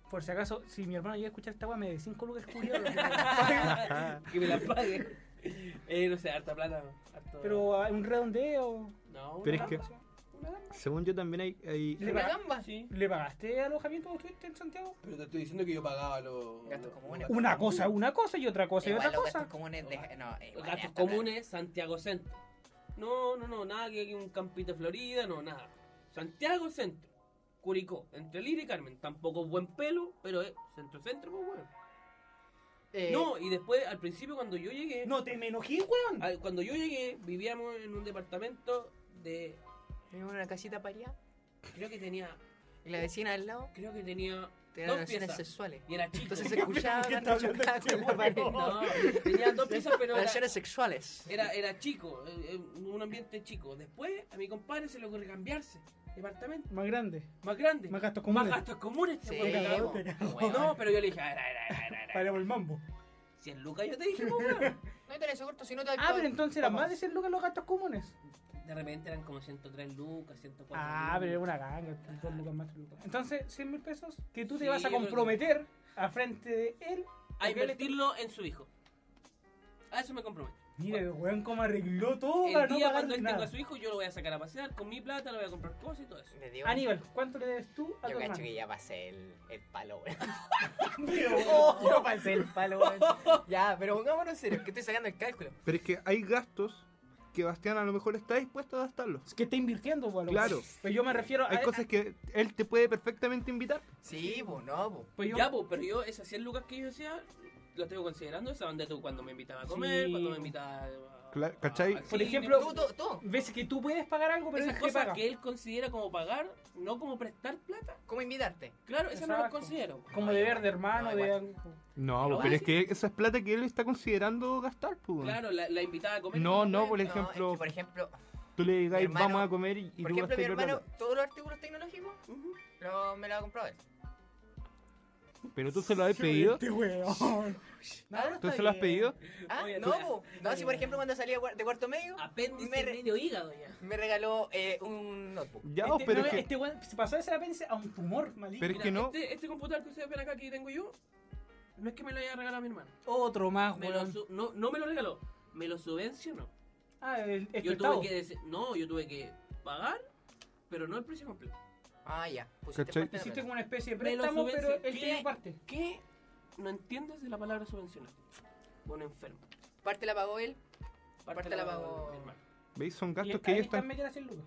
C: Por si acaso, si mi hermano llega a escuchar esta weá, me de 5 lucas culiados.
A: que me la pague. Eh, no sé, harta plata. harto-
C: Pero ah, un redondeo.
A: No, una
D: Pero es
A: gamba,
D: que-
A: Una gamba.
D: Según yo también hay... hay-
C: Le
B: ¿Una
C: paga-
B: gamba?
A: Sí.
C: ¿Le pagaste alojamiento cuando estuviste en Santiago?
A: Pero te estoy diciendo que yo pagaba los.
B: Gastos comunes.
A: los-
C: Una cosa es una cosa y otra cosa es
B: Igual
C: otra
B: los gastos
C: cosa.
B: comunes de- no, eh,
A: Los
B: igual
A: gastos
B: harta plata.
A: comunes, Santiago Centro. No, no, no, nada que que un campito de Florida, no, nada. Santiago Centro, Curicó, entre Lira y Carmen. Tampoco buen pelo, pero es centro-centro, pues bueno.
E: Eh,
A: No, y después, al principio, cuando yo llegué,
C: No te me enojé, weón.
A: al- cuando yo llegué, vivíamos en un departamento de.
E: Tenía una casita para allá.
A: Creo que tenía.
E: Y la vecina al lado
A: Creo que tenía.
E: tenía
A: Dos
E: relaciones
A: piezas.
E: sexuales.
A: Y era chico.
E: Entonces se escuchaba cuando chocaba con la pared.
A: No, tenía dos piezas, pero era,
E: Relaciones sexuales.
A: era, era chico, eh, eh, un ambiente chico. Después, a mi compadre se le ocurre cambiarse. Departamento
C: Más grande.
A: más grande.
C: Más gastos
A: Más
C: comunes.
A: gastos comunes. este
E: Sí,
A: weón,
C: Te cagó,
A: cagamos.
C: te cagó.
E: weón.
A: No, pero yo le dije, a ver, a ver, a ver, a ver, a ver.
C: Paremos el mambo.
A: 100 lucas yo te dije, po, weón.
B: No tenés corto, si no te
C: Ah, pero entonces eran
B: Vamos.
C: más de 100 lucas los gastos comunes.
A: De repente eran como 103 lucas, 104
C: Ah,
A: lucas.
C: pero era una ganga. Dos lucas más, tres lucas. Entonces, 100 mil pesos que tú te
A: Sí,
C: vas a
A: pero-
C: comprometer a frente de él.
A: A invertirlo en su hijo. A eso me comprometo.
C: Mira, el weón como arregló todo para
A: El
C: no
A: día cuando
C: pagar
A: él tenga a
C: nada.
A: su hijo, yo lo voy a sacar a pasear con mi plata, le voy a comprar cosas y todo eso.
E: Le dio-
C: Aníbal, ¿cuánto le debes tú a tu
E: Yo
C: hermano?
E: cacho que ya pasé el, el palo, weón.
C: Pero-
E: yo pasé el palo, weón. Ya, pero pongámonos en serio, que estoy sacando el cálculo.
D: Pero es que hay gastos que Bastián a lo mejor está dispuesto a gastarlos.
C: Es que está invirtiendo, pues, weón.
D: Claro.
C: Pero eh, yo me refiero a.
D: Hay cosas que él te puede perfectamente invitar.
E: Sí, pues no, pues.
C: Pues yo-
A: Ya, pues, pero yo esas 100 lucas que yo decía, lo tengo considerando, estaban de tú cuando me invitaba a comer,
C: Sí.
A: cuando me invitaba a...
D: Cla-
A: a-
D: ¿cachai?
A: al
C: Por
A: cine.
C: ejemplo,
E: Tú, tú, tú.
C: Veces que tú puedes pagar algo, pero
A: esas
C: es que
A: cosas
C: paga.
A: que él considera como pagar, no como prestar plata,
E: ¿Cómo invitarte?
A: claro, esas no las
C: Exacto.
A: considero.
C: Como
E: No,
C: deber
E: igual.
C: de hermano,
E: No,
C: de
E: igual.
C: algo.
D: No,
A: No,
D: pero
A: sí.
D: es que esa es plata que él está considerando gastar, pues. weón.
A: Claro, la, la invitada a comer.
D: No, no, por
A: porque
E: No, es
D: ejemplo,
E: que, por ejemplo,
D: tú le
E: mi
D: digáis,
E: hermano-
D: vamos a comer y, y
E: por
D: tú
E: ejemplo mi
D: gastáis la
E: hermano,
D: plata.
E: todos los artículos tecnológicos lo- me los ha comprado él.
D: Pero tú se lo has pedido.
C: Este weón.
D: ¿Tú se lo has pedido?
E: Ah,
A: Oye,
E: no,
A: mira.
E: po. no, si por ejemplo cuando salía de cuarto medio,
C: Ah.
A: Apéndice
E: Me re-
A: medio hígado ya.
E: me regaló eh, un notebook.
D: Ya, vos,
C: este,
D: pero
C: no,
D: es que.
C: este weón se pasó de ese apéndice a un tumor maligno.
D: Pero es
A: Mira,
D: que no.
A: Este, este computador que ustedes ven acá que tengo yo, no es que me lo haya regalado mi hermano.
C: Otro más,
A: Me lo
C: Ah, weón.
A: su- no, no me lo regaló, me lo subvencionó.
C: Ah, el, este
A: Yo
C: octavo.
A: tuve que decir, no, yo tuve que pagar, pero no el precio completo.
E: Ah, ya. Pusiste
D: ¿Cachai?
E: parte de la
C: Hiciste
E: plata.
C: como una especie de
A: Me lo
C: préstamo, pero
A: subvencioné.
C: él tenía parte.
A: ¿Qué no entiendes de la palabra subvencionar? Bueno, enfermo.
E: Parte la pagó él.
A: Parte
E: Parte la
A: la-
E: pagó-
A: mi hermano.
D: ¿Veis? Son
C: Y
D: gastos
C: está-
D: que
C: ahí
D: ellos
C: están
D: están.
C: metidas en lucas.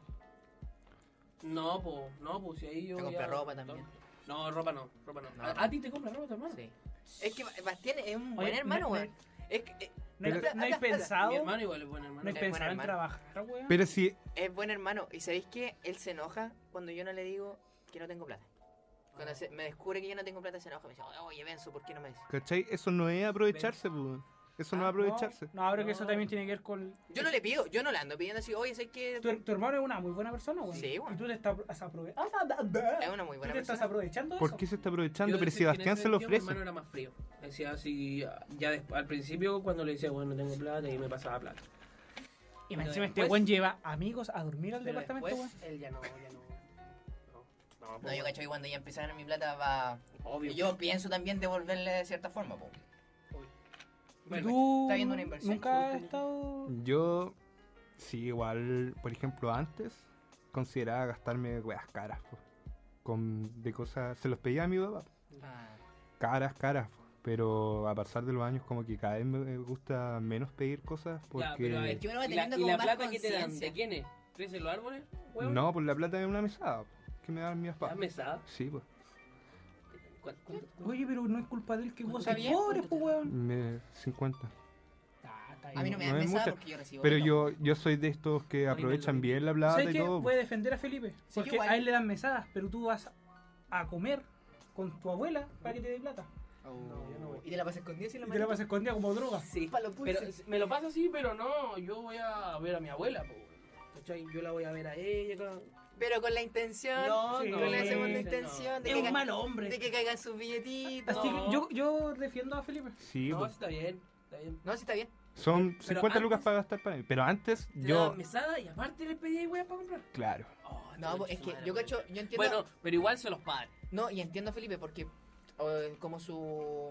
A: No, po, no, pues si ahí yo.
E: Te compré
A: ya-
E: ropa también.
A: No, ropa no, ropa no.
E: No.
A: ¿A, a ti te compras ropa tu hermano?
E: Sí. Es que Bastián es un buen
C: Oye,
E: hermano,
C: me-
E: weón. Es que eh,
C: No hay-
E: Pero-
C: no hay
E: habla- habla.
C: pensado.
A: Mi hermano igual es buen hermano. Eh,
C: No hay
E: Es buen
C: pensado en
E: hermano.
C: trabajar, weón.
D: Pero si.
E: es buen hermano. ¿Y sabéis qué? Él se enoja cuando yo no le digo que no tengo plata. Cuando se- me descubre que yo no tengo plata, se enoja. Me dice, oye, Benzo, ¿por qué no me dices?
D: ¿Cachai? Eso no es aprovecharse, pues. weón. Eso no es
C: Ah, No,
D: aprovecharse.
C: No, ahora que eso
A: No.
C: también tiene que ver con.
E: Yo no le pido, yo no le ando pidiendo así, oye, sé que
C: Tu, tu hermano es una muy buena persona, weón.
E: Sí, weón.
C: Y tú te estás aprovechando. Ah, da, da.
E: es una muy
C: Tú
E: buena
C: te estás
E: persona.
C: aprovechando
D: ¿Por
C: eso.
D: qué se está
A: Yo
D: aprovechando? Pero
A: decir
D: si
A: que en
D: Bastián
A: ese
D: se lo
A: sentido mi
D: ofrece.
A: hermano era más frío. Decía así, ya des- al principio cuando le decía, bueno, no tengo plata, y me pasaba plata.
C: Y
A: Pero
C: encima este
A: después-
C: weón lleva amigos a dormir al
A: Pero
C: departamento, weón.
A: después, él ya no, ya no. No, no,
E: Ah, No,
A: pues,
E: yo cacho que cuando ya empieza a ganar mi plata va...
A: Obvio.
E: Yo pienso también devolverle de cierta forma, po.
A: Bueno,
C: ¿Tú
E: está viendo una inversión.
C: nunca has estado...?
D: Yo, sí, igual, por ejemplo, antes consideraba gastarme weas caras, po. con de cosas, se los pedía a mi papá,
E: Ah,
D: caras, caras, po. pero a pasar de los años como que cada vez me gusta menos pedir cosas
A: Ya, pero a ver,
D: porque...
E: Es que uno va
A: ¿Y la,
E: teniendo
A: y
E: como
A: la
E: más
A: plata que te dan?
E: conciencia.
A: ¿De quién es? ¿Crecen los árboles? huevón?
D: no, por la plata de una mesada po, que me dan mi papá.
A: ¿Estás mesada?
D: Sí, pues.
A: ¿Cu- cuánto- cuánto-
C: Oye, pero no es culpa de él que vos
E: ¿Está
C: sos
E: bien?
C: pobre, pues, weón.
D: Me, 50.
C: Está- está
E: A mí no me
D: No
E: dan
D: es
E: mesada
D: mucha,
E: porque yo recibo...
D: Pero
E: plata.
D: yo yo soy de estos que
A: me
D: aprovechan
A: lo
D: bien la plata
C: ¿Sabes
D: y
C: qué?
D: todo. pues. po.
C: Puede defender a Felipe. Porque
E: igual.
C: a él le dan mesadas, pero tú vas a comer con tu abuela para que te dé plata.
E: Oh.
A: No, yo no voy.
E: ¿Y te la pasas escondida si la
C: Y te la vas escondida como droga.
A: Sí,
E: Para los
A: pero
E: dulces.
A: me lo pasa así, pero no, yo voy a ver a mi abuela, po, weón. ¿cachai? Yo la voy a ver a ella. con-
E: Pero con la intención...
C: sí,
E: con la
C: no,
E: segunda
C: no.
E: intención de
C: Es
E: que,
C: un
E: ca-
C: mal
E: de
C: hombre.
E: que caigan sus billetitos.
C: Así que
A: No.
C: yo, yo defiendo a Felipe.
D: Sí,
A: No,
D: po.
A: está bien, está bien.
E: No, sí está bien.
D: Son 50 lucas
A: antes-
D: para gastar para mí. Pero antes
A: Te
D: yo...
A: daban mesada y aparte le pedí weas para comprar.
D: Claro.
A: Oh,
E: No, pues,
A: chucha
E: es que
A: madre,
E: yo
A: weón.
E: cacho, yo entiendo...
A: Bueno, pero igual se los pagan.
E: No, y entiendo a Felipe porque
B: o, eh, como su...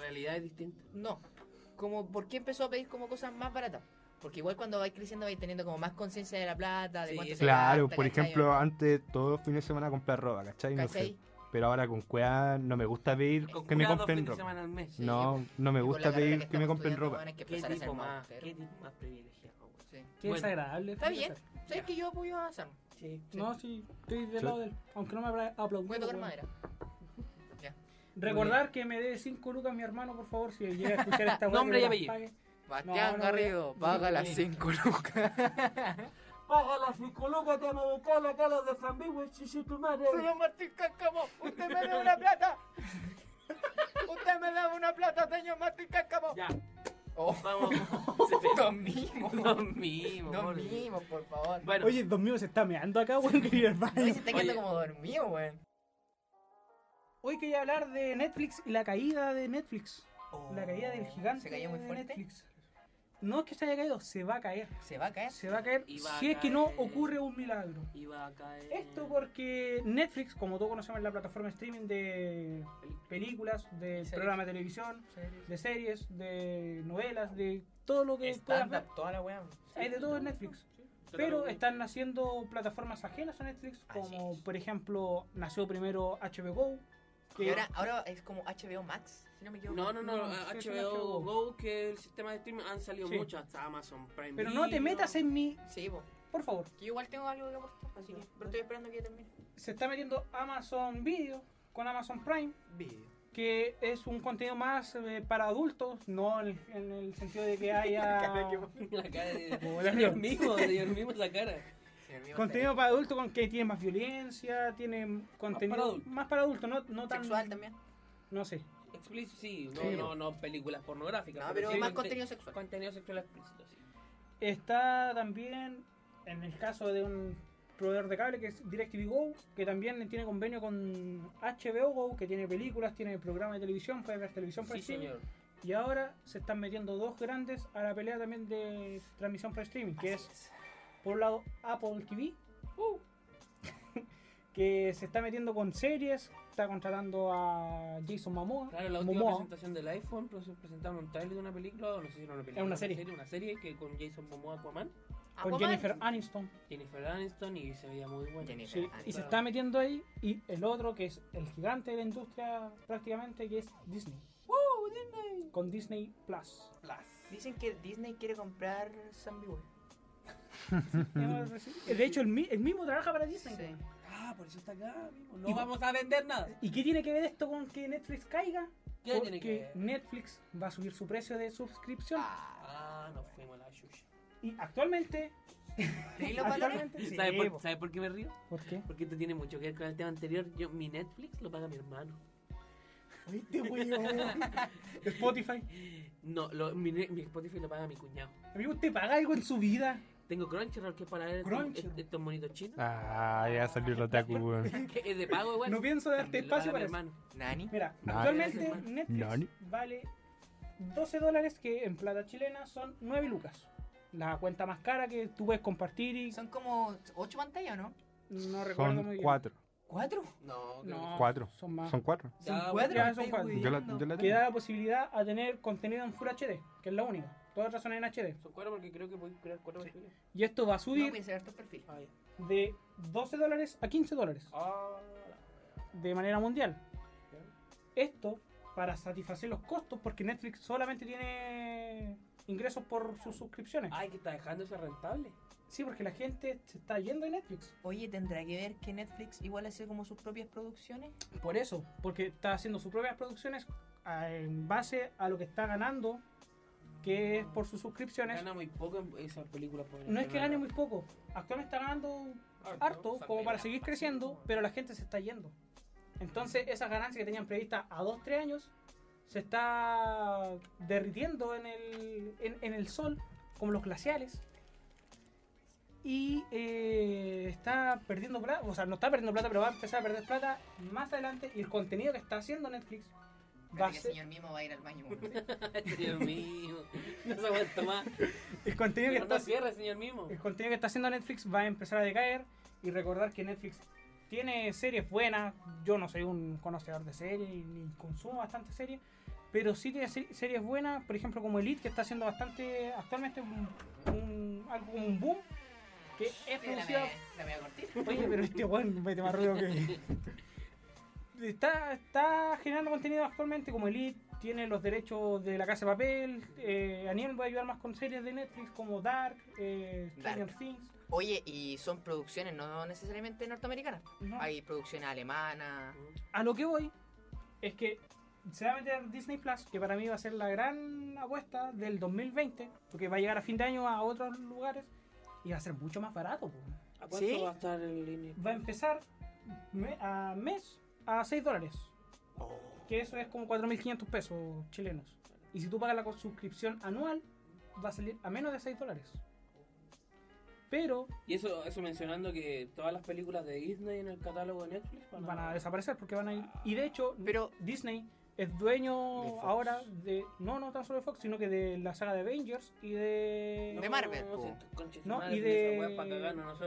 A: Realidad es distinta.
B: No, como por qué empezó a pedir como cosas más baratas. Porque igual cuando vais creciendo vais teniendo como más conciencia de la plata, de
A: Sí,
B: cuánto se
D: Claro,
B: gasta,
D: por
B: ¿cachai?
D: ejemplo, antes todos los fines de semana comprar ropa, ¿cachai? No
B: ¿Cachai?
D: sé. Pero ahora con cuea no me gusta pedir
A: Con
D: que me
A: cura dos
D: compren
A: fines de
D: ropa.
A: semana al mes.
B: Sí,
D: No, no me
B: Y con la
D: gusta
B: carrera
D: pedir que me
B: estamos
D: compren
B: estudiando,
D: ropa.
B: van a que
A: ¿Qué
B: empezar a hacer
A: tipo,
B: más,
A: más,
B: pero-
A: qué tipo más privilegiado, güey.
B: Sí.
C: Qué
A: Bueno.
C: desagradable.
B: Está bien.
C: desagradable.
B: ¿Sabes que yo apoyo a Sam?
A: Sí, sí.
C: No, sí, estoy del
D: Sí.
C: lado del. Aunque no me habrá aplaudido.
B: Voy a tocar
C: weón.
B: madera.
C: Recordar que me debe 5 lucas mi hermano, por favor, si llega a escuchar esta weá,
A: Nombre
C: que
A: y
C: me las
A: apellido.
C: pague.
B: Bastián
C: No, no,
B: Garrido,
C: no,
B: paga
C: no,
B: las
A: no.
B: 5 lucas.
A: Paga la psicóloga, te abocar la cara de Frambigo, el chichi tu madre.
B: Señor Martín Cárcamo, usted me da una plata. Usted me da una plata, señor Martín Cárcamo.
A: Ya,
B: Oh,
A: vamos.
B: dormimos.
A: Dormimos, dormimos.
B: Dormimos, por favor.
A: Bueno,
C: Oye, dos míos se está meando acá, weón, que ir al
B: No,
C: baño.
B: se está quedando
A: Oye.
B: como dormido, weón.
C: Hoy quería hablar de Netflix y la caída de Netflix. La caída del gigante.
B: Oh, Se cayó muy
C: de
B: fuerte.
C: Netflix. No es que se haya caído, se va a caer.
B: Se va a caer.
C: Se va a caer
A: Y
C: si
A: va a
C: es que no
A: caer.
C: ocurre un milagro.
A: iba a caer.
C: Esto porque Netflix, como todos conocemos, es la plataforma de streaming de películas, de
B: Series.
C: programas de televisión, de series, de novelas, de todo lo que puedas ver.
B: Stand-up, toda la weón.
C: Hay de todo en Netflix. Pero están naciendo plataformas ajenas a Netflix,
B: Así
C: como
B: es.
C: por ejemplo nació primero HBO Go.
B: Y ahora, ahora es como HBO Max, si no me equivoco.
A: No, no, no,
C: No,
A: a-
C: sí, sí,
A: HBO
C: HBO.
A: Go, que el sistema de streaming han salido
C: Sí.
A: mucho, hasta Amazon Prime.
C: Pero no te
A: Video.
C: metas en mi,
B: Sí, po.
C: por favor.
B: Que yo igual tengo algo que aportar, así que. Pero estoy esperando que ya termine.
C: Se está metiendo Amazon Video con Amazon Prime,
A: Video.
C: que es un contenido más eh, para adultos, no en, en el sentido de que haya
A: La cara de.
C: Como la-
A: Dios mío, Dios mío, la cara.
C: contenido para adultos con que tiene más violencia, tiene contenido más para
A: adultos.
C: adultos, no, no tan
B: Sexual también.
C: No sé.
A: Explícito, sí, no,
B: Sí.
A: no, no películas pornográficas.
B: No, pero
A: sí
B: más
A: conte-
B: contenido sexual.
A: Contenido sexual explícito, sí.
C: Está también en el caso de un proveedor de cable que es DirecTV Go, que también tiene convenio con HBO Go, que tiene películas, tiene programa de televisión, puede ver televisión por
A: Sí,
C: streaming.
A: señor.
C: Y ahora se están metiendo dos grandes a la pelea también de transmisión por streaming, que es,
B: Así es.
C: por un lado Apple TV, que se está metiendo con series, está contratando a Jason Momoa.
A: Claro, la última
C: Momoa.
A: presentación del iPhone pues, presentaron un trailer de una película, o no sé si era una película.
C: Era una serie.
A: Una serie que con Jason Momoa Aquaman,
C: con
B: Aquaman.
C: Jennifer Aniston.
A: Jennifer Aniston y se veía muy buena.
B: Jennifer
E: Eh,
C: Sí, y
B: Aniston.
C: se está metiendo ahí. Y el otro, que es el gigante de la industria prácticamente, que es Disney. Con Disney Plus.
B: Dicen que Disney quiere comprar Zombie World.
C: De hecho, el, mi- el mismo trabaja para Disney.
B: Sí.
C: weón.
A: Ah, por eso está acá, mismo.
C: Y-
A: No vamos a vender nada.
C: ¿Y qué tiene que ver esto con que Netflix caiga?
A: ¿Qué
C: Porque
A: tiene que ver?
C: Netflix va a subir su precio de suscripción.
A: Ah, nos fuimos a la chucha.
C: Y actualmente.
B: ¿Leí los valores?
C: actualmente-
A: ¿Sabes
C: Sí,
A: por,
C: po.
A: sabe por qué me río?
C: ¿Por qué?
A: Porque esto tiene mucho que ver con el tema anterior. Yo, mi Netflix lo paga mi hermano.
C: ¿Viste, weón? Spotify.
A: No, lo- mi, ne- mi Spotify lo paga mi cuñado.
C: Amigo, ¿usted paga algo en su vida?
A: Tengo Crunchyroll que es para ver
C: Crunchyroll.
A: estos- estos monitos chinos.
D: Ah, ya salió el otaku, weón.
A: Que es de pago igual.
C: No pienso darte
A: También lo paga
C: espacio
A: mi
C: para eso.
A: hermano.
B: Nani.
C: Mira,
D: Nani.
C: actualmente Netflix
D: Nani.
C: vale 12 dólares, que en plata chilena son 9 lucas. La cuenta más cara que tú puedes compartir y
B: Son como ocho pantallas, ¿no?
C: no recuerdo muy
D: Son
C: bien.
D: cuatro.
B: ¿Cuatro?
A: No, creo
C: No,
D: Cuatro.
C: Son más.
D: Son cuatro.
A: que-
B: ¿Son
A: Ya,
B: cuatro?
C: ya son cuatro.
D: Yo la, yo la
C: Que da
D: tengo.
C: la posibilidad a tener contenido en Full HD, que es la única. Todas otras son en HD.
A: Son cuatro porque creo que podéis crear cuatro perfiles.
C: Y esto va a
B: No,
C: subir
B: pueden ser tu perfil.
A: Ah, ya.
C: de 12 dólares a 15 dólares
A: Ah,
C: de manera mundial.
A: Ya.
C: Esto para satisfacer los costos, porque Netflix solamente tiene ingresos por sus suscripciones.
A: Ay, que está dejando eso rentable.
C: Sí, porque la gente se está yendo de Netflix.
B: Oye, ¿tendrá que ver que Netflix igual hace como sus propias producciones?
C: Por eso, porque está haciendo sus propias producciones a- en base a lo que está ganando, que es por sus suscripciones.
A: Gana muy poco en esas películas. Ah, por
C: No es que
A: ejemplo,
C: gane muy poco, actualmente está ganando harto como para seguir creciendo, pero la gente se está yendo. Entonces esas ganancias que tenían previstas a 2-3 años se está derritiendo en el, en, en el sol, como los glaciales. Y eh, está perdiendo plata, o sea, no está perdiendo plata, pero va a empezar a perder plata más adelante. Y el contenido que está haciendo Netflix va
B: Espérate
C: a
B: que el
C: ser.
B: señor mismo va a ir al baño. weón.
A: Señor mío. No se aguanta más.
C: El contenido que
A: No
C: está
A: cierre, señor mismo.
C: el contenido que está haciendo Netflix va a empezar a decaer y recordar que Netflix Tiene series buenas. Yo no soy un conocedor de series ni consumo bastante series. Pero sí tiene se- series buenas, por ejemplo como Elite, que está haciendo bastante actualmente un, un- algo como un boom, que es
B: Sí, la
C: producida
B: media, la media cortita.
C: Oye, pero este weón mete más ruido que. Está, está generando contenido actualmente como Elite, tiene los derechos de La Casa de Papel. Eh, Aniel va a ayudar más con series de Netflix como Dark, eh, Stranger
E: Dark.
C: Things.
E: Oye, y son producciones no necesariamente norteamericanas.
C: ¿no?
E: Hay producciones alemanas.
C: A lo que voy es que se va a meter Disney Plus, que para mí va a ser la gran apuesta del 2020, porque va a llegar a fin de año a otros lugares y va a ser mucho más barato. po.
A: ¿A cuánto
E: ¿Sí?
A: va a estar el línea?
C: va a empezar me- a mes a 6 dólares.
E: Oh.
C: Que eso es como 4.500 pesos chilenos. Y si tú pagas la co- suscripción anual, va a salir a menos de 6 dólares. Pero
A: Y eso, eso mencionando que todas las películas de Disney en el catálogo de Netflix
C: van a desaparecer porque van a ir... Y de hecho,
E: Pero
C: Disney es dueño
E: Ah. De Fox.
C: ahora de... No, no tan solo de Fox, sino que de la saga de Avengers y de...
E: De Marvel, po.
C: No,
A: No,
C: y
A: y
C: de- esta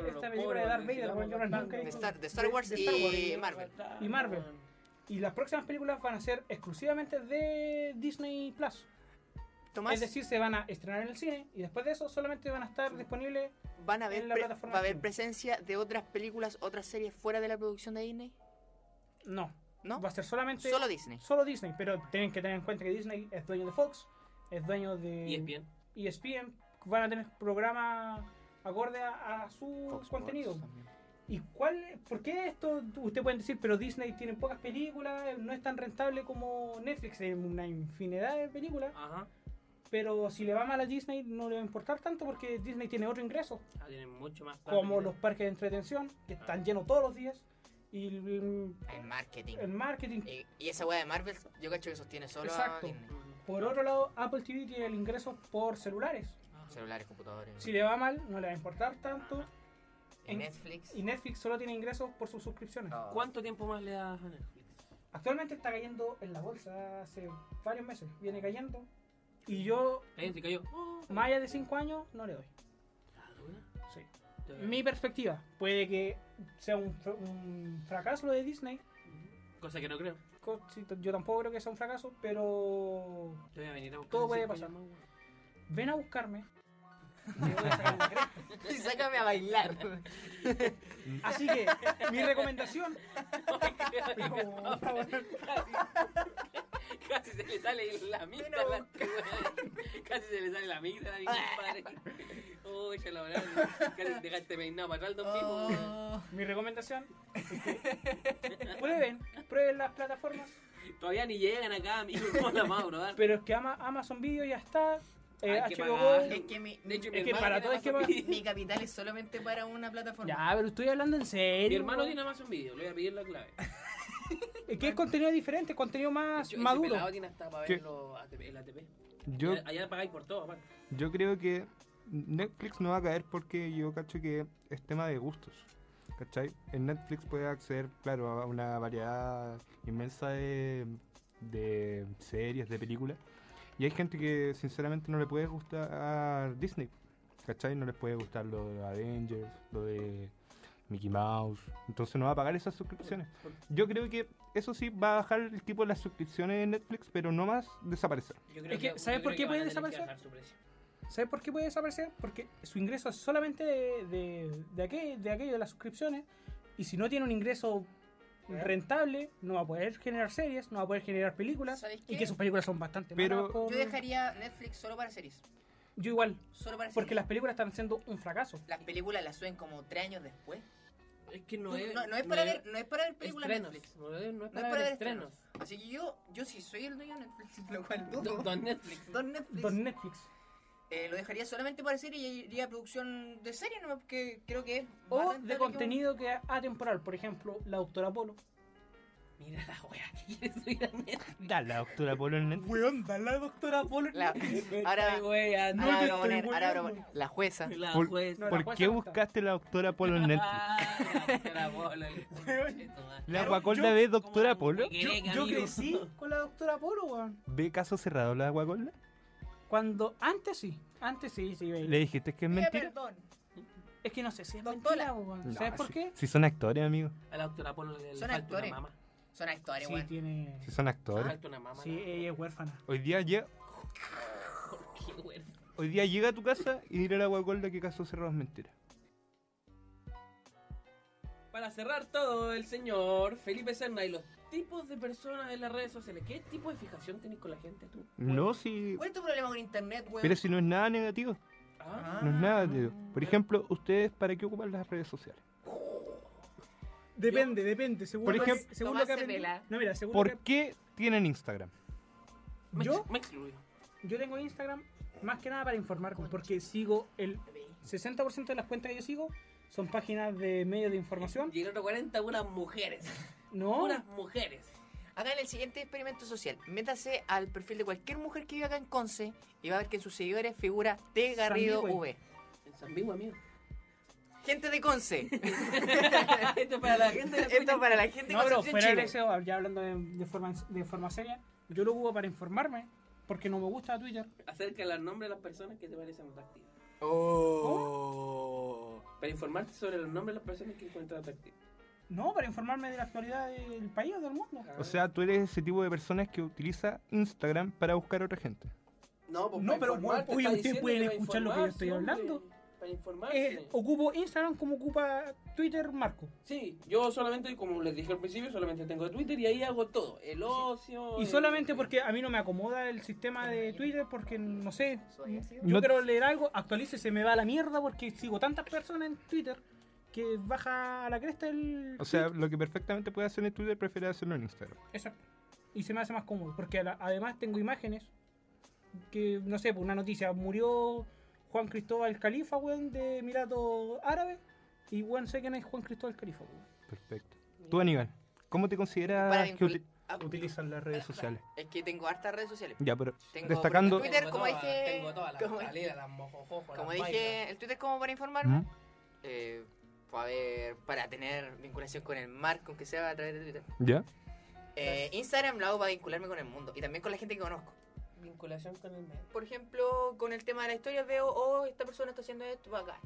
A: Esta
C: película de Darth Vader, weón, yo no la nunca he
E: de
C: visto.
E: Star, de Star
C: De-
E: Wars
C: de
E: y
C: Star Wars.
E: Marvel.
C: Y Marvel. Y las próximas películas van a ser exclusivamente de Disney Plus.
E: Tomás,
C: Es decir, se van a estrenar en el cine y después de eso solamente van a estar disponibles.
E: ¿van a
C: en
E: ver
C: la
E: pre-
C: plataforma
E: va a haber
C: Disney.
E: presencia de otras películas, otras series fuera de la producción de Disney?
C: No,
E: ¿No?
C: va a ser solamente
E: Solo Disney.
C: solo Disney, pero tienen que tener en cuenta que Disney es dueño de Fox, es dueño de
E: E
C: E
A: Y es bien.
C: ESPN, van a tener programas acorde a, a su contenido. ¿Y cuál? ¿Por qué esto? Ustedes pueden decir, pero Disney tiene pocas películas, no es tan rentable como Netflix, hay una infinidad de películas.
A: Ajá.
C: Pero si le va mal a Disney, no le va a importar tanto porque Disney tiene otro ingreso.
A: Ah, tienen mucho más plata
C: como
A: que-
C: los parques de entretención, que están llenos todos los días, y el,
E: El marketing.
C: el marketing.
E: Y, y esa weá de Marvel, yo cacho que sostiene solo
C: Exacto.
E: a Disney.
C: Por otro lado, Apple TV tiene el ingreso por celulares.
A: Ajá.
E: Celulares, computadores.
C: Si le va mal, no le va a importar tanto.
E: en Netflix.
C: Y Netflix solo tiene ingresos por sus suscripciones.
E: Oh.
A: ¿Cuánto tiempo más le das a Netflix?
C: Actualmente está cayendo en la bolsa hace varios meses. Viene cayendo. Y yo,
A: Cállense, cayó. Ah,
C: más allá de 5 años, no le doy. Sí.
A: Te-
C: Mi perspectiva. Puede que sea un, fr- un fracaso lo de Disney.
A: Cosa que no creo.
C: co- si t- Yo tampoco creo que sea un fracaso, pero
A: Te voy a venir a buscar.
C: Todo
A: en
C: puede
A: cinco
C: pasar.
A: años más,
C: ven a buscarme. Te voy a sacar la cresta.
E: Y sácame a bailar.
C: Así que mi recomendación,
A: weón. Casi se le sale la mierda Casi se le sale la mierda a mi compadre. Oh, ya la verdad. Casi dejaste peinado para atrás, don Pipo. weón.
C: mi recomendación, es que prueben, prueben las plataformas,
A: Todavía ni llegan acá, amigo. ¿Cómo la vamos a probar?
C: pero es que ama, Amazon Video ya está, eh,
A: Hay que
C: HBO
A: pagar.
C: Go,
B: Es que mi,
A: De hecho, mi
C: es que
A: hermano tiene
C: para todo es que
A: Amazon
C: va-
A: Video.
B: mi capital es solamente para una plataforma.
C: Ya, pero estoy hablando en serio.
A: Mi hermano
C: weón.
A: tiene Amazon Video, le voy a pedir la clave.
C: Es que es contenido diferente, contenido más
A: Yo- ese
C: maduro.
A: pelado tiene hasta para
D: ¿Qué?
A: ver los ATP, el ATP.
D: Yo,
A: Allá, allá pagáis por todo, aparte.
D: yo creo que Netflix no va a caer porque yo cacho que es tema de gustos. ¿Cachai? En Netflix puedes acceder, claro, a una variedad inmensa de, de series, de películas. Y hay gente que sinceramente no le puede gustar Disney. ¿Cachai? No les puede gustar lo de Avengers, lo de Mickey Mouse. Entonces no va a pagar esas suscripciones. Yo creo que eso sí va a bajar el tipo de las suscripciones de Netflix, pero no más desaparecer.
A: Yo
C: Es que, ¿sabes
A: yo
C: por
A: creo
C: qué
A: que van a
C: puede
A: tener que
C: desaparecer?
A: bajar su precio.
C: ¿Sabes por qué puede desaparecer? Porque su ingreso es solamente de, de, de aquel- de aquello de las suscripciones. Y si no tiene un ingreso rentable, no va a poder generar series, no va a poder generar películas.
B: ¿Sabes
C: Y
B: qué?
C: que sus películas son bastante
D: Pero-
C: malas por-
B: Yo dejaría Netflix solo para series.
C: Yo igual,
B: Solo para
C: porque las
B: series.
C: películas están siendo un fracaso.
B: las películas las suben como tres años después.
A: Es que
B: Tú-
A: no
B: No,
A: es,
B: no es para ver, no es para ver películas en
A: estrenos.
B: Netflix.
A: No es, no es
B: No
A: para ver estrenos.
B: Así que yo, yo sí soy el dueño de Netflix, lo cual dudo.
A: Don, don Netflix.
B: Don Netflix.
C: Don Netflix.
B: Eh, lo dejaría solamente para series y iría a producción de series, ¿no? porque creo que es más
C: O
B: rentable
C: de
B: que
C: contenido que es atemporal, por ejemplo, la doctora Polo.
A: Mira la wea que quieres subir a Netflix.
D: Dale, doctora Polo en Netflix.
C: Weón, la doctora Polo.
E: La- ahora,
A: Ay, wea,
C: No
E: ahora
C: te estoy
E: voy a poner- ahora voy a
C: hueveando.
E: poner la jueza.
A: La
D: Por-
A: jueza.
C: No, la
D: ¿Por
C: jueza
D: qué
C: no está.
D: buscaste la doctora Polo en Netflix?
A: Ah, doctora Polo, el concheto, madre.
D: ¿La
C: Yo-
D: guacolda
C: yo-
D: ve doctora Polo?
C: Yo,
A: Greg,
C: yo
A: amigo.
C: crecí con la doctora Polo, weón.
D: ¿Ve caso cerrado la guacolda?
C: Cuando antes sí, antes sí, sí, veía.
D: ¿Le dijiste que es
B: Pida
D: mentira?
B: perdón.
C: Es que no sé si es mentira,
E: Tontola.
C: weón.
D: No,
C: ¿Sabes por
D: si-
C: qué?
D: Si son actores, amigo.
A: A la doctora Polo le, le
E: Son
A: falta
E: actores.
A: una mamá.
E: Son actores,
C: Sí,
E: weón.
C: tiene...
D: Si son
A: Le
D: actores.
A: falta una mamá.
C: Sí, ella es huérfana.
D: Hoy día, lle-
A: Qué bueno.
D: hoy día llega a tu casa y dile a la guacolda que casó cerrados mentiras.
A: Para cerrar todo, el señor Felipe Serna y los tipos de personas en las redes sociales. ¿Qué tipo de fijación tenés con la gente tú?
D: No, si.
E: ¿Cuál es tu problema con internet, weón?
D: Pero si no es nada negativo.
A: Ah,
D: No es nada negativo. Por ejemplo, ¿ustedes para qué ocupan las redes sociales?
C: Depende, depende. Según,
D: Por
C: lo que-
D: ejemplo-
C: según
E: Tomás
C: lo que aprendí-
E: Cepela.
C: No, mira, según
D: ¿Por
C: lo que...
D: qué tienen Instagram?
A: me,
C: ¿Yo?
A: me excluyo.
C: Yo tengo Instagram más que nada para informarme, porque sigo el 60% de las cuentas que yo sigo son páginas de medios de información.
A: Y el otro 40, unas mujeres.
C: No,
A: Unas mujeres.
E: Hagan el siguiente experimento social. Métase al perfil de cualquier mujer que viva acá en Conce y va a ver que en sus seguidores figura T. Garrido
C: San Miguel.
E: V.
A: En San Vigo, amigo.
E: Gente de Conce.
A: Esto es para la gente. de
E: Esto para la gente
C: no,
E: de
C: pero
E: Concepción,
C: fuera de
E: Chile.
C: eso, ya hablando de, de forma, de forma seria, yo lo uso para informarme, porque no me gusta Twitter.
A: Acerca los nombres de las personas que te parecen atractivas.
E: Oh.
A: Para informarte sobre los nombres de las personas que encuentras atractivas.
C: No, para informarme de la actualidad del país o del mundo.
A: Ah.
D: O sea, tú eres ese tipo de personas que utiliza Instagram para buscar a otra gente.
A: No, pues,
C: No,
A: para
C: pero,
A: informarte, está
C: bueno, oye, ustedes
A: diciendo
C: pueden
A: que para
C: escuchar lo que yo estoy
A: informarse,
C: hablando.
A: hombre, Para informarse.
C: Eh, ocupo Instagram como ocupa Twitter Marco.
A: Sí, yo solamente, como les dije al principio, solamente tengo Twitter y ahí hago todo. El ocio.
C: Y
A: el-
C: solamente porque a mí no me acomoda el sistema de Twitter, porque no sé, yo
D: No-
C: quiero leer algo, actualice, se me va a la mierda porque sigo tantas personas en Twitter que baja a la cresta el...
D: O sea,
C: tweet.
D: lo que perfectamente puede hacer en Twitter, prefiere hacerlo en Instagram.
C: Exacto. Y se me hace más cómodo, porque a la- además tengo imágenes que, no sé, por una noticia, murió Juan Cristóbal Califa, weón, de Emirato Árabe, y weón, sé quién es Juan Cristóbal Califa, weón.
D: Perfecto. Tú, Aníbal, ¿cómo te
E: Para
D: consideras que
E: vincul-
D: uti-
E: Ah,
D: utilizan las redes sociales?
E: Es que tengo hartas redes sociales.
D: Ya, pero
E: Tengo
D: destacando...
E: Twitter,
A: Tengo
E: como
A: todas,
E: dije-
A: Tengo todas las
E: como-
A: salidas, las mojojojos,
E: Como
A: las bailas.
E: dije, el Twitter como para informarme.
D: ¿Mm?
E: eh, para ver, para tener vinculación con el marco, aunque sea a través de Twitter.
D: ¿Ya?
E: Eh, Instagram lo hago para vincularme con el mundo y también con la gente que conozco.
A: Vinculación con el medio.
E: Por ejemplo, con el tema de la historia veo, oh, esta persona está haciendo esto, va acá.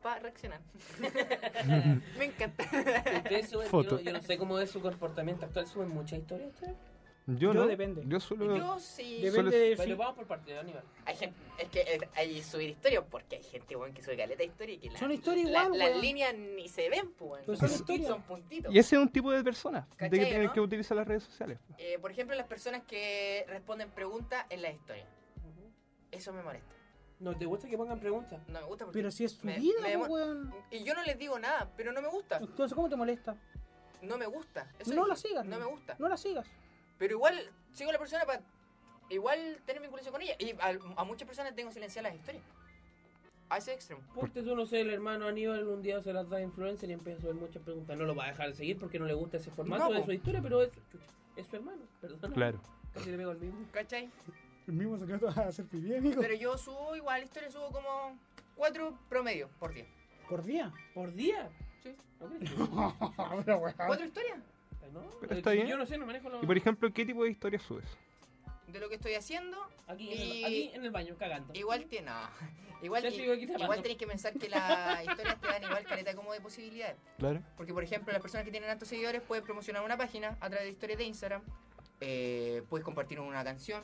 E: Para reaccionar. Me encanta.
A: Ustedes suben-
D: Foto.
A: Yo, no- yo no sé cómo es su comportamiento actual, suben muchas historias ustedes?
D: Yo,
C: Yo
D: no.
C: depende.
D: Yo solo...
E: Yo sí.
D: Solo
C: Depende de
A: Pero
C: si-
A: vamos por partida, Aníbal.
E: Hay gente, es que eh, hay subir historias porque hay gente weón, que sube caleta de historia y que la-
C: Son historias
E: la-
C: igual,
E: las
C: weón.
E: líneas ni se ven, pues. weón.
C: Pero son
E: Son-
C: historias.
E: Son puntitos.
D: Y ese es un tipo de persona de que,
E: ¿Cachai,
D: tiene
E: no?
D: que utilizar las redes sociales.
E: Eh, por ejemplo, las personas que responden preguntas en las historias. Eso me molesta.
A: ¿No te gusta que pongan preguntas?
E: No me gusta porque.
C: Pero si es su
E: me-
C: vida,
E: me
C: po,
E: demo-
C: weón.
E: Y yo no les digo nada, pero no me gusta.
C: Entonces, ¿cómo te molesta?
E: No me gusta. Eso
C: No
E: dije,
C: la sigas,
E: No me gusta.
C: No la sigas.
E: Pero igual sigo a la persona para igual tener vinculación con ella. Y a, a muchas personas tengo silenciadas las historias. A ese extremo.
A: Porque tú no sé, el hermano Aníbal un día se las da influencer y empieza a subir muchas preguntas. No lo va a dejar de seguir porque no le gusta ese formato
E: No,
A: de
E: po.
A: su historia, pero es, chucha, es su hermano, perdón.
D: Claro.
A: Casi le pego al mismo.
E: ¿Cachai?
C: El mismo secreto a hacer pipí, amigo.
E: Pero yo subo igual historias, subo como cuatro promedio por día.
C: Por día.
A: ¿Por día?
E: Sí.
A: ¿No crees que sí?
C: Pero,
A: Ah.
C: weón.
E: ¿Cuatro historias?
A: Ay, no,
D: Pero
A: eh,
D: está bien.
A: Yo no sé, no manejo los...
D: Y por ejemplo, ¿qué tipo de historias subes?
E: De lo que estoy haciendo,
A: aquí, en el,
E: y-
A: aquí en el baño, cagando.
E: igual tiene. No. Igual,
A: Ya
E: y-
A: sigo aquí tapando.
E: igual tenés que pensar que las historias te dan igual caleta como de posibilidades.
D: Claro.
E: Porque, por ejemplo, las personas que tienen altos seguidores pueden promocionar una página a través de historias de Instagram. eh, puedes compartir una canción.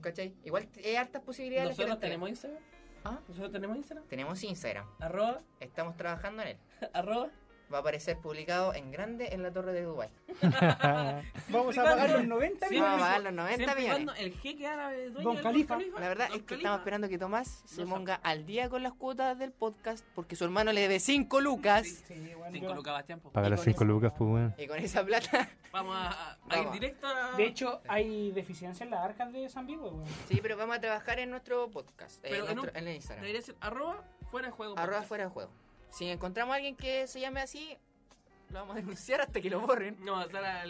E: ¿Cachai? Igual t- hay hartas posibilidades. las que
A: Nosotros
E: te
A: tenemos Instagram.
E: ¿Ah?
A: Nosotros tenemos Instagram.
E: entregan. Tenemos Instagram.
A: Arroba,
E: Estamos trabajando en él.
A: arroba.
E: Va a aparecer publicado en grande en la torre de Dubai.
C: Vamos a
A: Siempre
C: pagar
A: cuando-
C: los 90
A: Sí, Luis,
E: Vamos a
C: millones.
E: pagar los 90
A: Siempre y
E: millones.
A: cuando el jeque árabe dueño
C: Don
A: del
C: Khalifa.
A: Burj
E: La verdad
A: Don
E: es que
A: Khalifa.
E: estamos esperando que Tomás se
A: No
E: ponga al día con las cuotas del podcast porque su hermano le debe 5 lucas.
A: Sí,
C: Sí, weón,
A: Cinco
C: yo-
A: lucas, Bastián, po.
D: Paga las 5 lucas, pues bueno.
E: Y con esa plata.
A: Vamos a, a- a
E: Vamos.
A: ir directo a...
C: De hecho, hay deficiencia en las arcas de San Vivo, weón.
E: Sí, pero vamos a trabajar en nuestro podcast. eh,
A: Pero en
E: en, nuestro-
A: un-
E: en el Instagram.
A: debería ser arroba fuera de juego.
E: Arroba
A: podcast.
E: fuera de juego. Si encontramos a alguien que se llame así, lo vamos a denunciar hasta que lo borren.
A: No, va a estar al,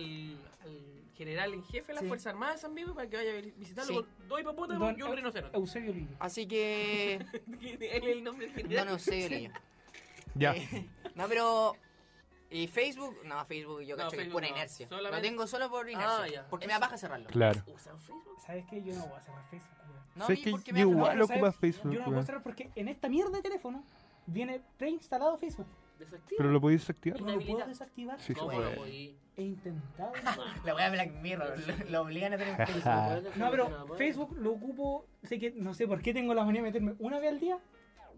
A: al general en jefe de las
E: Sí.
A: Fuerzas Armadas de San Vivo para que vaya a vi- visitarlo
E: Sí.
A: con dos hipopótamos
C: Don
A: y un
C: Eu-
A: rinoceronte.
C: Eusebio Lillo.
E: Así que.
A: Él es el nombre del
E: No,
A: general.
E: no sé, niño.
D: Ya.
E: Eh, no, pero. ¿Y Facebook? No, Facebook yo
A: No,
E: cacho que es
A: Facebook
E: pura
A: no,
E: inercia.
A: solamente-
E: Lo tengo solo por inercia.
A: Ah, ya.
E: Porque me apaga cerrarlo.
D: Claro.
A: ¿Usan Facebook?
C: ¿Sabes qué? Yo no voy a cerrar Facebook, weón.
E: No,
D: Sé
E: y
D: que
E: porque
D: yo
E: me da
C: No,
D: igual
E: flojera.
C: pero
D: ocupa
C: ¿sabes?
D: Facebook,
C: Yo no lo
D: weón.
C: puedo cerrar porque en esta mierda de teléfono viene preinstalado Facebook.
A: Desactiva.
D: Pero lo podéis desactivar.
C: No lo puedo
A: Inhabilita.
C: desactivar. e
D: Sí, se
A: ¿Cómo lo
D: puede.
A: podí?
C: He intentado.
B: La wea Black Mirror, lo, lo obligan a tener Facebook.
D: Ah.
C: No, pero Facebook lo ocupo. Sé que no sé por qué tengo la manía de meterme una vez al día.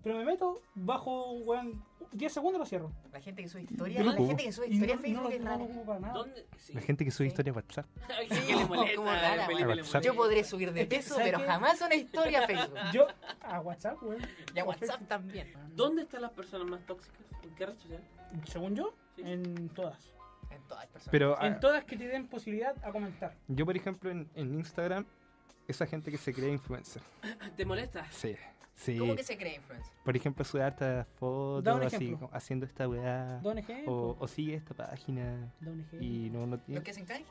C: Pero me meto, bajo, weón, 10 segundos lo cierro.
B: La gente que sube historia,
D: Yo lo
B: la
D: ocupo.
B: gente que sube
C: Y
B: historia en
C: no, no,
B: Facebook
C: lo-
B: es
C: no lo
B: rara.
C: ocupo para nada.
A: ¿Dónde? Sí.
D: La gente que sube
B: Sí.
D: historia en WhatsApp.
A: Ay, sí, que le molesta,
B: Como rara,
A: Felipe
D: weón.
A: le
D: WhatsApp.
A: molesta.
B: Yo podré subir de
C: Es que,
B: peso,
C: ¿sabes
B: pero
C: qué?
B: jamás una historia a Facebook.
C: Yo, a WhatsApp, weón.
B: Y a WhatsApp también.
A: ¿Dónde están las personas más tóxicas? ¿En qué red social?
C: Según yo,
A: Sí.
C: en todas.
B: En todas las personas.
D: Pero ah,
C: En todas que te den posibilidad a comentar.
D: yo, por ejemplo, en, en Instagram, esa gente que se cree influencer.
A: ¿Te molesta?
D: Sí. Sí.
C: eh,
B: ¿Cómo que se cree influencer?
D: Por ejemplo, sube hartas
C: Da un
D: fotos, así,
C: ejemplo.
D: como haciendo esta weá.
C: Da un ejemplo.
D: O, o sigue esta página.
C: Da un ejemplo.
D: Oh. Y no, no tiene.
B: ¿Los que se encanje?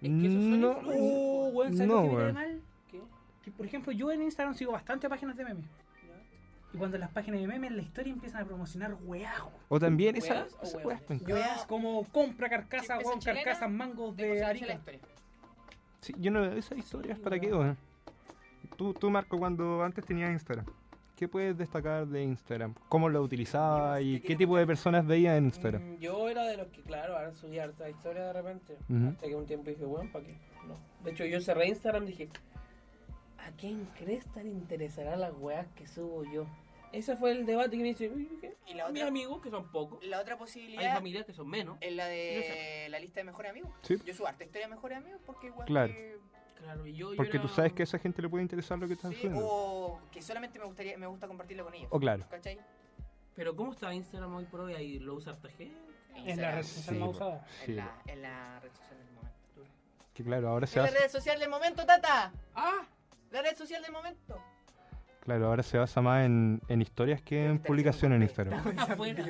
A: Es que esos son
D: no,
A: influencers.
C: Uh, weón, ¿sabes
D: No,
C: lo que me cae
D: weón.
C: mal?
A: ¿Qué?
C: Que, por ejemplo, yo en Instagram sigo bastante páginas de memes.
A: ¿Ya?
C: Y cuando las páginas de memes en la historia empiezan a promocionar weas, weón.
D: o también esa.
A: ¿Weas o
D: esa
A: weones?
D: weá me encanta.
C: Weas como compra carcasa,
B: Sí,
C: weón,
B: empresa Ah. chilena,
C: carcasas, mangos
B: Tengo
C: de
B: que hacer la
C: Arica.
B: historia.
D: Sí, yo no veo esas historias. ¿Para qué, weón? Tú, tú, Marco, cuando antes tenías Instagram, ¿qué puedes destacar de Instagram? ¿Cómo lo utilizabas y qué tipo de personas veías en Instagram?
A: Mm, Yo era de los que, claro, ahora subía harta historia de repente.
D: Ujú.
A: Hasta que un tiempo dije, bueno, ¿para qué? No. De hecho, yo cerré Instagram y dije, ¿a quién crees tan interesará las weas que subo yo? Ese fue el debate que me hice. y dije,
B: ¿Y la
A: Mis
B: otra?
A: amigos, que son pocos,
B: La otra
A: hay
B: posibilidad
A: familias que son menos.
B: es la
A: Yo
B: de la lista de mejores amigos.
D: Sí.
B: Yo subo harta historia de mejores amigos porque igual
D: Claro.
B: que...
A: Claro, y yo, yo
D: Porque
A: era-
D: tú sabes que a esa gente le puede interesar lo que estás
B: Sí,
E: oh,
D: haciendo.
B: o que solamente me gustaría me gusta compartirlo con ellos.
D: O Oh, claro.
B: ¿Cachai?
A: Pero ¿cómo está Instagram hoy por hoy? Ahí lo usa harta gente.
C: En la red social
D: Sí,
C: más
D: po.
C: usada.
D: Sí,
B: En la, en la red social del momento.
D: Que claro, ahora se
B: En la
D: basa,
B: red social del momento, Tata.
A: ¡Ah!
B: La red social del momento.
D: claro, ahora se basa más en, en historias que en publicación en Instagram.
A: Afuera, afuera.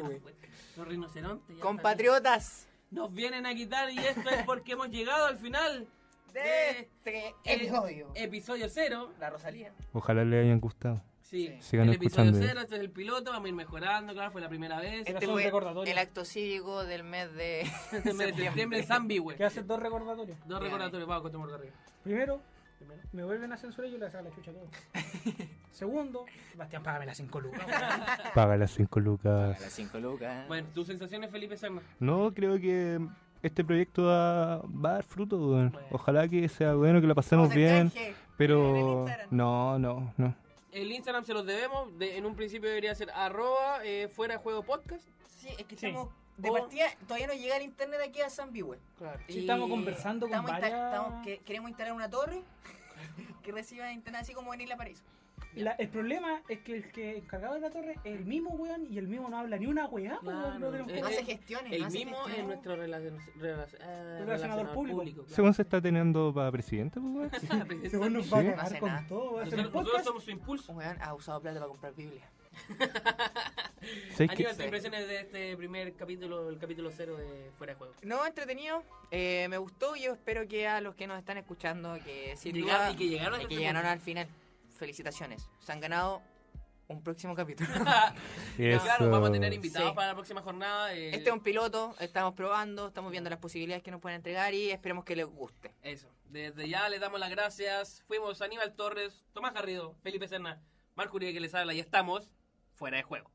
A: Los rinocerontes. ya
B: Compatriotas
A: están- Nos vienen a quitar y esto es porque hemos llegado al final.
B: de
A: De-
B: este episodio.
A: Episodio cero.
B: La Rosalía.
D: Ojalá le hayan gustado.
A: Sí.
B: Sí.
D: Sigan
A: el episodio
D: escuchando.
A: cero, este es el piloto, vamos a ir mejorando, claro, fue la primera vez.
C: Este
B: fue
C: un recordatorio.
B: El acto cívico del mes de
A: Este mes de septiembre en San Bihue.
C: Que hace dos recordatorios.
A: Dos recordatorios, vamos, contemos de arriba.
B: Ah.
C: Primero,
A: Primero.
C: me vuelven a censurar y yo le saco la chucha a todo. Segundo, Bastián, págame las 5 lucas. weón.
D: Paga las 5 lucas.
E: las 5 lucas.
A: Bueno, tus sensaciones, Felipe Serna.
D: No, creo que este proyecto va, va a dar fruto. weón.
A: Bueno.
D: Ojalá que sea bueno, que la pasemos
B: Vamos al
D: bien.
B: canje. en el
D: Pero
B: Instagram.
D: no, no, no.
A: El Instagram se los debemos. de- en un principio debería ser arroba eh, fuera de juego podcast.
B: Sí, es que
C: Sí.
B: estamos. De
A: O-
B: partida, todavía no llega el internet aquí a San Bihue.
A: Claro.
C: Sí, estamos conversando con
B: Estamos insta-
C: varias-
B: estamos- que- queremos instalar una torre que reciba internet así como en Isla Paraíso.
C: La- el problema es que el que encargado de la torre es el mismo weón y el mismo no habla ni una weá. pues, weón,
A: Claro.
C: no tenemos
A: Eh,
B: Ah, No
C: cómo-
B: hace gestiones.
A: El
B: no hace
A: mismo
B: gestiones.
A: es nuestro relacion- relac- ah,
C: Relacionador
A: relacionador
C: público.
A: público. claro. Ah,
D: Según se está teniendo para presidente, pues, weón.
A: La presidenta
C: Según nos
A: Sandini.
D: Sí.
C: va a cagar
B: No hace
C: con
B: nada.
C: todo. va a ser un
A: Nosotros, nosotros
C: podcast.
A: somos su impulso.
B: Un weón ha usado plata para comprar Biblia.
D: ¿Sabes qué?
A: Aníbal, tus impresiones de este primer capítulo, el capítulo cero de Fuera de Juego.
B: No, entretenido. Eh, me gustó y yo espero que a los que nos están escuchando, que sin
A: Llegar-
B: duda,
A: y que llegaron hasta
B: que
A: este
B: llegaron
A: punto.
B: al final. Felicitaciones. Se han ganado un próximo capítulo.
D: Eso.
A: Claro, vamos a tener invitados
B: Sí.
A: para la próxima jornada. eh,
B: este es un piloto, estamos probando, estamos viendo las posibilidades que nos pueden entregar y esperemos que les guste.
A: Eso. Desde ya les damos las gracias. Fuimos Aníbal Torres, Tomás Garrido, Felipe Serna, Marco Uribe que les habla y estamos fuera de juego.